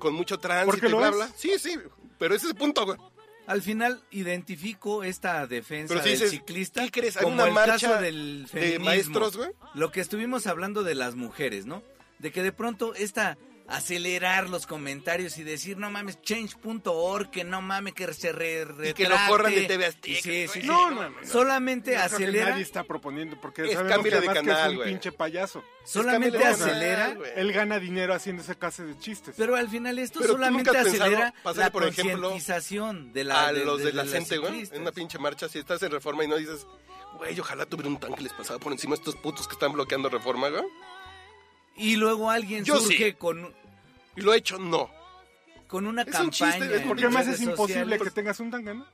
Speaker 3: con mucho tránsito
Speaker 2: Porque
Speaker 3: y
Speaker 2: lo
Speaker 3: bla,
Speaker 2: es.
Speaker 3: bla. Sí, sí, pero ese es el punto, güey.
Speaker 4: Al final, identifico esta defensa
Speaker 3: Pero si
Speaker 4: del
Speaker 3: dices,
Speaker 4: ciclista
Speaker 3: ¿qué crees? Hay
Speaker 4: como
Speaker 3: una
Speaker 4: el
Speaker 3: marcha
Speaker 4: caso del
Speaker 3: de
Speaker 4: feminismo.
Speaker 3: maestros, güey.
Speaker 4: Lo que estuvimos hablando de las mujeres, ¿no? De que de pronto esta acelerar los comentarios y decir, no mames, change.org, que no mames, que se re,
Speaker 3: Y que lo
Speaker 4: retracte.
Speaker 3: corran de TV Azteca,
Speaker 4: Y sí, sí,
Speaker 3: güey.
Speaker 4: sí.
Speaker 2: No, no, no.
Speaker 4: Solamente
Speaker 2: Yo creo que
Speaker 4: acelera,
Speaker 2: nadie está proponiendo porque
Speaker 3: Es
Speaker 2: sabemos que
Speaker 3: cámbiale de
Speaker 2: además que
Speaker 3: canal,
Speaker 2: es un
Speaker 3: güey.
Speaker 2: pinche payaso.
Speaker 4: solamente
Speaker 2: Es que me lo-
Speaker 4: acelera,
Speaker 3: güey.
Speaker 2: Él gana dinero haciendo esa clase de chistes.
Speaker 4: pero al final esto
Speaker 3: Pero tú
Speaker 4: solamente
Speaker 3: nunca has pensado
Speaker 4: acelera
Speaker 3: pasarle,
Speaker 4: la
Speaker 3: por ejemplo,
Speaker 4: concientización de la
Speaker 3: a
Speaker 4: de-
Speaker 3: los de,
Speaker 4: de-
Speaker 3: la
Speaker 4: de las
Speaker 3: gente, güey,
Speaker 4: ciclistas.
Speaker 3: en una pinche marcha, si estás en reforma y no dices, güey, ojalá tuviera un tanque les pasaba por encima a estos putos que están bloqueando reforma, güey.
Speaker 4: Y luego alguien
Speaker 3: Yo
Speaker 4: surge
Speaker 3: sí.
Speaker 4: con,
Speaker 3: Y lo he hecho, no.
Speaker 4: con una
Speaker 3: Es un chiste,
Speaker 4: campaña.
Speaker 3: es
Speaker 4: en
Speaker 2: ¿Por qué más es
Speaker 4: redes
Speaker 2: imposible
Speaker 4: sociales.
Speaker 2: que tengas un tanga, no?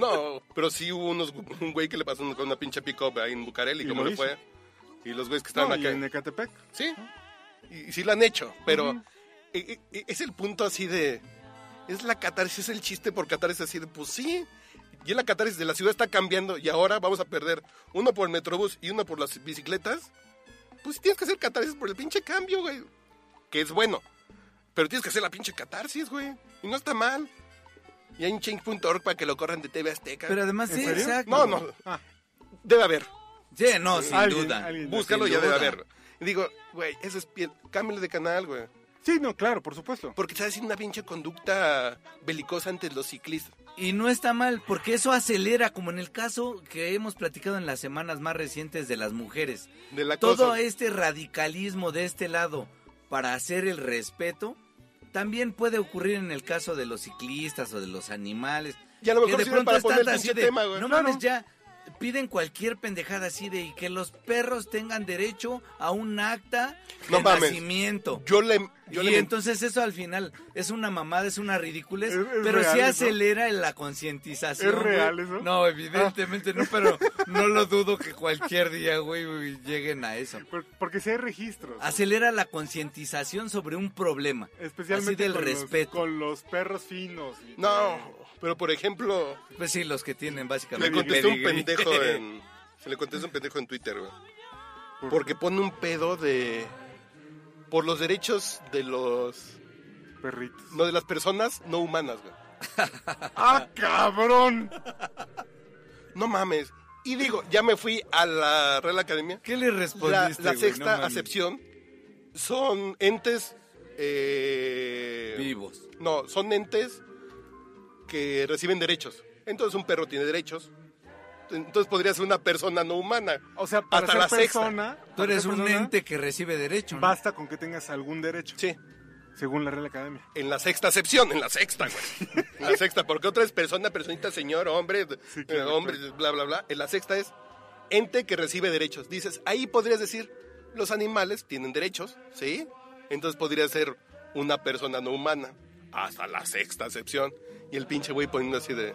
Speaker 3: No, pero sí hubo unos, un güey que le pasó con una pinche pick-up ahí en Bucareli,
Speaker 2: Y
Speaker 3: ¿cómo
Speaker 2: lo
Speaker 3: le
Speaker 2: hizo.
Speaker 3: fue? Y los güeyes que estaban
Speaker 2: No, y
Speaker 3: acá.
Speaker 2: en Ecatepec.
Speaker 3: Sí, y, y sí lo han hecho, pero eh, eh, es el punto así de... Es la catarsis, es el chiste por catarsis así de, pues sí. Y la catarsis de la ciudad está cambiando y ahora vamos a perder uno por el metrobús y uno por las bicicletas. Pues tienes que hacer catarsis por el pinche cambio, güey. Que es bueno. Pero tienes que hacer la pinche catarsis, güey. Y no está mal. Y hay un change.org para que lo corran de TV Azteca.
Speaker 4: Pero además,
Speaker 2: ¿En
Speaker 4: sí,
Speaker 2: serio?
Speaker 4: exacto.
Speaker 3: No, no,
Speaker 2: Ah,
Speaker 3: debe haber.
Speaker 4: Sí, no, sin
Speaker 2: Alguien,
Speaker 4: duda.
Speaker 2: alguien.
Speaker 3: Búscalo,
Speaker 4: Sin
Speaker 3: ya debe
Speaker 4: duda.
Speaker 3: haber. Y digo, güey, eso es piel. Cámbiale de canal, güey.
Speaker 2: sí, no, claro, por supuesto.
Speaker 3: Porque está haciendo una pinche conducta belicosa ante los ciclistas.
Speaker 4: Y no está mal, porque eso acelera, como en el caso que hemos platicado en las semanas más recientes de las mujeres.
Speaker 3: De la
Speaker 4: Todo
Speaker 3: cosa.
Speaker 4: este radicalismo de este lado para hacer el respeto también puede ocurrir en el caso de los ciclistas o de los animales.
Speaker 3: Y a lo mejor
Speaker 4: que de
Speaker 3: sirve
Speaker 4: pronto
Speaker 3: para
Speaker 4: es
Speaker 3: poner el
Speaker 4: tanta así
Speaker 3: pinche
Speaker 4: de,
Speaker 3: tema, güey.
Speaker 4: No
Speaker 2: Claro.
Speaker 4: mames, ya piden cualquier pendejada así de y que los perros tengan derecho a un acta
Speaker 3: No
Speaker 4: de
Speaker 3: mames.
Speaker 4: nacimiento.
Speaker 3: Yo le. Yo
Speaker 4: y
Speaker 3: le
Speaker 4: entonces eso al final es una mamada, es una ridiculez,
Speaker 2: Es- es
Speaker 4: pero sí
Speaker 2: real eso.
Speaker 4: acelera en la concientización.
Speaker 2: ¿Es
Speaker 4: güey.
Speaker 2: real eso?
Speaker 4: No, evidentemente no, pero no lo dudo que cualquier día, güey, güey, lleguen a eso.
Speaker 2: Por- Porque si hay registros.
Speaker 4: Acelera la concientización sobre un problema,
Speaker 2: Especialmente
Speaker 4: así del
Speaker 2: con,
Speaker 4: respeto.
Speaker 2: Los, con los perros finos. y-
Speaker 3: No, pero por ejemplo,
Speaker 4: Pues sí, los que tienen básicamente
Speaker 3: le contestó un
Speaker 4: pedigrí.
Speaker 3: pendejo en. Se le contestó un pendejo en Twitter, güey.
Speaker 2: ¿Por
Speaker 3: Porque pone un pedo de. Por los derechos de los.
Speaker 2: perritos.
Speaker 3: No, de las personas no humanas, güey.
Speaker 2: ¡Ah, cabrón!
Speaker 3: No mames. Y digo, ya me fui a la Real Academia.
Speaker 4: ¿Qué le
Speaker 3: La, la
Speaker 4: respondiste? Pues güey? No
Speaker 3: sexta
Speaker 4: mames.
Speaker 3: acepción son entes... eh,
Speaker 4: Vivos.
Speaker 3: No, son entes que reciben derechos. Entonces un perro tiene derechos. Entonces podría ser una persona no humana.
Speaker 2: O sea, para
Speaker 3: Hasta
Speaker 2: ser
Speaker 3: la sexta.
Speaker 2: persona.
Speaker 4: Tú
Speaker 2: para
Speaker 4: eres
Speaker 2: ser
Speaker 4: un
Speaker 2: persona,
Speaker 4: ente que recibe derecho. ¿no?
Speaker 2: Basta con que tengas algún derecho,
Speaker 3: Sí,
Speaker 2: según la Real Academia.
Speaker 3: en la sexta acepción, en la sexta, güey. En la sexta, porque otra es persona, personita, señor, hombre,
Speaker 2: Sí,
Speaker 3: eh,
Speaker 2: claro,
Speaker 3: hombre, bla, bla, bla. En la sexta es ente que recibe derechos. Dices, ahí podrías decir, los animales tienen derechos, ¿sí? Entonces podría ser una persona no humana. Hasta la sexta acepción. Y el pinche güey poniendo así de...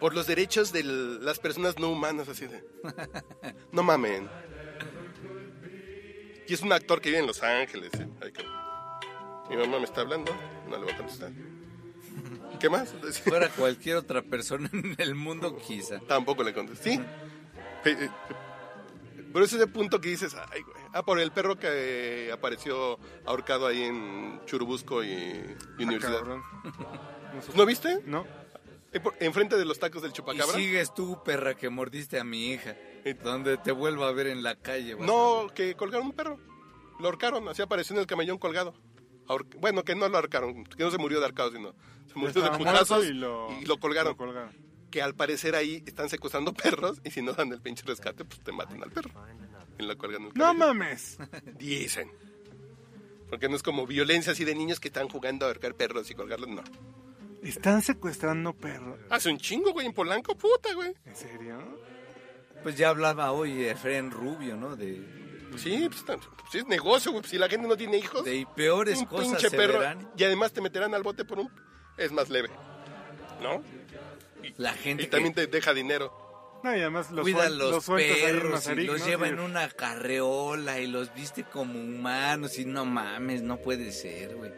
Speaker 3: Por los derechos de las personas no humanas, así de... No mamen. Y es un actor que vive en Los Ángeles. ¿eh? Ay, que- Mi mamá me está hablando, no le voy a contestar. ¿Qué más?
Speaker 4: Fuera cualquier otra persona en el mundo, quizá.
Speaker 3: Tampoco le contesté. Sí. Pe- eh, Pero es ese punto que dices, ay, güey. Ah, por el perro que apareció ahorcado ahí en Churubusco y, y
Speaker 2: Ah,
Speaker 3: Universidad.
Speaker 2: cabrón. Nosotros-
Speaker 3: ¿No viste?
Speaker 2: No.
Speaker 3: Eh, por- Enfrente de los tacos del
Speaker 4: Y
Speaker 3: chupacabra.
Speaker 4: sigues tú, perra, que mordiste a mi hija.
Speaker 3: Eh,
Speaker 4: Donde te vuelva a ver en la calle. vas a ver.
Speaker 3: No, que colgaron un perro. Lo ahorcaron, así apareció en el camellón colgado. Ahor- Bueno, que no lo ahorcaron, que no se murió de ahorcado, sino se murió de
Speaker 2: Estaba muerto
Speaker 3: putazos
Speaker 2: y lo,
Speaker 3: colgaron.
Speaker 2: lo colgaron.
Speaker 3: Que al parecer ahí están secuestrando perros y si no dan el pinche rescate, pues te matan al perro. Y lo colgan en el
Speaker 2: ¡No
Speaker 3: camellón.
Speaker 2: mames!
Speaker 3: Dicen. Porque no es como violencia así de niños que están jugando a ahorcar perros y colgarlos, no.
Speaker 2: Están secuestrando perros.
Speaker 3: Hace un chingo, güey, en Polanco, puta, güey.
Speaker 2: ¿En serio?
Speaker 4: Pues ya hablaba hoy Efren Rubio, ¿no? De,
Speaker 3: Sí, pues, tan- pues, es negocio, güey. Si la gente no tiene hijos,
Speaker 4: de peores
Speaker 3: un
Speaker 4: cosas
Speaker 3: pinche
Speaker 4: se
Speaker 3: perro.
Speaker 4: verán.
Speaker 3: Y además te meterán al bote por un... Es más leve, ¿no?
Speaker 4: La gente
Speaker 3: Y también
Speaker 4: que
Speaker 3: te deja dinero.
Speaker 2: No, y además los,
Speaker 4: cuida a
Speaker 2: suel-
Speaker 4: los,
Speaker 2: sueltas ahí en
Speaker 4: perros y
Speaker 2: Mazarik,
Speaker 4: los
Speaker 2: ¿no?
Speaker 4: lleva
Speaker 2: Sí.
Speaker 4: en una carreola y los viste como humanos. Y no mames, no puede ser, güey.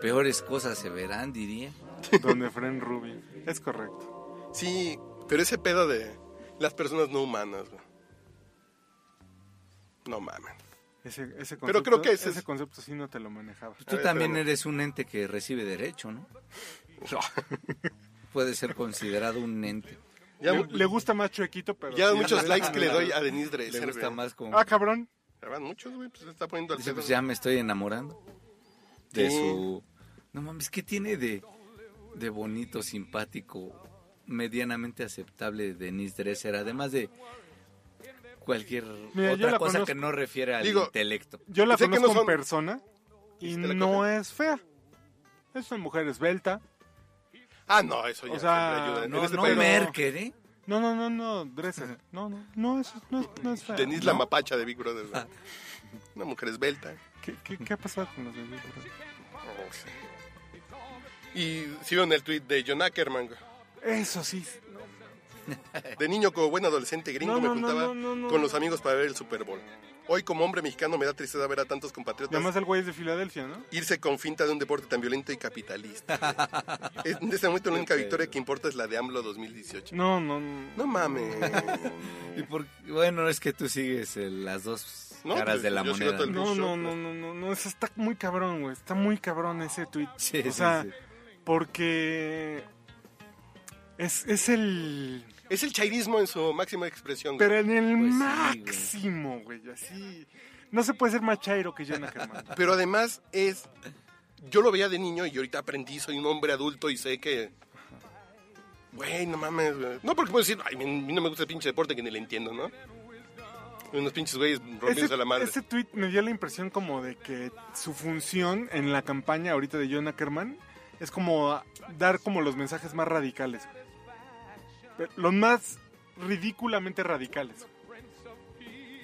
Speaker 4: Peores cosas se verán, diría. Pues
Speaker 2: Donde Fren Rubio. Es correcto.
Speaker 3: Sí, pero ese pedo de las personas no humanas, güey. No mames.
Speaker 2: Ese, ese concepto,
Speaker 3: Pero creo que ese
Speaker 2: ese,
Speaker 3: es-
Speaker 2: concepto sí no te lo manejaba.
Speaker 4: Pues tú
Speaker 3: ver,
Speaker 4: también
Speaker 3: pero-
Speaker 4: eres un ente que recibe derecho, ¿no? Puede ser considerado un ente.
Speaker 3: Ya,
Speaker 2: le, le gusta más chuequito, pero...
Speaker 3: ya
Speaker 2: sí,
Speaker 3: muchos
Speaker 2: sí,
Speaker 3: likes
Speaker 2: sí,
Speaker 3: que le
Speaker 2: sí.
Speaker 3: doy a Denise
Speaker 4: Le
Speaker 3: Dresser,
Speaker 4: gusta
Speaker 3: güey.
Speaker 4: más como...
Speaker 2: Ah, cabrón.
Speaker 3: Ya van muchos, güey, pues se está poniendo al
Speaker 4: Dice,
Speaker 3: pedo.
Speaker 4: pues ya me estoy enamorando de
Speaker 3: Sí.
Speaker 4: su... No mames, ¿qué tiene de, de bonito, simpático, medianamente aceptable Denise Dresser? Además de cualquier
Speaker 2: Mira, yo
Speaker 4: otra
Speaker 2: la
Speaker 4: cosa
Speaker 2: conozco.
Speaker 4: que no refiere al
Speaker 3: Digo,
Speaker 4: intelecto.
Speaker 2: Yo la
Speaker 3: Sé que
Speaker 2: conozco
Speaker 3: no
Speaker 2: en
Speaker 3: son-
Speaker 2: persona y
Speaker 3: ¿Sí te la
Speaker 2: no
Speaker 3: cogen?
Speaker 2: es fea. Es una mujer esbelta.
Speaker 3: Ah, no, eso ya
Speaker 2: O sea,
Speaker 3: siempre ayuda. En
Speaker 4: No,
Speaker 3: este
Speaker 4: no
Speaker 3: país,
Speaker 4: Merkel, ¿eh?
Speaker 2: No, no, no, no, Dresser. No, no, no es, no es, no Ah. es fea.
Speaker 3: Denise la mapacha de Big Brother. güey. Una mujer esbelta. Oh,
Speaker 2: ¿Qué, qué, qué ha pasado con los bebés?
Speaker 3: Y si vieron el tweet de John Ackerman. güey.
Speaker 2: Eso sí.
Speaker 3: De niño como buen adolescente gringo
Speaker 2: No,
Speaker 3: me
Speaker 2: no, no,
Speaker 3: juntaba
Speaker 2: no, no, no.
Speaker 3: con los amigos para ver el Super Bowl. Hoy como hombre mexicano me da tristeza ver a tantos
Speaker 2: Y
Speaker 3: compatriotas
Speaker 2: además el güey es de Filadelfia, ¿no?
Speaker 3: irse con finta de un deporte tan violento y capitalista. en este momento la única victoria que importa es la de AMLO 2018.
Speaker 2: No, no, no.
Speaker 3: No mames.
Speaker 4: Y por- bueno, es que tú sigues eh, las dos
Speaker 3: No,
Speaker 4: caras
Speaker 3: pues,
Speaker 4: de la
Speaker 3: yo sigo
Speaker 4: moneda.
Speaker 3: todo el-
Speaker 4: ¿no?
Speaker 2: No, no, no,
Speaker 4: pues.
Speaker 2: no, no, no, eso está muy cabrón, güey. Está muy cabrón ese tweet.
Speaker 4: Sí, sí,
Speaker 2: o sea,
Speaker 4: sí.
Speaker 2: porque es, es el.
Speaker 3: es el chairismo en su máxima expresión. güey.
Speaker 2: Pero en el
Speaker 4: Pues sí, güey.
Speaker 2: máximo, güey. Así. No se puede ser más chairo que Jonah Germán.
Speaker 3: Pero además es. Yo lo veía de niño y ahorita aprendí, soy un hombre adulto y sé que. Güey, no mames, güey. No, porque puedo decir, ay, a mí no me gusta el pinche deporte que ni le entiendo, ¿no? Unos pinches güeyes rompidos
Speaker 2: Ese,
Speaker 3: a la madre.
Speaker 2: ese tweet me dio la impresión como de que su función en la campaña ahorita de John Ackerman es como dar como los mensajes más radicales. Pero Los más ridículamente radicales.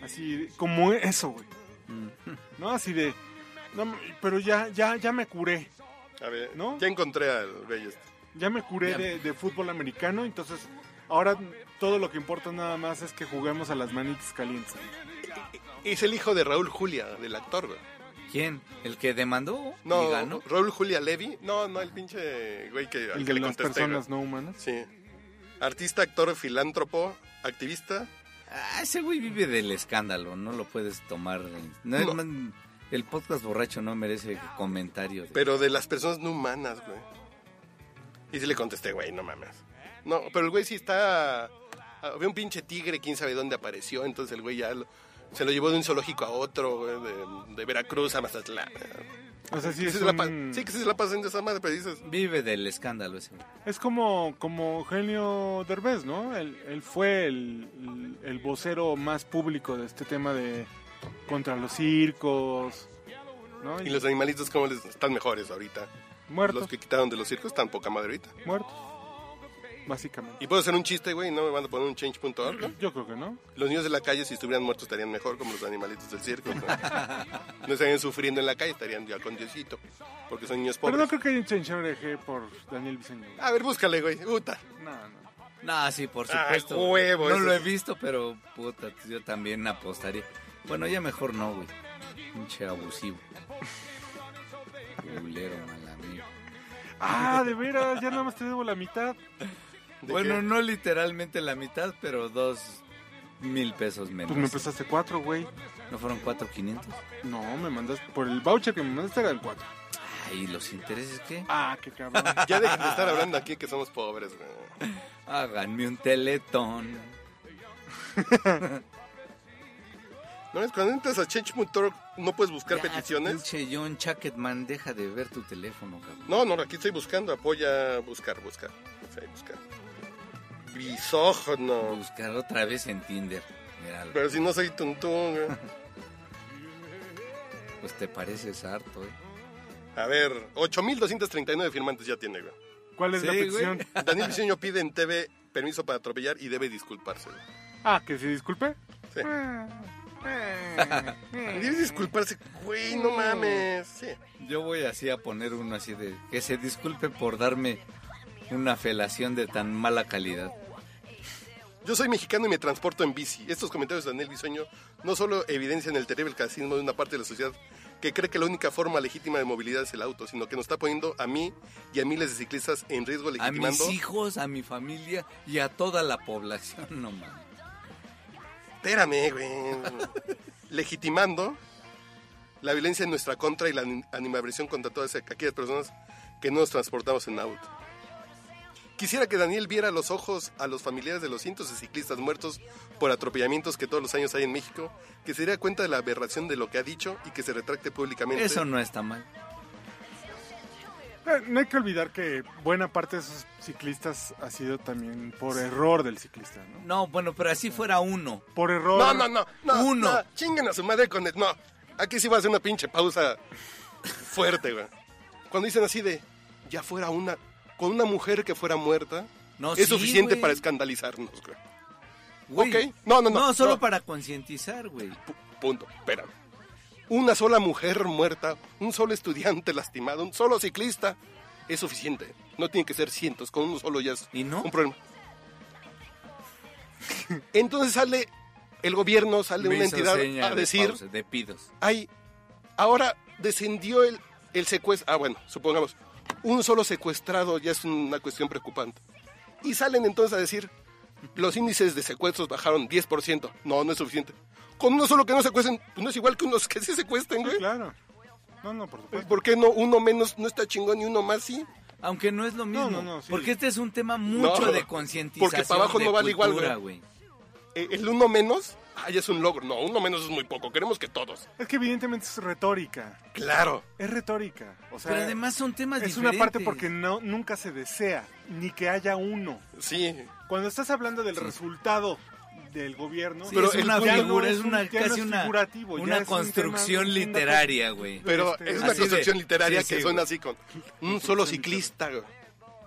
Speaker 2: Así, como eso, güey.
Speaker 4: Mm.
Speaker 2: ¿No? Así de... "No, m- pero ya, ya, ya me curé.
Speaker 3: A ver,
Speaker 2: ¿no?
Speaker 3: ya encontré al güey este.
Speaker 2: Ya me curé
Speaker 4: Ya me-
Speaker 2: de, de fútbol americano, entonces ahora todo lo que importa nada más es que juguemos a las manitas calientes.
Speaker 3: Es el hijo de Raúl Julia, del actor, güey.
Speaker 4: ¿Quién? ¿El que demandó
Speaker 3: No,
Speaker 4: y ganó?
Speaker 3: Raúl Julia Levy. No, no, el pinche güey que, al
Speaker 2: El
Speaker 3: que
Speaker 2: de
Speaker 3: le
Speaker 2: las
Speaker 3: contesté, güey.
Speaker 2: personas no humanas.
Speaker 3: Sí. Artista, actor, filántropo, activista.
Speaker 4: Ah, ese güey vive del escándalo, no lo puedes tomar. en- No, es
Speaker 3: No.
Speaker 4: más- El podcast borracho no merece comentarios.
Speaker 2: Este.
Speaker 3: Pero de las personas no humanas, güey. Y sí le contesté, güey, no mames. No, pero el güey sí está... Había un pinche tigre, quién sabe dónde apareció, entonces el güey ya lo- se lo llevó de un zoológico a otro, güey, de, de Veracruz a Mazatlán.
Speaker 2: O sea, sí,
Speaker 3: Sí,
Speaker 2: es,
Speaker 3: se la pa-
Speaker 2: un-
Speaker 3: sí que sí se la pasa en esa madre, pero dices...
Speaker 4: Vive del escándalo ese. güey.
Speaker 2: es como, como Eugenio Derbez, ¿no? Él, él fue el, el vocero más público de este tema de contra los circos, ¿no?
Speaker 3: Y los animalitos, ¿cómo les están mejores ahorita?
Speaker 2: muertos,
Speaker 3: Los que quitaron de los circos están poca madre ahorita.
Speaker 2: muertos, básicamente.
Speaker 3: Y puedo hacer un chiste, güey, no me van a poner un change.org. ¿no?
Speaker 2: Yo creo que no.
Speaker 3: Los niños de la calle, si estuvieran muertos, estarían mejor, como los animalitos del circo. No, No estarían sufriendo en la calle, estarían ya con Diosito, porque son niños
Speaker 2: Pero
Speaker 3: pobres. Ah.
Speaker 2: no creo que haya un change por Daniel Vicente.
Speaker 3: A ver, búscale, güey. Puta.
Speaker 2: No, no.
Speaker 4: No, sí, por
Speaker 3: Ah,
Speaker 4: supuesto. güey.
Speaker 3: huevo,
Speaker 4: no
Speaker 3: eso
Speaker 4: lo he
Speaker 3: sí.
Speaker 4: visto, pero puta, yo también apostaría. Bueno, ya mejor no, güey. Pinche abusivo. Culero, mal amigo.
Speaker 2: Ah, de veras, ya nada más te debo la mitad.
Speaker 3: ¿De
Speaker 4: bueno,
Speaker 3: qué?
Speaker 4: no literalmente la mitad, pero dos mil pesos menos.
Speaker 2: Pues me prestaste cuatro, güey.
Speaker 4: ¿No fueron cuatro quinientos?
Speaker 2: No, me mandaste, por el voucher que me mandaste era el cuatro.
Speaker 4: Ay, ¿los intereses qué?
Speaker 2: Ah, qué cabrón.
Speaker 3: Ya dejen de estar hablando aquí que somos pobres, güey.
Speaker 4: Háganme un teletón.
Speaker 3: No es cuando entras a change.org no puedes buscar
Speaker 4: Ya,
Speaker 3: peticiones.
Speaker 4: Pinche John Chacketman, deja de ver tu teléfono, cabrón.
Speaker 3: No, no, aquí estoy buscando, apoya buscar, buscar. Sí, buscar. Bisógeno.
Speaker 4: Buscar otra vez en Tinder. Míralo.
Speaker 3: Pero si no soy tuntún, güey.
Speaker 4: Pues te pareces harto, eh.
Speaker 3: A ver, 8.239 firmantes ya tiene, güey.
Speaker 2: ¿Cuál es
Speaker 4: Sí,
Speaker 2: la
Speaker 4: güey.
Speaker 2: petición?
Speaker 3: Daniel Vicioño pide en TV permiso para atropellar y debe disculparse. güey.
Speaker 2: Ah, que se disculpe. Ah.
Speaker 3: Sí.
Speaker 2: Debes
Speaker 3: Debe disculparse, güey, no mames. Sí.
Speaker 4: Yo voy así a poner uno así de que se disculpe por darme una felación de tan mala calidad.
Speaker 3: Yo soy mexicano y me transporto en bici. Estos comentarios de Daniel Bisoño no solo evidencian el terrible casismo de una parte de la sociedad que cree que la única forma legítima de movilidad es el auto, sino que nos está poniendo a mí y a miles de ciclistas en riesgo
Speaker 4: A mis
Speaker 3: legitimando.
Speaker 4: hijos, a mi familia y a toda la población, no mames.
Speaker 3: Espérame, güey. legitimando la violencia en nuestra contra y la ani- animadversión contra todas aquellas personas que no nos transportamos en auto. Quisiera que Daniel viera a los ojos a los familiares de los cientos de ciclistas muertos por atropellamientos que todos los años hay en México, que se diera cuenta de la aberración de lo que ha dicho y que se retracte públicamente.
Speaker 4: Eso no está mal.
Speaker 2: Eh, No hay que olvidar que buena parte de esos ciclistas ha sido también por error del ciclista, ¿no?
Speaker 4: No, bueno, pero así fuera uno.
Speaker 2: Por error.
Speaker 3: no, no, no, no,
Speaker 4: Uno.
Speaker 3: no, chinguen a su madre con el... No, aquí sí va a ser una pinche pausa fuerte, güey. Cuando dicen así de, ya fuera una, con una mujer que fuera muerta,
Speaker 4: No,
Speaker 3: es
Speaker 4: sí,
Speaker 3: suficiente
Speaker 4: güey.
Speaker 3: para escandalizarnos, güey.
Speaker 4: Güey.
Speaker 3: Ok. No, no, no,
Speaker 4: No, solo
Speaker 3: no.
Speaker 4: para concientizar, güey.
Speaker 3: Pu- punto, espérame. Una sola mujer muerta, un solo estudiante lastimado, un solo ciclista, es suficiente. No tiene que ser cientos, con uno solo ya es
Speaker 4: ¿Y no?
Speaker 3: un problema. Entonces sale el gobierno, sale
Speaker 4: Me
Speaker 3: una
Speaker 4: hizo
Speaker 3: entidad
Speaker 4: seña
Speaker 3: a
Speaker 4: de
Speaker 3: decir...
Speaker 4: pausa, de pidos.
Speaker 3: Ay, ahora descendió el, el secuestro. Ah, bueno, supongamos, un solo secuestrado ya es una cuestión preocupante. Y salen entonces a decir, los índices de secuestros bajaron 10%. No, no es suficiente. Con uno solo que no secuestren, pues no es igual que unos que sí secuestren,
Speaker 2: Sí,
Speaker 3: güey.
Speaker 2: claro. No, no, por supuesto.
Speaker 3: ¿Por qué no uno menos no está chingón y uno más sí?
Speaker 4: Aunque no es lo mismo,
Speaker 2: no, no, sí.
Speaker 4: porque este es un tema mucho
Speaker 3: No,
Speaker 4: de concientización.
Speaker 3: porque para abajo
Speaker 4: de
Speaker 3: no vale igual,
Speaker 4: cultura, güey.
Speaker 3: Eh, El uno menos, ay, es un logro. No, uno menos es muy poco. Queremos que todos.
Speaker 2: Es que evidentemente es retórica.
Speaker 3: Claro.
Speaker 2: Es retórica. O sea,
Speaker 4: Pero además son temas
Speaker 2: es
Speaker 4: diferentes.
Speaker 2: una parte porque no nunca se desea ni que haya uno.
Speaker 3: Sí.
Speaker 2: Cuando estás hablando del resultado del gobierno,
Speaker 4: Sí,
Speaker 3: Pero
Speaker 4: es
Speaker 3: el
Speaker 4: una
Speaker 3: punto-
Speaker 4: figura,
Speaker 3: ya no
Speaker 4: es
Speaker 2: un-
Speaker 4: una
Speaker 2: ya no
Speaker 4: casi
Speaker 2: es
Speaker 4: una,
Speaker 2: figurativo, ya
Speaker 4: una
Speaker 2: es un
Speaker 4: construcción
Speaker 2: tema- es un dato-
Speaker 4: literaria, güey.
Speaker 3: Pero
Speaker 2: Este,
Speaker 3: es una
Speaker 4: así de-
Speaker 3: construcción literaria
Speaker 4: sí,
Speaker 3: que
Speaker 4: sí,
Speaker 3: suena
Speaker 4: güey.
Speaker 3: así con un solo ciclista. güey.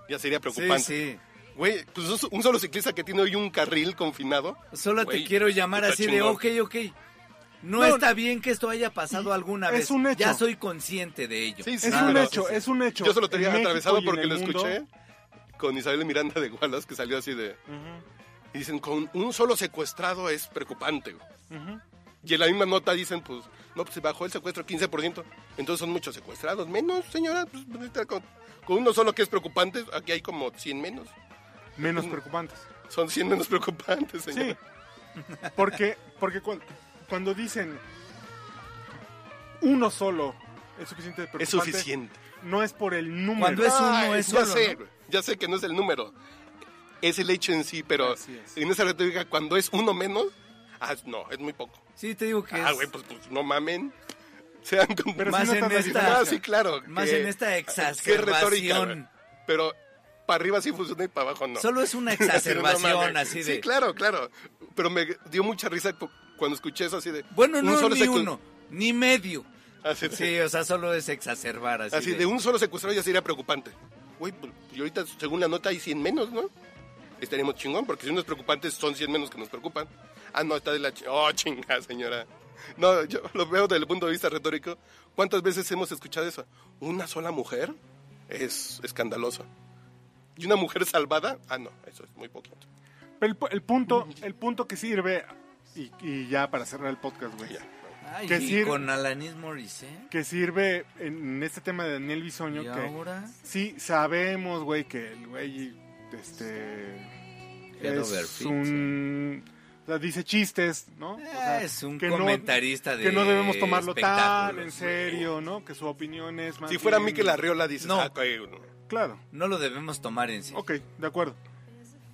Speaker 3: Ya sería preocupante.
Speaker 4: Sí, sí.
Speaker 3: Güey, pues un- un solo ciclista que tiene hoy un carril confinado.
Speaker 4: Solo
Speaker 3: Güey,
Speaker 4: te quiero llamar
Speaker 3: está
Speaker 4: así
Speaker 3: chingón.
Speaker 4: de ok, ok. No, está bien que esto haya pasado alguna
Speaker 2: es
Speaker 4: vez.
Speaker 2: un hecho.
Speaker 4: Ya soy consciente de ello.
Speaker 3: Sí, sí,
Speaker 2: Es
Speaker 3: Ah,
Speaker 2: un
Speaker 3: pero-
Speaker 2: hecho, es un hecho.
Speaker 3: Yo se lo
Speaker 2: En
Speaker 3: tenía
Speaker 2: México
Speaker 3: atravesado
Speaker 2: y en
Speaker 3: porque
Speaker 2: el
Speaker 3: lo
Speaker 2: mundo-
Speaker 3: escuché con Isabel Miranda de Wallace, que salió así de...
Speaker 2: Ujú,
Speaker 3: Y dicen, con un solo secuestrado es preocupante. güey.
Speaker 2: ujú.
Speaker 3: Y en la misma nota dicen, pues, no, pues se bajó el secuestro 15%. Entonces son muchos secuestrados. Menos, señora. pues, pues, está con, con uno solo que es preocupante, aquí hay como 100 menos. Mm.
Speaker 2: Menos preocupantes.
Speaker 3: Son 100 menos preocupantes,
Speaker 2: Sí.
Speaker 3: señora.
Speaker 2: Porque, porque cuan- cuando, dicen uno solo es suficiente.
Speaker 3: Es
Speaker 2: preocupante.
Speaker 3: suficiente.
Speaker 2: No es por el número.
Speaker 4: Cuando es- uno,
Speaker 3: Ay,
Speaker 4: es
Speaker 3: Ah, ya
Speaker 4: solo,
Speaker 3: sé,
Speaker 4: ¿no?
Speaker 3: güey, ya sé que no es el número. Es el hecho en sí, pero
Speaker 2: Así es.
Speaker 3: en esa retórica, cuando es uno menos, ah, no, es muy poco.
Speaker 4: Sí, te digo que
Speaker 3: Ah,
Speaker 4: es
Speaker 3: güey, pues, pues, no mamen. Sean con...
Speaker 2: Pero
Speaker 4: Más
Speaker 2: si no
Speaker 4: en
Speaker 2: está tan
Speaker 4: esta-
Speaker 2: difícil.
Speaker 3: Ah, sí, claro.
Speaker 4: más
Speaker 3: que-
Speaker 4: en esta
Speaker 3: que es retórica,
Speaker 4: exacerbación.
Speaker 3: güey. Pero para arriba sí funciona y para abajo no.
Speaker 4: Solo es una
Speaker 3: No
Speaker 4: exacerbación
Speaker 3: mames.
Speaker 4: así de...
Speaker 3: Sí, claro, claro. Pero me dio mucha risa cu- cuando escuché eso así de...
Speaker 4: Bueno,
Speaker 3: un
Speaker 4: no
Speaker 3: solo Ah,
Speaker 4: ni
Speaker 3: secu-
Speaker 4: uno, ni medio.
Speaker 3: Así, de-
Speaker 4: Sí, o sea, solo es exacerbar así,
Speaker 3: así de... un solo secuestrado ya sería preocupante. Güey, pues, y ahorita según la nota hay 100 menos, ¿no? Estaríamos chingón, porque si unos preocupantes son 100 menos que nos preocupan. Ah, no, está de la... chi- Oh, chinga, señora. No, yo lo veo desde el punto de vista retórico. ¿Cuántas veces hemos escuchado eso? ¿Una sola mujer? Es escandaloso. ¿Y una mujer salvada? Ah, no, eso es muy poquito.
Speaker 2: Pero el, pu- el punto, el punto que sirve, y, y ya para cerrar el podcast, güey,
Speaker 3: Ya.
Speaker 4: Ay,
Speaker 2: que
Speaker 4: y
Speaker 2: sir-
Speaker 4: con Alanis Morissette.
Speaker 2: que sirve en este tema de Daniel Bisoño,
Speaker 4: Y
Speaker 2: que
Speaker 4: ahora...
Speaker 2: sí sabemos, güey, que el güey, este,
Speaker 4: Head
Speaker 2: es
Speaker 4: over feet,
Speaker 2: un, o sea, dice chistes, ¿no? O sea,
Speaker 4: Eh, es un
Speaker 2: que no-
Speaker 4: comentarista de
Speaker 2: que no debemos tomarlo tan en
Speaker 4: espectáculos, güey.
Speaker 2: serio, ¿no? Que su opinión es más
Speaker 3: Si fuera
Speaker 2: bien-
Speaker 3: Miquel Arriola, dices,
Speaker 4: No.
Speaker 3: ah, cae uno.
Speaker 2: Claro.
Speaker 4: No lo debemos tomar en serio.
Speaker 2: Ok, de acuerdo.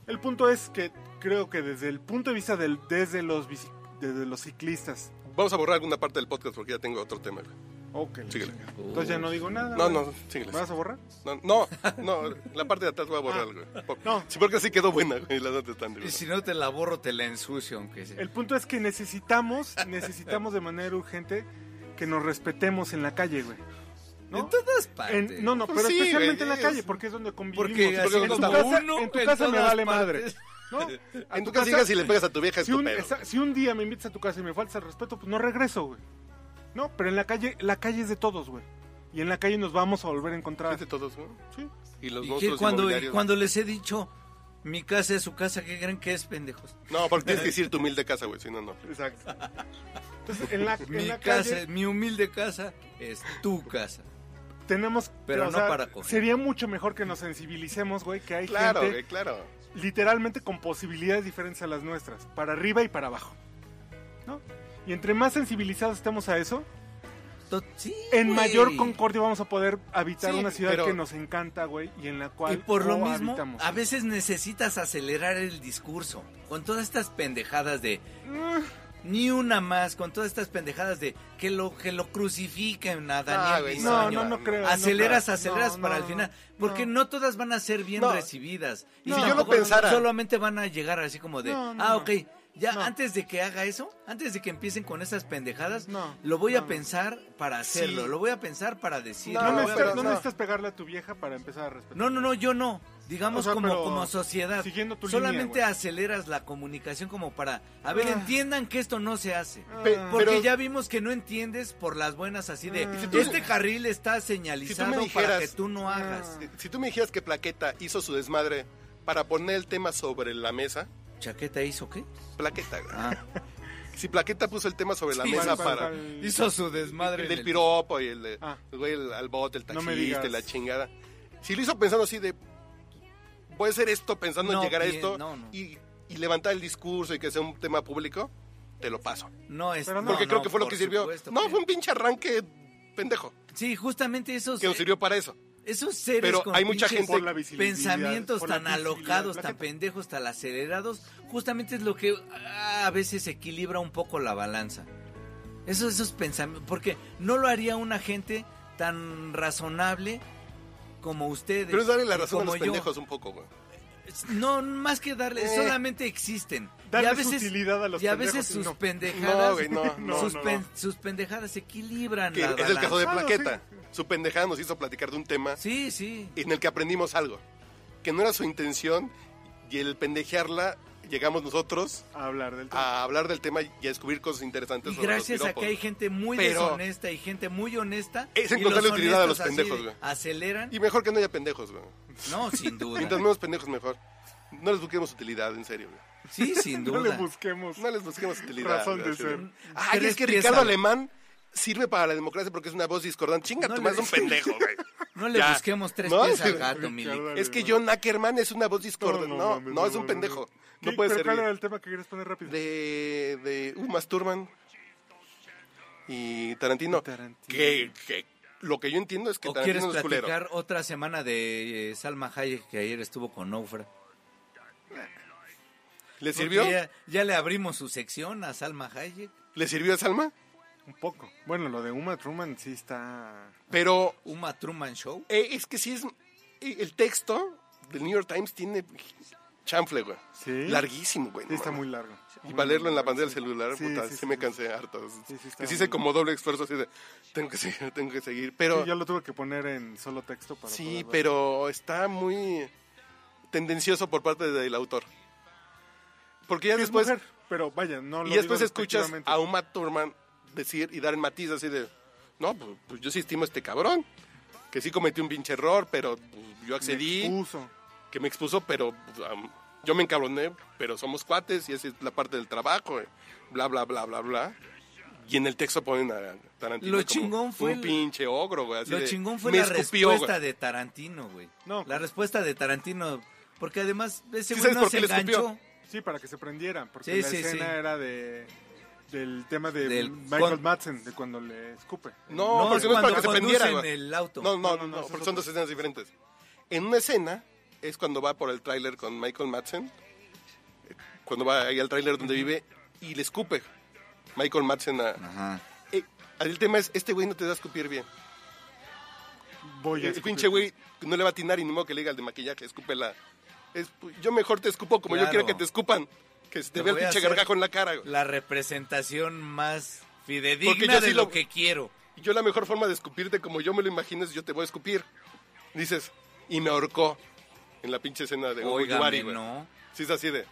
Speaker 2: El punto es que creo que desde el punto de vista del, desde los bici- desde los ciclistas.
Speaker 3: Vamos a borrar alguna parte del podcast porque ya tengo otro tema. güey.
Speaker 2: Oh, que la
Speaker 3: Síguele.
Speaker 2: chingada. Entonces ya no digo nada.
Speaker 3: No,
Speaker 2: güey.
Speaker 3: no, síguele.
Speaker 2: ¿Vas a borrar?
Speaker 3: No, no, no, la parte de atrás voy a borrar, güey. Por-
Speaker 2: Ah, no.
Speaker 3: Sí, porque sí quedó buena, güey, las notas están de
Speaker 4: Y
Speaker 3: verdad.
Speaker 4: si no te la borro, te la ensucio, aunque sea.
Speaker 2: El punto es que necesitamos, necesitamos de manera urgente que nos respetemos en la calle, güey. ¿No?
Speaker 4: En todas partes.
Speaker 2: En- no, no,
Speaker 3: Pues
Speaker 2: pero
Speaker 3: sí,
Speaker 2: especialmente en
Speaker 3: güey,
Speaker 2: la
Speaker 3: es-
Speaker 2: calle, porque es donde convivimos.
Speaker 4: Porque así
Speaker 2: en, tu
Speaker 3: como
Speaker 2: casa,
Speaker 4: uno,
Speaker 2: en tu
Speaker 4: en
Speaker 2: casa me
Speaker 4: todas
Speaker 2: vale
Speaker 4: partes.
Speaker 2: madre. ¿no? A
Speaker 3: En tu
Speaker 2: tu
Speaker 3: casa llegas y le pegas a tu vieja, es
Speaker 2: si
Speaker 3: tu
Speaker 2: un,
Speaker 3: pedo.
Speaker 2: esa- si un día me invitas a tu casa y me faltas el respeto, pues no regreso, güey. No, pero en la calle, la calle es de todos, güey. Y en la calle nos vamos a volver a encontrar.
Speaker 3: Es de todos, güey.
Speaker 2: ah. Sí.
Speaker 3: Y los
Speaker 4: ¿Y qué?
Speaker 3: monstruos
Speaker 4: cuando, y
Speaker 3: inmobiliarios.
Speaker 4: cuando les he dicho, mi casa es su casa, ¿qué creen que es, pendejos?
Speaker 3: No, porque tienes que decir tu humilde casa, güey, si no, no.
Speaker 2: Exacto. Entonces, en la, en
Speaker 4: Mi
Speaker 2: la
Speaker 4: casa,
Speaker 2: calle
Speaker 4: mi humilde casa es tu casa.
Speaker 2: tenemos...
Speaker 4: pero
Speaker 2: o
Speaker 4: no para coger.
Speaker 2: Sería mucho mejor que nos sensibilicemos, güey, que hay
Speaker 3: Claro,
Speaker 2: gente
Speaker 3: güey, claro.
Speaker 2: literalmente con posibilidades diferentes a las nuestras, para arriba y para abajo. ¿No? Y entre más sensibilizados estemos a eso,
Speaker 4: To- sí,
Speaker 2: en
Speaker 4: güey.
Speaker 2: mayor concordia vamos a poder habitar
Speaker 3: Sí,
Speaker 2: una ciudad
Speaker 3: pero-
Speaker 2: que nos encanta, güey, y en la cual
Speaker 4: Y por lo
Speaker 2: no
Speaker 4: mismo,
Speaker 2: habitamos.
Speaker 4: a veces necesitas acelerar el discurso. Con todas estas pendejadas de
Speaker 2: Mm,
Speaker 4: ni una más, con todas estas pendejadas de que lo, que lo crucifiquen a Daniel
Speaker 3: Ah, güey,
Speaker 2: No,
Speaker 4: Bisoño.
Speaker 2: no, no creo. no
Speaker 4: aceleras,
Speaker 2: creo.
Speaker 4: aceleras
Speaker 2: No,
Speaker 4: para
Speaker 2: no,
Speaker 4: el final.
Speaker 2: no.
Speaker 4: Porque no, todas van a ser bien
Speaker 3: No.
Speaker 4: recibidas. Y
Speaker 2: No.
Speaker 4: si
Speaker 2: Si yo
Speaker 4: yo
Speaker 2: lo
Speaker 3: pensara-
Speaker 4: Solamente van a llegar así como de,
Speaker 2: No, no,
Speaker 4: ah,
Speaker 2: no.
Speaker 4: ok, ya
Speaker 2: No.
Speaker 4: antes de que haga eso, antes de que empiecen con esas pendejadas,
Speaker 2: No,
Speaker 4: lo voy
Speaker 2: no,
Speaker 4: a
Speaker 2: no.
Speaker 4: pensar para hacerlo, lo voy a pensar para decirlo.
Speaker 2: No,
Speaker 4: lo voy a
Speaker 2: necesitas, no
Speaker 4: pensar-
Speaker 2: necesitas pegarle a tu vieja para empezar a respetar.
Speaker 4: no, no, no, yo no. Digamos
Speaker 2: O sea,
Speaker 4: como,
Speaker 2: pero
Speaker 4: como sociedad.
Speaker 2: siguiendo tu línea,
Speaker 4: Solamente
Speaker 2: güey.
Speaker 4: aceleras la comunicación como para, a ver,
Speaker 2: Ah.
Speaker 4: entiendan que esto no se hace.
Speaker 2: Ah,
Speaker 3: Pe-
Speaker 4: Porque
Speaker 3: Pero-
Speaker 4: ya vimos que no entiendes por las buenas así de,
Speaker 2: Ah.
Speaker 4: "Y si tú- este carril está señalizado para
Speaker 3: dijeras-
Speaker 4: que tú no hagas.
Speaker 2: Ah.
Speaker 3: Si tú me dijeras que Plaqueta hizo su desmadre para poner el tema sobre la mesa,
Speaker 4: ¿Chaqueta hizo qué?
Speaker 3: Plaqueta, güey.
Speaker 4: Ah.
Speaker 3: Si Plaqueta puso el tema sobre la
Speaker 4: Sí,
Speaker 3: mesa
Speaker 2: para-
Speaker 3: para...
Speaker 2: para-
Speaker 4: Hizo su
Speaker 3: El
Speaker 4: desmadre. en
Speaker 3: del
Speaker 4: el-
Speaker 3: piropo y el de,
Speaker 2: Ah.
Speaker 3: el güey el- al bote, el
Speaker 2: No me
Speaker 3: taxista, y
Speaker 2: digas.
Speaker 3: la chingada. Si lo hizo pensando así de, voy a hacer esto pensando
Speaker 4: No,
Speaker 3: en llegar a
Speaker 4: bien,
Speaker 3: esto
Speaker 4: no, no.
Speaker 3: Y, y levantar el discurso y que sea un tema público, te lo paso.
Speaker 4: No, es,
Speaker 2: Pero no.
Speaker 3: Porque
Speaker 4: no,
Speaker 3: creo
Speaker 4: no,
Speaker 3: que fue lo
Speaker 4: por
Speaker 3: que sirvió.
Speaker 4: supuesto pues.
Speaker 3: no,
Speaker 4: que-
Speaker 3: fue un pinche arranque pendejo
Speaker 4: Sí, justamente esos,
Speaker 3: que nos sirvió para eso.
Speaker 4: esos seres
Speaker 3: Pero
Speaker 4: con
Speaker 3: hay mucha
Speaker 4: pinches
Speaker 3: gente- Por
Speaker 2: la visibilidad,
Speaker 4: pensamientos
Speaker 2: por la
Speaker 4: tan
Speaker 2: visibilidad,
Speaker 4: alocados,
Speaker 2: la
Speaker 4: tan
Speaker 2: gente-
Speaker 4: pendejos, tan acelerados, justamente es lo que ah, a veces equilibra un poco la balanza. Esos, esos pensamientos, porque no lo haría una gente tan razonable como ustedes.
Speaker 3: Pero es darle la
Speaker 4: y
Speaker 3: razón a
Speaker 4: como
Speaker 3: los
Speaker 4: yo.
Speaker 3: pendejos un poco, güey.
Speaker 4: No, más que darle,
Speaker 3: Eh.
Speaker 4: solamente existen.
Speaker 2: Darles
Speaker 4: y a veces,
Speaker 2: utilidad a los
Speaker 4: y a
Speaker 2: pendejos,
Speaker 4: veces
Speaker 2: y
Speaker 4: sus
Speaker 2: no.
Speaker 4: pendejadas,
Speaker 3: No, güey, no, no,
Speaker 4: sus,
Speaker 2: no,
Speaker 4: pen-
Speaker 2: no.
Speaker 4: sus pendejadas equilibran
Speaker 3: Que
Speaker 4: la
Speaker 3: es el caso de
Speaker 2: Ah, no,
Speaker 3: Plaqueta. Su pendejada nos hizo platicar de un tema
Speaker 4: Sí, sí.
Speaker 3: en el que aprendimos algo. Que no era su intención y el pendejearla llegamos nosotros
Speaker 2: A hablar del
Speaker 4: Ah,
Speaker 2: tema.
Speaker 3: a hablar del tema y a descubrir cosas interesantes.
Speaker 4: Y
Speaker 3: sobre los
Speaker 4: gracias a que
Speaker 3: piropos.
Speaker 4: hay gente muy
Speaker 3: Pero-
Speaker 4: deshonesta y gente muy honesta.
Speaker 3: Es
Speaker 4: y
Speaker 3: encontrarle
Speaker 4: los
Speaker 3: utilidad a los
Speaker 4: honestos así
Speaker 3: pendejos,
Speaker 4: de-
Speaker 3: güey.
Speaker 4: Aceleran.
Speaker 3: Y mejor que no haya pendejos, güey.
Speaker 4: No, sin
Speaker 3: Mientras
Speaker 4: duda.
Speaker 3: menos pendejos, mejor. No les busquemos utilidad, en serio, güey.
Speaker 4: Sí, sin
Speaker 2: No le
Speaker 4: duda.
Speaker 2: busquemos.
Speaker 3: No les busquemos utilidad.
Speaker 2: Razón
Speaker 3: güey,
Speaker 2: de
Speaker 3: así
Speaker 2: ser.
Speaker 3: Ay,
Speaker 4: Tres
Speaker 3: es que
Speaker 4: pies
Speaker 3: Ricardo
Speaker 4: al-
Speaker 3: Alemán sirve para la democracia porque es una voz discordante. Chinga,
Speaker 4: No
Speaker 3: tú
Speaker 4: le-
Speaker 3: más un pendejo, güey.
Speaker 4: No le
Speaker 3: Ya.
Speaker 4: busquemos tres
Speaker 3: No,
Speaker 4: pies al
Speaker 3: sí,
Speaker 4: gato,
Speaker 2: Ricardo.
Speaker 4: Milik.
Speaker 3: Es que John Ackerman es una voz discordante. No, no,
Speaker 2: mames,
Speaker 3: es un
Speaker 2: mames.
Speaker 3: pendejo.
Speaker 2: ¿Qué-
Speaker 3: No puede
Speaker 2: ¿Pero
Speaker 3: ser.
Speaker 2: cuál era el tema que querías poner rápido?
Speaker 3: De, de uh, Masturban. y Tarantino.
Speaker 2: Tarantino.
Speaker 3: Que, que lo que yo entiendo es que
Speaker 4: ¿O quieres
Speaker 3: Tarantino es culero.
Speaker 4: platicar otra semana de eh, Salma Hayek que ayer estuvo con Ofra?
Speaker 3: ¿Le sirvió?
Speaker 4: Ya, ya le abrimos su sección a Salma Hayek.
Speaker 3: ¿Le sirvió a Salma?
Speaker 2: Un poco. Bueno, lo de Uma Truman sí está...
Speaker 3: Pero
Speaker 4: Uma Truman Show.
Speaker 3: eh, es que sí es... eh, El texto del New York Times tiene chanfle, güey.
Speaker 2: Sí.
Speaker 3: Larguísimo, güey.
Speaker 2: Sí
Speaker 3: no
Speaker 2: está
Speaker 3: mames.
Speaker 2: muy largo.
Speaker 3: Y para leerlo en la pantalla del celular,
Speaker 2: Sí,
Speaker 3: puta,
Speaker 2: sí,
Speaker 3: sí,
Speaker 2: sí,
Speaker 3: me
Speaker 2: sí.
Speaker 3: cansé harto.
Speaker 2: Sí, sí, está
Speaker 3: Sí, hice
Speaker 2: muy-
Speaker 3: como doble esfuerzo así de, tengo que seguir, tengo que seguir. Pero,
Speaker 2: Sí, yo lo tuve que poner en solo texto para
Speaker 3: sí,
Speaker 2: poder ver.
Speaker 3: pero está muy tendencioso por parte del autor. Porque ya
Speaker 2: Sí, es
Speaker 3: después,
Speaker 2: mujer, pero vaya, no lo
Speaker 3: y después
Speaker 2: digo
Speaker 3: escuchas
Speaker 2: despectivamente.
Speaker 3: a Uma Thurman decir y dar el matiz así de, no, pues, pues yo sí estimo a este cabrón, que sí cometí un pinche error, pero pues, yo accedí,
Speaker 2: Me expuso.
Speaker 3: que me expuso, pero pues, am, yo me encabroné, pero somos cuates y esa es la parte del trabajo, eh, bla, bla, bla, bla, bla. Y en el texto ponen a Tarantino
Speaker 4: Lo
Speaker 3: como
Speaker 4: chingón fue
Speaker 3: un
Speaker 4: el-
Speaker 3: pinche ogro, güey. así
Speaker 4: Lo
Speaker 3: de,
Speaker 4: chingón fue
Speaker 3: me
Speaker 4: la
Speaker 3: escupió,
Speaker 4: respuesta
Speaker 3: güey.
Speaker 4: de Tarantino, güey.
Speaker 2: No.
Speaker 4: La respuesta de Tarantino. Porque además
Speaker 3: ¿Sí
Speaker 4: ese güey
Speaker 3: sabes
Speaker 4: no
Speaker 3: por
Speaker 4: se
Speaker 3: qué le escupió?
Speaker 4: enganchó.
Speaker 2: Sí, para que se prendieran, porque
Speaker 4: Sí,
Speaker 2: la
Speaker 4: sí,
Speaker 2: escena
Speaker 4: sí.
Speaker 2: era de del tema de
Speaker 4: Del-
Speaker 2: Michael
Speaker 4: con-
Speaker 2: Madsen, de cuando le escupe.
Speaker 3: No,
Speaker 4: No,
Speaker 3: porque
Speaker 4: es
Speaker 3: no es para
Speaker 4: cuando
Speaker 3: que se prendiera,
Speaker 4: conducen
Speaker 3: güey.
Speaker 4: el auto.
Speaker 3: No, no, no,
Speaker 2: no,
Speaker 3: no,
Speaker 2: eso es
Speaker 3: porque son dos escenas diferentes. En una escena es cuando va por el tráiler con Michael Madsen, cuando va ahí al tráiler donde vive y le escupe Michael Madsen a...
Speaker 4: Ajá.
Speaker 3: Eh, el tema es, este güey no te da a escupir bien.
Speaker 2: Voy a
Speaker 3: El
Speaker 2: escupir.
Speaker 3: pinche güey no le va a atinar y ni modo que le diga al de maquillaje, escúpela. Es- yo mejor te escupo como
Speaker 4: Claro.
Speaker 3: yo quiero que te escupan. Que se te,
Speaker 4: Te
Speaker 3: vea el
Speaker 4: voy a
Speaker 3: pinche
Speaker 4: hacer
Speaker 3: gargajo en la cara. güey.
Speaker 4: La representación más fidedigna
Speaker 3: yo
Speaker 4: de
Speaker 3: sí
Speaker 4: lo...
Speaker 3: lo-
Speaker 4: que quiero.
Speaker 3: Y yo la mejor forma de escupirte como yo me lo imagino es yo te voy a escupir. Dices, y me ahorcó en la pinche escena de
Speaker 4: Oígame,
Speaker 3: Oiguari, güey.
Speaker 4: no.
Speaker 3: Sí es así de...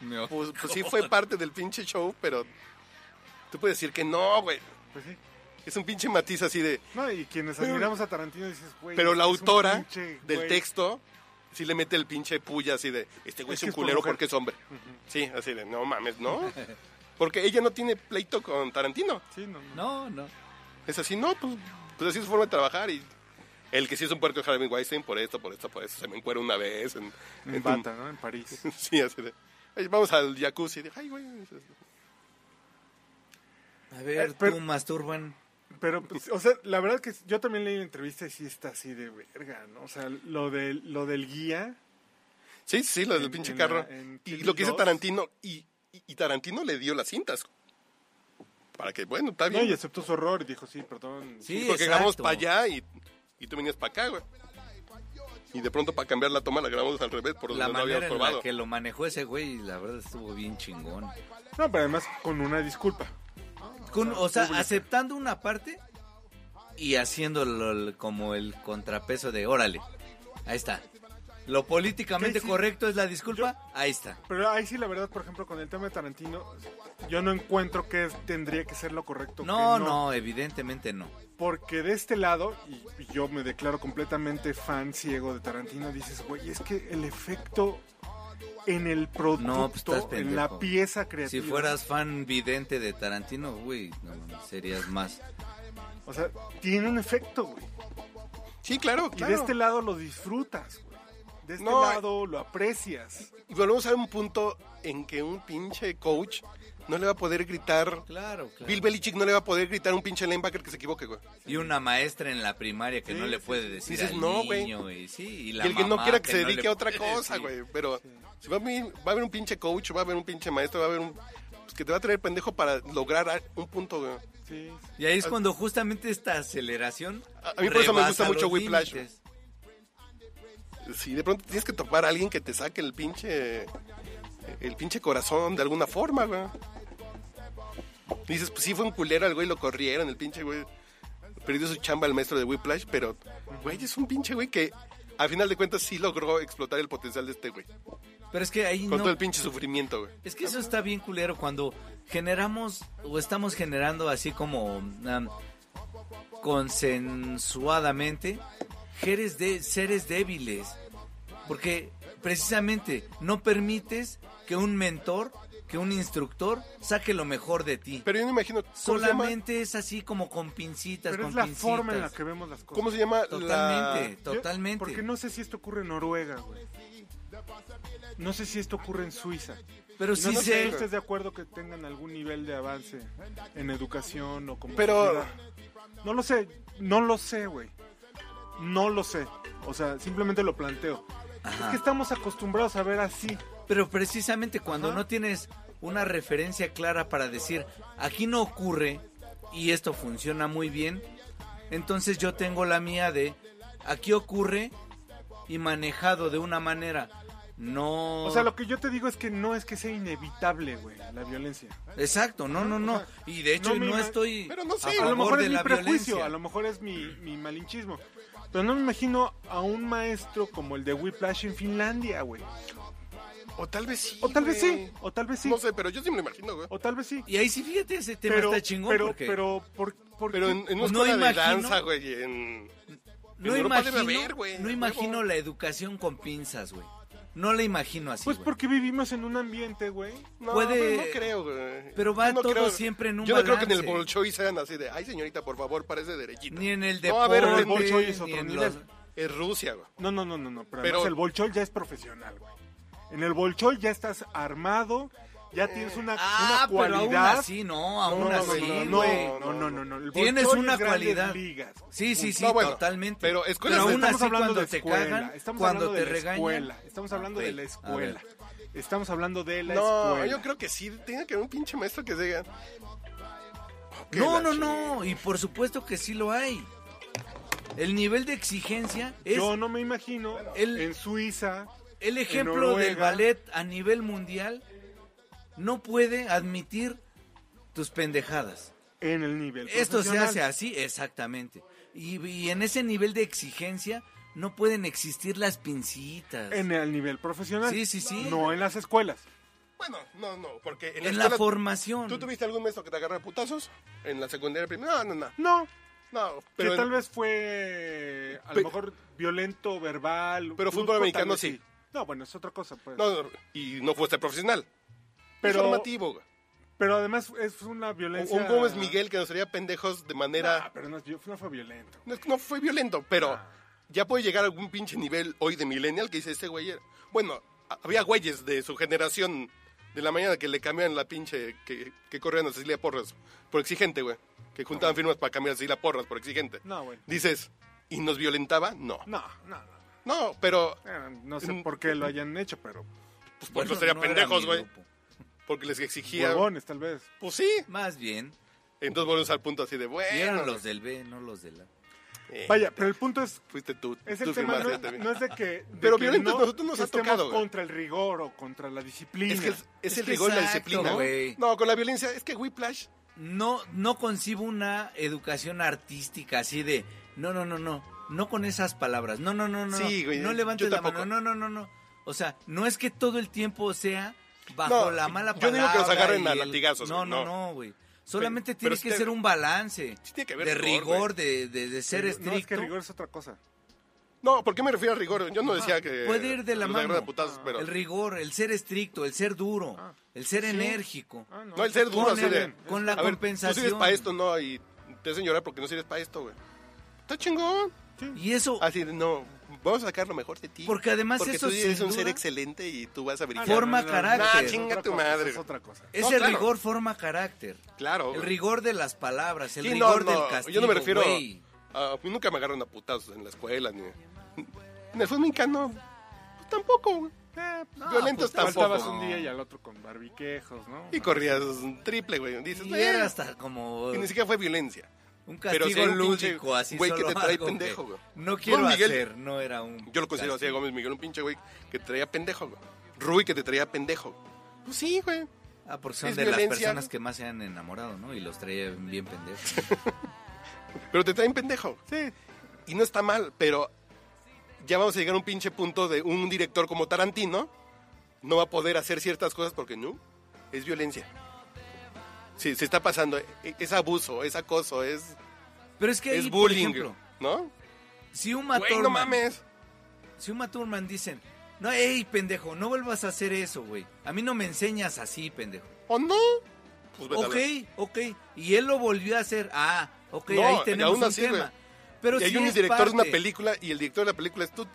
Speaker 4: Me
Speaker 3: Pues, pues sí fue parte del pinche show, pero... Tú puedes decir que no, güey.
Speaker 2: Pues sí.
Speaker 3: Es un pinche matiz así de...
Speaker 2: No, y quienes admiramos a Tarantino dices, güey.
Speaker 3: Pero la
Speaker 2: es un
Speaker 3: autora
Speaker 2: pinche
Speaker 3: del
Speaker 2: güey.
Speaker 3: texto sí le mete el pinche puya así de, este güey
Speaker 2: Es
Speaker 3: es,
Speaker 2: que
Speaker 3: un
Speaker 2: es por
Speaker 3: culero
Speaker 2: mujer.
Speaker 3: porque es hombre. Sí, así de, no mames, ¿no? Porque ella no tiene pleito con Tarantino.
Speaker 2: Sí, no, no.
Speaker 4: No, no.
Speaker 3: Es así, no, pues, pues así es su forma de trabajar y... El que sí es un puerco es Harvey Weinstein por esto, por esto, por esto. Se me encuera una vez. En,
Speaker 2: En
Speaker 3: en-
Speaker 2: Bata, ¿no? En París.
Speaker 3: Sí, así de. "Ay, Vamos al jacuzzi. de, Ay, güey.
Speaker 4: A ver,
Speaker 2: Eh, pero-
Speaker 4: tú masturban.
Speaker 2: Pero, pues, o sea, la verdad que yo también leí la entrevista y sí está así de verga, ¿no? O sea, lo del, lo del guía.
Speaker 3: Sí, sí, lo del
Speaker 2: En-
Speaker 3: pinche
Speaker 2: en la-
Speaker 3: carro.
Speaker 2: en
Speaker 3: y lo que hizo
Speaker 2: TV2.
Speaker 3: Tarantino. Y, y- y Tarantino le dio las cintas. Para que, bueno, está
Speaker 2: No,
Speaker 3: bien.
Speaker 2: y aceptó su error y dijo, sí, perdón.
Speaker 4: Sí,
Speaker 3: porque grabamos
Speaker 4: exacto.
Speaker 3: para allá y, y tú venías para acá, güey. Y de pronto para cambiar la toma la grabamos al revés, por donde
Speaker 4: La
Speaker 3: no habíamos
Speaker 4: manera en
Speaker 3: probado.
Speaker 4: la que lo manejó ese güey, la verdad estuvo bien chingón.
Speaker 2: No, pero además con una disculpa.
Speaker 4: Con- o sea, aceptando una parte y haciéndolo el- como el contrapeso de órale. Ahí está. Lo políticamente
Speaker 2: ¿Qué hice?
Speaker 4: correcto es la disculpa. Ahí está.
Speaker 2: Pero ahí sí, la verdad, por ejemplo, con el tema de Tarantino, yo no encuentro que es- tendría que ser lo correcto.
Speaker 4: No,
Speaker 2: que
Speaker 4: no, evidentemente no.
Speaker 2: Porque de este lado, y y yo me declaro completamente fan ciego de Tarantino, dices, güey, es que el efecto en el producto,
Speaker 4: No, pues, estás
Speaker 2: en
Speaker 4: pendejo.
Speaker 2: la pieza creativa.
Speaker 4: Si fueras fan vidente de Tarantino, güey, no, mames, serías más.
Speaker 2: O sea, tiene un efecto, güey.
Speaker 3: Sí, claro,
Speaker 2: Y
Speaker 3: claro.
Speaker 2: de este lado lo disfrutas, güey. De este
Speaker 3: No, eh.
Speaker 2: lado lo aprecias.
Speaker 3: Y volvemos a un punto en que un pinche coach no le va a poder gritar...
Speaker 4: Claro, claro.
Speaker 3: Bill Belichick no le va a poder gritar a un pinche linebacker que se equivoque, güey.
Speaker 4: Y una maestra en la primaria que
Speaker 2: Sí,
Speaker 4: no le
Speaker 2: sí,
Speaker 4: puede
Speaker 2: sí.
Speaker 4: decir
Speaker 3: Dices,
Speaker 4: al
Speaker 3: "No, güey".
Speaker 4: niño, güey. Sí, y
Speaker 3: Y
Speaker 4: la
Speaker 3: el que no
Speaker 4: mamá
Speaker 3: quiera que, se
Speaker 4: no
Speaker 3: dedique
Speaker 4: le
Speaker 3: a otra
Speaker 4: puede
Speaker 3: cosa,
Speaker 4: decir.
Speaker 3: güey. Pero si va a, venir- va a haber un pinche coach, va a haber un pinche maestro, va a haber un... pues, que te va a traer pendejo para lograr a- un punto, güey.
Speaker 2: Sí.
Speaker 4: Y ahí es cuando justamente esta aceleración.
Speaker 3: Ah. A- a mí por eso me
Speaker 4: rebasa
Speaker 3: gusta mucho
Speaker 4: los
Speaker 3: Whiplash.
Speaker 4: límites.
Speaker 3: Si de pronto tienes que topar a alguien que te saque el pinche. El pinche corazón de alguna forma, güey. Dices, pues sí fue un culero al güey, lo corrieron, el pinche güey. Perdió su chamba el maestro de Whiplash, pero, güey, es un pinche güey que al final de cuentas sí logró explotar el potencial de este güey.
Speaker 4: Pero es que ahí
Speaker 3: Con
Speaker 4: no.
Speaker 3: todo el pinche sufrimiento, güey.
Speaker 4: Es que eso está bien culero cuando generamos o estamos generando así como am, consensuadamente seres, de, seres débiles. Porque precisamente no permites que un mentor, que un instructor saque lo mejor de ti.
Speaker 3: Pero yo no imagino. ¿cómo se llama-
Speaker 4: Solamente es así como con pincitas,
Speaker 2: Pero
Speaker 4: con
Speaker 2: es la
Speaker 4: pincitas.
Speaker 2: forma en la que vemos las cosas.
Speaker 3: ¿Cómo se llama? la-
Speaker 4: Totalmente,
Speaker 2: Yo-
Speaker 4: totalmente.
Speaker 2: Porque no sé si esto ocurre en Noruega, güey. No sé si esto ocurre en Suiza.
Speaker 4: Pero
Speaker 2: Y no,
Speaker 4: sí
Speaker 2: no sé si
Speaker 4: sé.
Speaker 2: estés de acuerdo que tengan algún nivel de avance en educación o como
Speaker 3: Pero-
Speaker 2: sociedad. no lo sé, no lo sé, güey. No lo sé. O sea, simplemente lo planteo. Es que estamos acostumbrados a ver así.
Speaker 4: Pero precisamente cuando
Speaker 2: Ajá.
Speaker 4: no tienes una referencia clara para decir, aquí no ocurre y esto funciona muy bien, entonces yo tengo la mía de, aquí ocurre y manejado de una manera no...
Speaker 2: O sea, lo que yo te digo es que no es que sea inevitable, güey, la violencia.
Speaker 4: Exacto, no, no, no. Y de hecho
Speaker 2: No,
Speaker 4: no,
Speaker 2: mi ma-
Speaker 4: estoy
Speaker 3: Pero no sé,
Speaker 4: a
Speaker 3: a
Speaker 2: a
Speaker 4: favor
Speaker 2: lo mejor
Speaker 4: de
Speaker 2: es mi
Speaker 4: la
Speaker 2: prejuicio,
Speaker 4: violencia.
Speaker 2: a lo mejor es mi, mi malinchismo. Pero no me imagino a un maestro como el de Whiplash en Finlandia, güey.
Speaker 3: O tal vez sí.
Speaker 2: O tal vez
Speaker 3: güey.
Speaker 2: sí, o tal vez sí,
Speaker 3: No sé, pero yo sí me lo imagino, güey.
Speaker 2: o tal vez sí.
Speaker 4: Y ahí sí, fíjate, ese tema está chingón
Speaker 2: pero,
Speaker 4: porque
Speaker 2: pero, ¿por, por
Speaker 3: Pero
Speaker 2: qué?
Speaker 3: en, en
Speaker 4: No
Speaker 3: una escuela de
Speaker 4: imagino-
Speaker 3: danza, güey, en...
Speaker 4: no
Speaker 3: en Europa debe
Speaker 4: imagino,
Speaker 3: haber, güey,
Speaker 4: no
Speaker 3: a
Speaker 4: imagino
Speaker 3: huevo.
Speaker 4: la educación con pinzas, güey. No la imagino así,
Speaker 2: pues
Speaker 4: güey.
Speaker 2: porque vivimos en un ambiente, güey.
Speaker 3: No,
Speaker 4: Puede-
Speaker 3: pero no creo, güey.
Speaker 4: pero va
Speaker 3: Yo no
Speaker 4: todo siempre en un
Speaker 3: Yo no creo que en el
Speaker 4: balance.
Speaker 3: Bolshoi sean así de, ay, señorita, por favor, parece derechito.
Speaker 4: Ni en el
Speaker 3: No, a
Speaker 4: deporte,
Speaker 3: ver,
Speaker 2: Pero el
Speaker 3: güey,
Speaker 2: Bolshoi es
Speaker 4: ni
Speaker 2: otro
Speaker 4: en
Speaker 2: nivel.
Speaker 4: los-
Speaker 3: Es Rusia, güey.
Speaker 2: No, no, no, no, no. Pero,
Speaker 3: Pero-
Speaker 2: además el bolchol ya es profesional, güey. En el bolchol ya estás armado,
Speaker 3: Eh,
Speaker 2: ya tienes una,
Speaker 4: Ah,
Speaker 2: una
Speaker 4: pero
Speaker 2: cualidad.
Speaker 4: aún así, no, aún
Speaker 2: no,
Speaker 4: así,
Speaker 2: no,
Speaker 4: güey.
Speaker 2: no, no, no, no, no, no, el
Speaker 4: Tienes
Speaker 2: Bolshoi
Speaker 4: una
Speaker 2: es grandes
Speaker 4: cualidad.
Speaker 2: ligas, güey.
Speaker 4: Sí, sí, sí,
Speaker 3: No, bueno,
Speaker 4: totalmente.
Speaker 3: pero escuelas
Speaker 4: aún
Speaker 2: estamos
Speaker 4: así,
Speaker 2: hablando
Speaker 4: cuando
Speaker 2: de
Speaker 4: te
Speaker 2: escuela,
Speaker 4: cagan,
Speaker 2: estamos
Speaker 4: cuando
Speaker 2: hablando
Speaker 4: te
Speaker 2: de la
Speaker 4: regañan.
Speaker 2: escuela, estamos hablando de
Speaker 4: Ok,
Speaker 2: la
Speaker 4: a
Speaker 2: escuela.
Speaker 4: ver.
Speaker 2: Estamos hablando de la
Speaker 3: No,
Speaker 2: escuela.
Speaker 3: yo creo que sí, tiene que haber un pinche maestro que diga... "Ok,
Speaker 4: No,
Speaker 3: la
Speaker 4: no,
Speaker 3: chingada".
Speaker 4: no, y por supuesto que sí lo hay. El nivel de exigencia es
Speaker 2: Yo no me imagino
Speaker 4: El-
Speaker 2: en Suiza.
Speaker 4: el ejemplo
Speaker 2: Noruega.
Speaker 4: del ballet a nivel mundial. No puede admitir tus pendejadas.
Speaker 2: En el nivel.
Speaker 4: Esto se
Speaker 2: profesional.
Speaker 4: hace así, exactamente. Y, y en ese nivel de exigencia no pueden existir las pincitas.
Speaker 2: En el nivel profesional.
Speaker 4: Sí, sí, sí.
Speaker 2: No en las escuelas.
Speaker 3: Bueno, no, no, porque en,
Speaker 4: en
Speaker 3: la
Speaker 4: la
Speaker 3: escuela-
Speaker 4: formación.
Speaker 3: ¿Tú tuviste algún maestro que te agarrara a putazos? ¿En la secundaria primero? No, no, no.
Speaker 2: No.
Speaker 3: no
Speaker 2: Pero
Speaker 3: pero
Speaker 2: que tal vez fue a
Speaker 3: Pe-
Speaker 2: lo mejor violento, verbal.
Speaker 3: Pero
Speaker 2: brusco,
Speaker 3: fútbol americano
Speaker 2: tal vez
Speaker 3: sí.
Speaker 2: No, bueno, es otra cosa. Pues.
Speaker 3: No, no, y no fuiste profesional.
Speaker 2: Pero-
Speaker 3: Pero... Formativo, güey.
Speaker 2: Pero además es una
Speaker 3: Un-
Speaker 2: violencia.
Speaker 3: Un Gómez Miguel que nos haría pendejos de
Speaker 2: Ah,
Speaker 3: manera...
Speaker 2: pero no, es vi- no fue violento.
Speaker 3: No, es que no fue violento, pero ya puede llegar a algún pinche nivel hoy de millennial que dice este güey. era- Bueno, a- había güeyes de su generación de la mañana que le cambiaban la pinche que, que corrían a Cecilia Porras por exigente, güey. Que juntaban firmas para cambiar a Cecilia Porras por exigente.
Speaker 2: No, güey.
Speaker 3: Dices, ¿y nos violentaba? No.
Speaker 2: No, no, no.
Speaker 3: No, pero
Speaker 2: Eh, No sé por qué lo hayan hecho, pero.
Speaker 3: pues por
Speaker 4: Bueno,
Speaker 3: eso sería
Speaker 4: no era
Speaker 3: pendejos,
Speaker 4: mi
Speaker 3: güey.
Speaker 4: grupo.
Speaker 3: Porque les exigía.
Speaker 2: Huevones, tal vez.
Speaker 3: Pues sí.
Speaker 4: Más bien,
Speaker 3: Entonces volvemos al punto así de,
Speaker 4: y eran
Speaker 3: bueno.
Speaker 4: los del B, no los del A.
Speaker 3: eh,
Speaker 2: Vaya, pero el punto es.
Speaker 3: Fuiste tú.
Speaker 2: Es
Speaker 3: tú
Speaker 2: el tema, no,
Speaker 3: firmaste también.
Speaker 2: no es de que. de
Speaker 3: Pero
Speaker 2: que
Speaker 3: violentos
Speaker 2: no-
Speaker 3: nosotros nos
Speaker 2: que
Speaker 3: ha
Speaker 2: estemos
Speaker 3: tocado, güey.
Speaker 2: contra el rigor o contra la disciplina. Eh,
Speaker 3: Es que es, es
Speaker 4: Es
Speaker 3: el
Speaker 4: que
Speaker 3: rigor y la
Speaker 4: exacto,
Speaker 3: disciplina.
Speaker 4: güey.
Speaker 3: No, con la violencia, es que Whiplash
Speaker 4: No, no concibo una educación artística así de, no, no, no, no, no con esas palabras, no, no, no, no,
Speaker 3: Sí, güey,
Speaker 4: no levantes
Speaker 3: yo
Speaker 4: la
Speaker 3: tampoco.
Speaker 4: mano, no, no, no, no. O sea, no es que todo el tiempo sea bajo
Speaker 3: No,
Speaker 4: la mala
Speaker 3: yo
Speaker 4: palabra.
Speaker 3: digo que los agarren
Speaker 4: y
Speaker 3: a
Speaker 4: el-
Speaker 3: latigazos,
Speaker 4: No,
Speaker 3: güey,
Speaker 4: no,
Speaker 3: no.
Speaker 4: no, güey. Solamente
Speaker 3: Pero- pero
Speaker 4: tiene
Speaker 3: sí
Speaker 4: que
Speaker 3: te-
Speaker 4: ser un balance
Speaker 3: sí tiene que haber
Speaker 4: de rigor,
Speaker 3: rigor,
Speaker 4: de, de- de ser
Speaker 2: No,
Speaker 4: estricto.
Speaker 2: es que rigor es otra cosa.
Speaker 3: No, ¿por qué me refiero a rigor? Yo no decía que.
Speaker 4: puede ir de la
Speaker 3: los
Speaker 4: mano.
Speaker 3: agarran a putazos, pero.
Speaker 4: El rigor, el ser estricto, el ser duro,
Speaker 2: Ah.
Speaker 4: el ser enérgico.
Speaker 2: Ah,
Speaker 3: No, el ser duro,
Speaker 4: Con,
Speaker 3: así
Speaker 4: el-
Speaker 3: de.
Speaker 4: con la
Speaker 3: a ver, Tú
Speaker 4: compensación.
Speaker 3: sirves para esto, no, y te hacen llorar porque no sirves para esto, güey. Está chingón.
Speaker 4: Y eso
Speaker 3: Así de, no, vamos a sacar lo mejor de ti.
Speaker 4: Porque además
Speaker 3: porque
Speaker 4: eso,
Speaker 3: tú eres
Speaker 4: sin
Speaker 3: un ser
Speaker 4: duda,
Speaker 3: excelente y tú vas a
Speaker 2: Ah,
Speaker 3: brillar.
Speaker 4: forma carácter.
Speaker 3: No, chinga
Speaker 2: Otra
Speaker 3: tu
Speaker 2: cosa,
Speaker 3: madre.
Speaker 2: Es otra cosa.
Speaker 4: ese
Speaker 3: No, claro.
Speaker 4: rigor forma carácter.
Speaker 3: Claro.
Speaker 4: El
Speaker 3: güey.
Speaker 4: rigor de las palabras, el
Speaker 3: Sí, no,
Speaker 4: rigor
Speaker 3: no,
Speaker 4: del castigo.
Speaker 3: Yo no me refiero.
Speaker 4: güey.
Speaker 3: A, a mí nunca me agarraron a putazos en la escuela, ni. En el fútbol mexicano, pues, tampoco, güey.
Speaker 2: Eh,
Speaker 4: No, pues,
Speaker 3: Violentos
Speaker 4: puta,
Speaker 3: tampoco.
Speaker 2: Faltabas un día y al otro con barbiquejos, ¿no?
Speaker 3: Y corrías un triple, güey. Dices,
Speaker 4: Y
Speaker 3: "Eh".
Speaker 4: era hasta como
Speaker 3: Y ni siquiera fue violencia.
Speaker 4: un
Speaker 3: pero
Speaker 4: castigo
Speaker 3: sí era un pinche
Speaker 4: lúdico, así
Speaker 3: güey que
Speaker 4: solo
Speaker 3: te trae
Speaker 4: algo que
Speaker 3: pendejo, güey.
Speaker 4: No quiero
Speaker 3: Don Miguel-
Speaker 4: hacer, no era un...
Speaker 3: Yo lo considero así a
Speaker 4: castigo.
Speaker 3: Gómez Miguel, un pinche güey que te traía pendejo, güey. Rui que te traía pendejo. Pues sí, güey.
Speaker 4: Ah, porque son
Speaker 3: Es
Speaker 4: de las
Speaker 3: violencia,
Speaker 4: personas
Speaker 3: ¿no?
Speaker 4: que más se han enamorado, ¿no? Y los traían bien pendejos.
Speaker 3: Pero te traen pendejo.
Speaker 2: Sí,
Speaker 3: Y no está mal, pero ya vamos a llegar a un pinche punto de un director como Tarantino no va a poder hacer ciertas cosas porque no, es violencia. Sí, se está pasando. eh, Es abuso, es acoso, es,
Speaker 4: Pero es que ahí,
Speaker 3: es
Speaker 4: por
Speaker 3: bullying,
Speaker 4: ejemplo,
Speaker 3: ¿no?
Speaker 4: si Uma
Speaker 3: Güey, no
Speaker 4: Thurman-
Speaker 3: mames.
Speaker 4: si Uma Thurman dicen, no, hey, pendejo, no vuelvas a hacer eso, güey. A mí no me enseñas así, pendejo.
Speaker 3: ¿O no? Pues vete a la-
Speaker 4: Ok, ok. Y él lo volvió a hacer. Ah, ok,
Speaker 3: No,
Speaker 4: ahí
Speaker 3: y
Speaker 4: tenemos
Speaker 3: aún
Speaker 4: un
Speaker 3: así,
Speaker 4: tema.
Speaker 3: güey.
Speaker 4: Pero
Speaker 3: y hay
Speaker 4: sí
Speaker 3: un
Speaker 4: es
Speaker 3: director de una
Speaker 4: parte.
Speaker 3: película y el director de la película es tú.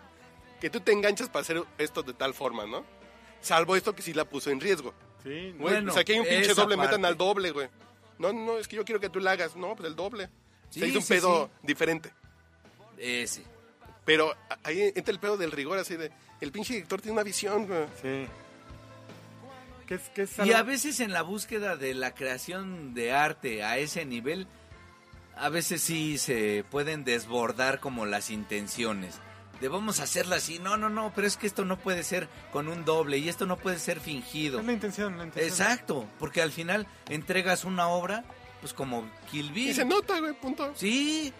Speaker 3: que tú te enganchas para hacer esto de tal forma, ¿no? Salvo esto que sí la puso en riesgo.
Speaker 2: Sí, no.
Speaker 3: Güey,
Speaker 4: Bueno,
Speaker 3: pues aquí hay un pinche
Speaker 4: esa
Speaker 3: doble,
Speaker 4: parte.
Speaker 3: metan al doble, güey. No, no, no, es que yo quiero que tú la hagas. No, pues el doble.
Speaker 4: Sí,
Speaker 3: Se hizo un
Speaker 4: sí,
Speaker 3: pedo diferente.
Speaker 4: Ese.
Speaker 3: Pero a- ahí entra el pedo del rigor, así de. El pinche director tiene una visión, güey.
Speaker 2: Sí. ¿Qué es, qué es
Speaker 4: Y
Speaker 2: algo-
Speaker 4: a veces en la búsqueda de la creación de arte a ese nivel, a veces sí se pueden desbordar como las intenciones. De vamos a hacerla así, no, no, no, pero es que esto no puede ser con un doble y esto no puede ser fingido.
Speaker 2: Es la intención, la intención.
Speaker 4: Exacto, porque al final entregas una obra, pues como Kill Bill.
Speaker 3: Y se nota, güey, punto.
Speaker 4: Sí,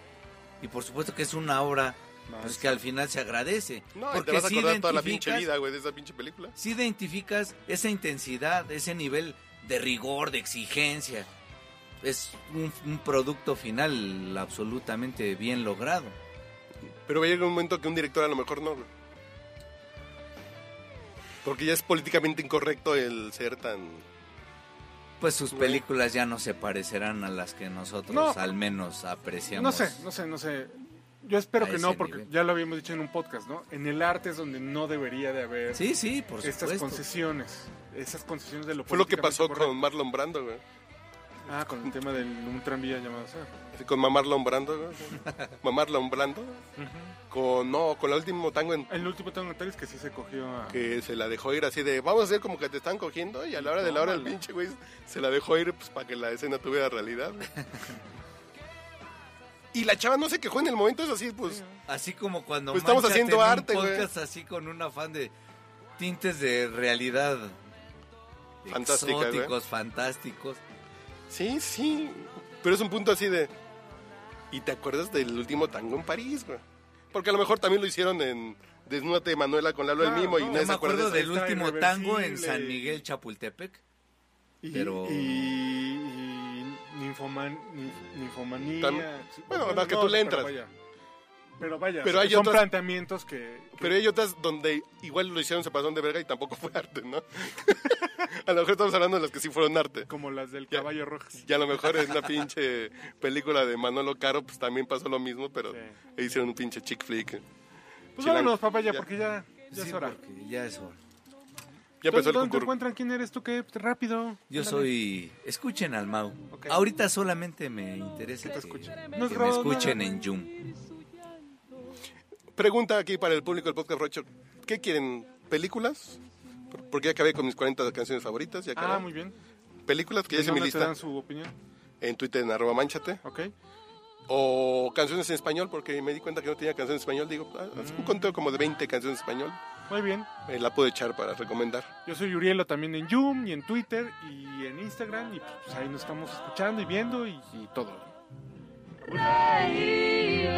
Speaker 4: y por supuesto que es una obra pues,
Speaker 2: Maestra.
Speaker 4: que al final se agradece.
Speaker 3: No, y
Speaker 4: porque
Speaker 3: te vas a
Speaker 4: sí
Speaker 3: acordar toda la pinche
Speaker 4: identificas-
Speaker 3: vida, güey, de esa pinche película.
Speaker 4: si identificas esa intensidad, ese nivel de rigor, de exigencia. Es un, un producto final absolutamente bien logrado.
Speaker 3: Pero va a llegar un momento que un director a lo mejor no, güey. Porque ya es políticamente incorrecto el ser tan.
Speaker 4: Pues sus
Speaker 3: Güey.
Speaker 4: películas ya no se parecerán a las que nosotros
Speaker 2: No.
Speaker 4: al menos apreciamos.
Speaker 2: No sé, no sé, no sé. Yo espero
Speaker 4: A
Speaker 2: que
Speaker 4: ese
Speaker 2: no, porque
Speaker 4: nivel.
Speaker 2: ya lo habíamos dicho en un podcast, ¿no? En el arte es donde no debería de haber
Speaker 4: Sí, sí, por
Speaker 2: estas
Speaker 4: supuesto.
Speaker 2: concesiones. Esas concesiones de lo
Speaker 3: Fue lo que pasó
Speaker 2: políticamente
Speaker 3: con Marlon Brando, güey.
Speaker 2: correcto. Ah, con el tema de un tranvía llamado Ser.
Speaker 3: Así, Con Mamarlon Brando, güey. Mamarlon Brando. Con, no, con el último tango en-
Speaker 2: El último tango Antares que sí se cogió a...
Speaker 3: que se la dejó ir así de, vamos a hacer como que te están cogiendo y a la hora de la hora el
Speaker 2: Tómala.
Speaker 3: pinche güey se la dejó ir pues para que la escena tuviera realidad. güey. y la chava no se quejó en el momento, es así, pues,
Speaker 4: Así como cuando
Speaker 3: Pues estamos
Speaker 4: manchas
Speaker 3: haciendo
Speaker 4: en un
Speaker 3: arte, güey.
Speaker 4: podcast así con un afán de tintes de realidad
Speaker 3: Fantástica, güey.
Speaker 4: exóticos, fantásticos.
Speaker 3: sí, sí. Pero es un punto así de, ¿y te acuerdas del último tango en París, güey? Porque a lo mejor también lo hicieron en Desnúdate Manuela con Lalo
Speaker 2: Claro,
Speaker 3: el Mimo y
Speaker 2: no,
Speaker 3: nadie
Speaker 4: Yo
Speaker 3: se
Speaker 4: me
Speaker 3: acuerda de eso.
Speaker 4: acuerdo del
Speaker 2: Está
Speaker 4: último tango en
Speaker 2: irreversible.
Speaker 4: San Miguel Chapultepec.
Speaker 2: Y,
Speaker 4: Pero-
Speaker 2: y, y ninfoman, ninf- ninfomanía.
Speaker 3: Tam-
Speaker 2: Sí,
Speaker 3: bueno, la que tú le entras.
Speaker 2: Pero vaya, pero vaya,
Speaker 3: Pero hay
Speaker 2: son
Speaker 3: otras-
Speaker 2: planteamientos que... que-
Speaker 3: Pero hay otras donde igual lo hicieron, se pasaron de verga y tampoco fue arte, ¿no? a lo mejor estamos hablando de las que sí fueron arte.
Speaker 2: como las del
Speaker 3: Ya.
Speaker 2: caballo rojo.
Speaker 3: Y a lo mejor en la pinche película de Manolo Caro, pues también pasó lo mismo, pero
Speaker 2: Sí.
Speaker 3: e hicieron un pinche chick flick.
Speaker 2: Pues
Speaker 3: Chilango.
Speaker 2: vámonos, papá, ya,
Speaker 3: Ya.
Speaker 2: porque ya, ya
Speaker 4: Sí,
Speaker 2: es hora.
Speaker 4: porque ya es hora.
Speaker 3: Ya
Speaker 2: ¿Dónde,
Speaker 3: empezó
Speaker 2: dónde te
Speaker 3: el concurso.
Speaker 2: encuentran? ¿Quién eres tú? ¿Qué? Pues, Rápido.
Speaker 4: Yo
Speaker 2: Dale.
Speaker 4: soy. Escuchen al Mau.
Speaker 2: Ok.
Speaker 4: Ahorita solamente me interesa que,
Speaker 2: No es
Speaker 4: que me
Speaker 2: grabado
Speaker 4: escuchen
Speaker 2: nada.
Speaker 4: en Zoom.
Speaker 3: Pregunta aquí para el público del podcast Rocho. ¿Qué quieren? ¿Películas? Por- Porque ya acabé con mis 40 canciones favoritas. Ya acabé.
Speaker 2: Ah, muy bien.
Speaker 3: Películas, que ya hice mi
Speaker 2: ¿Dónde te
Speaker 3: lista
Speaker 2: dan su opinión?
Speaker 3: en Twitter en arroba manchate.
Speaker 2: ¿Ok?
Speaker 3: O canciones en español, porque me di cuenta que no tenía canciones en español. Digo, ah, haz un conteo como de 20 canciones en español.
Speaker 2: Muy bien.
Speaker 3: Eh, la puedo echar para recomendar.
Speaker 2: Yo soy Urielo también en Zoom y en Twitter y en Instagram. Y pues ahí nos estamos escuchando y viendo y, y todo.
Speaker 5: Ay, ay,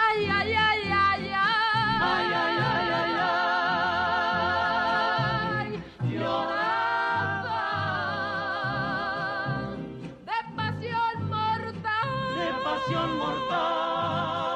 Speaker 5: ay, ay, ay, ay, ay, ay, ay, ay, lloraba de pasión mortal, de pasión mortal.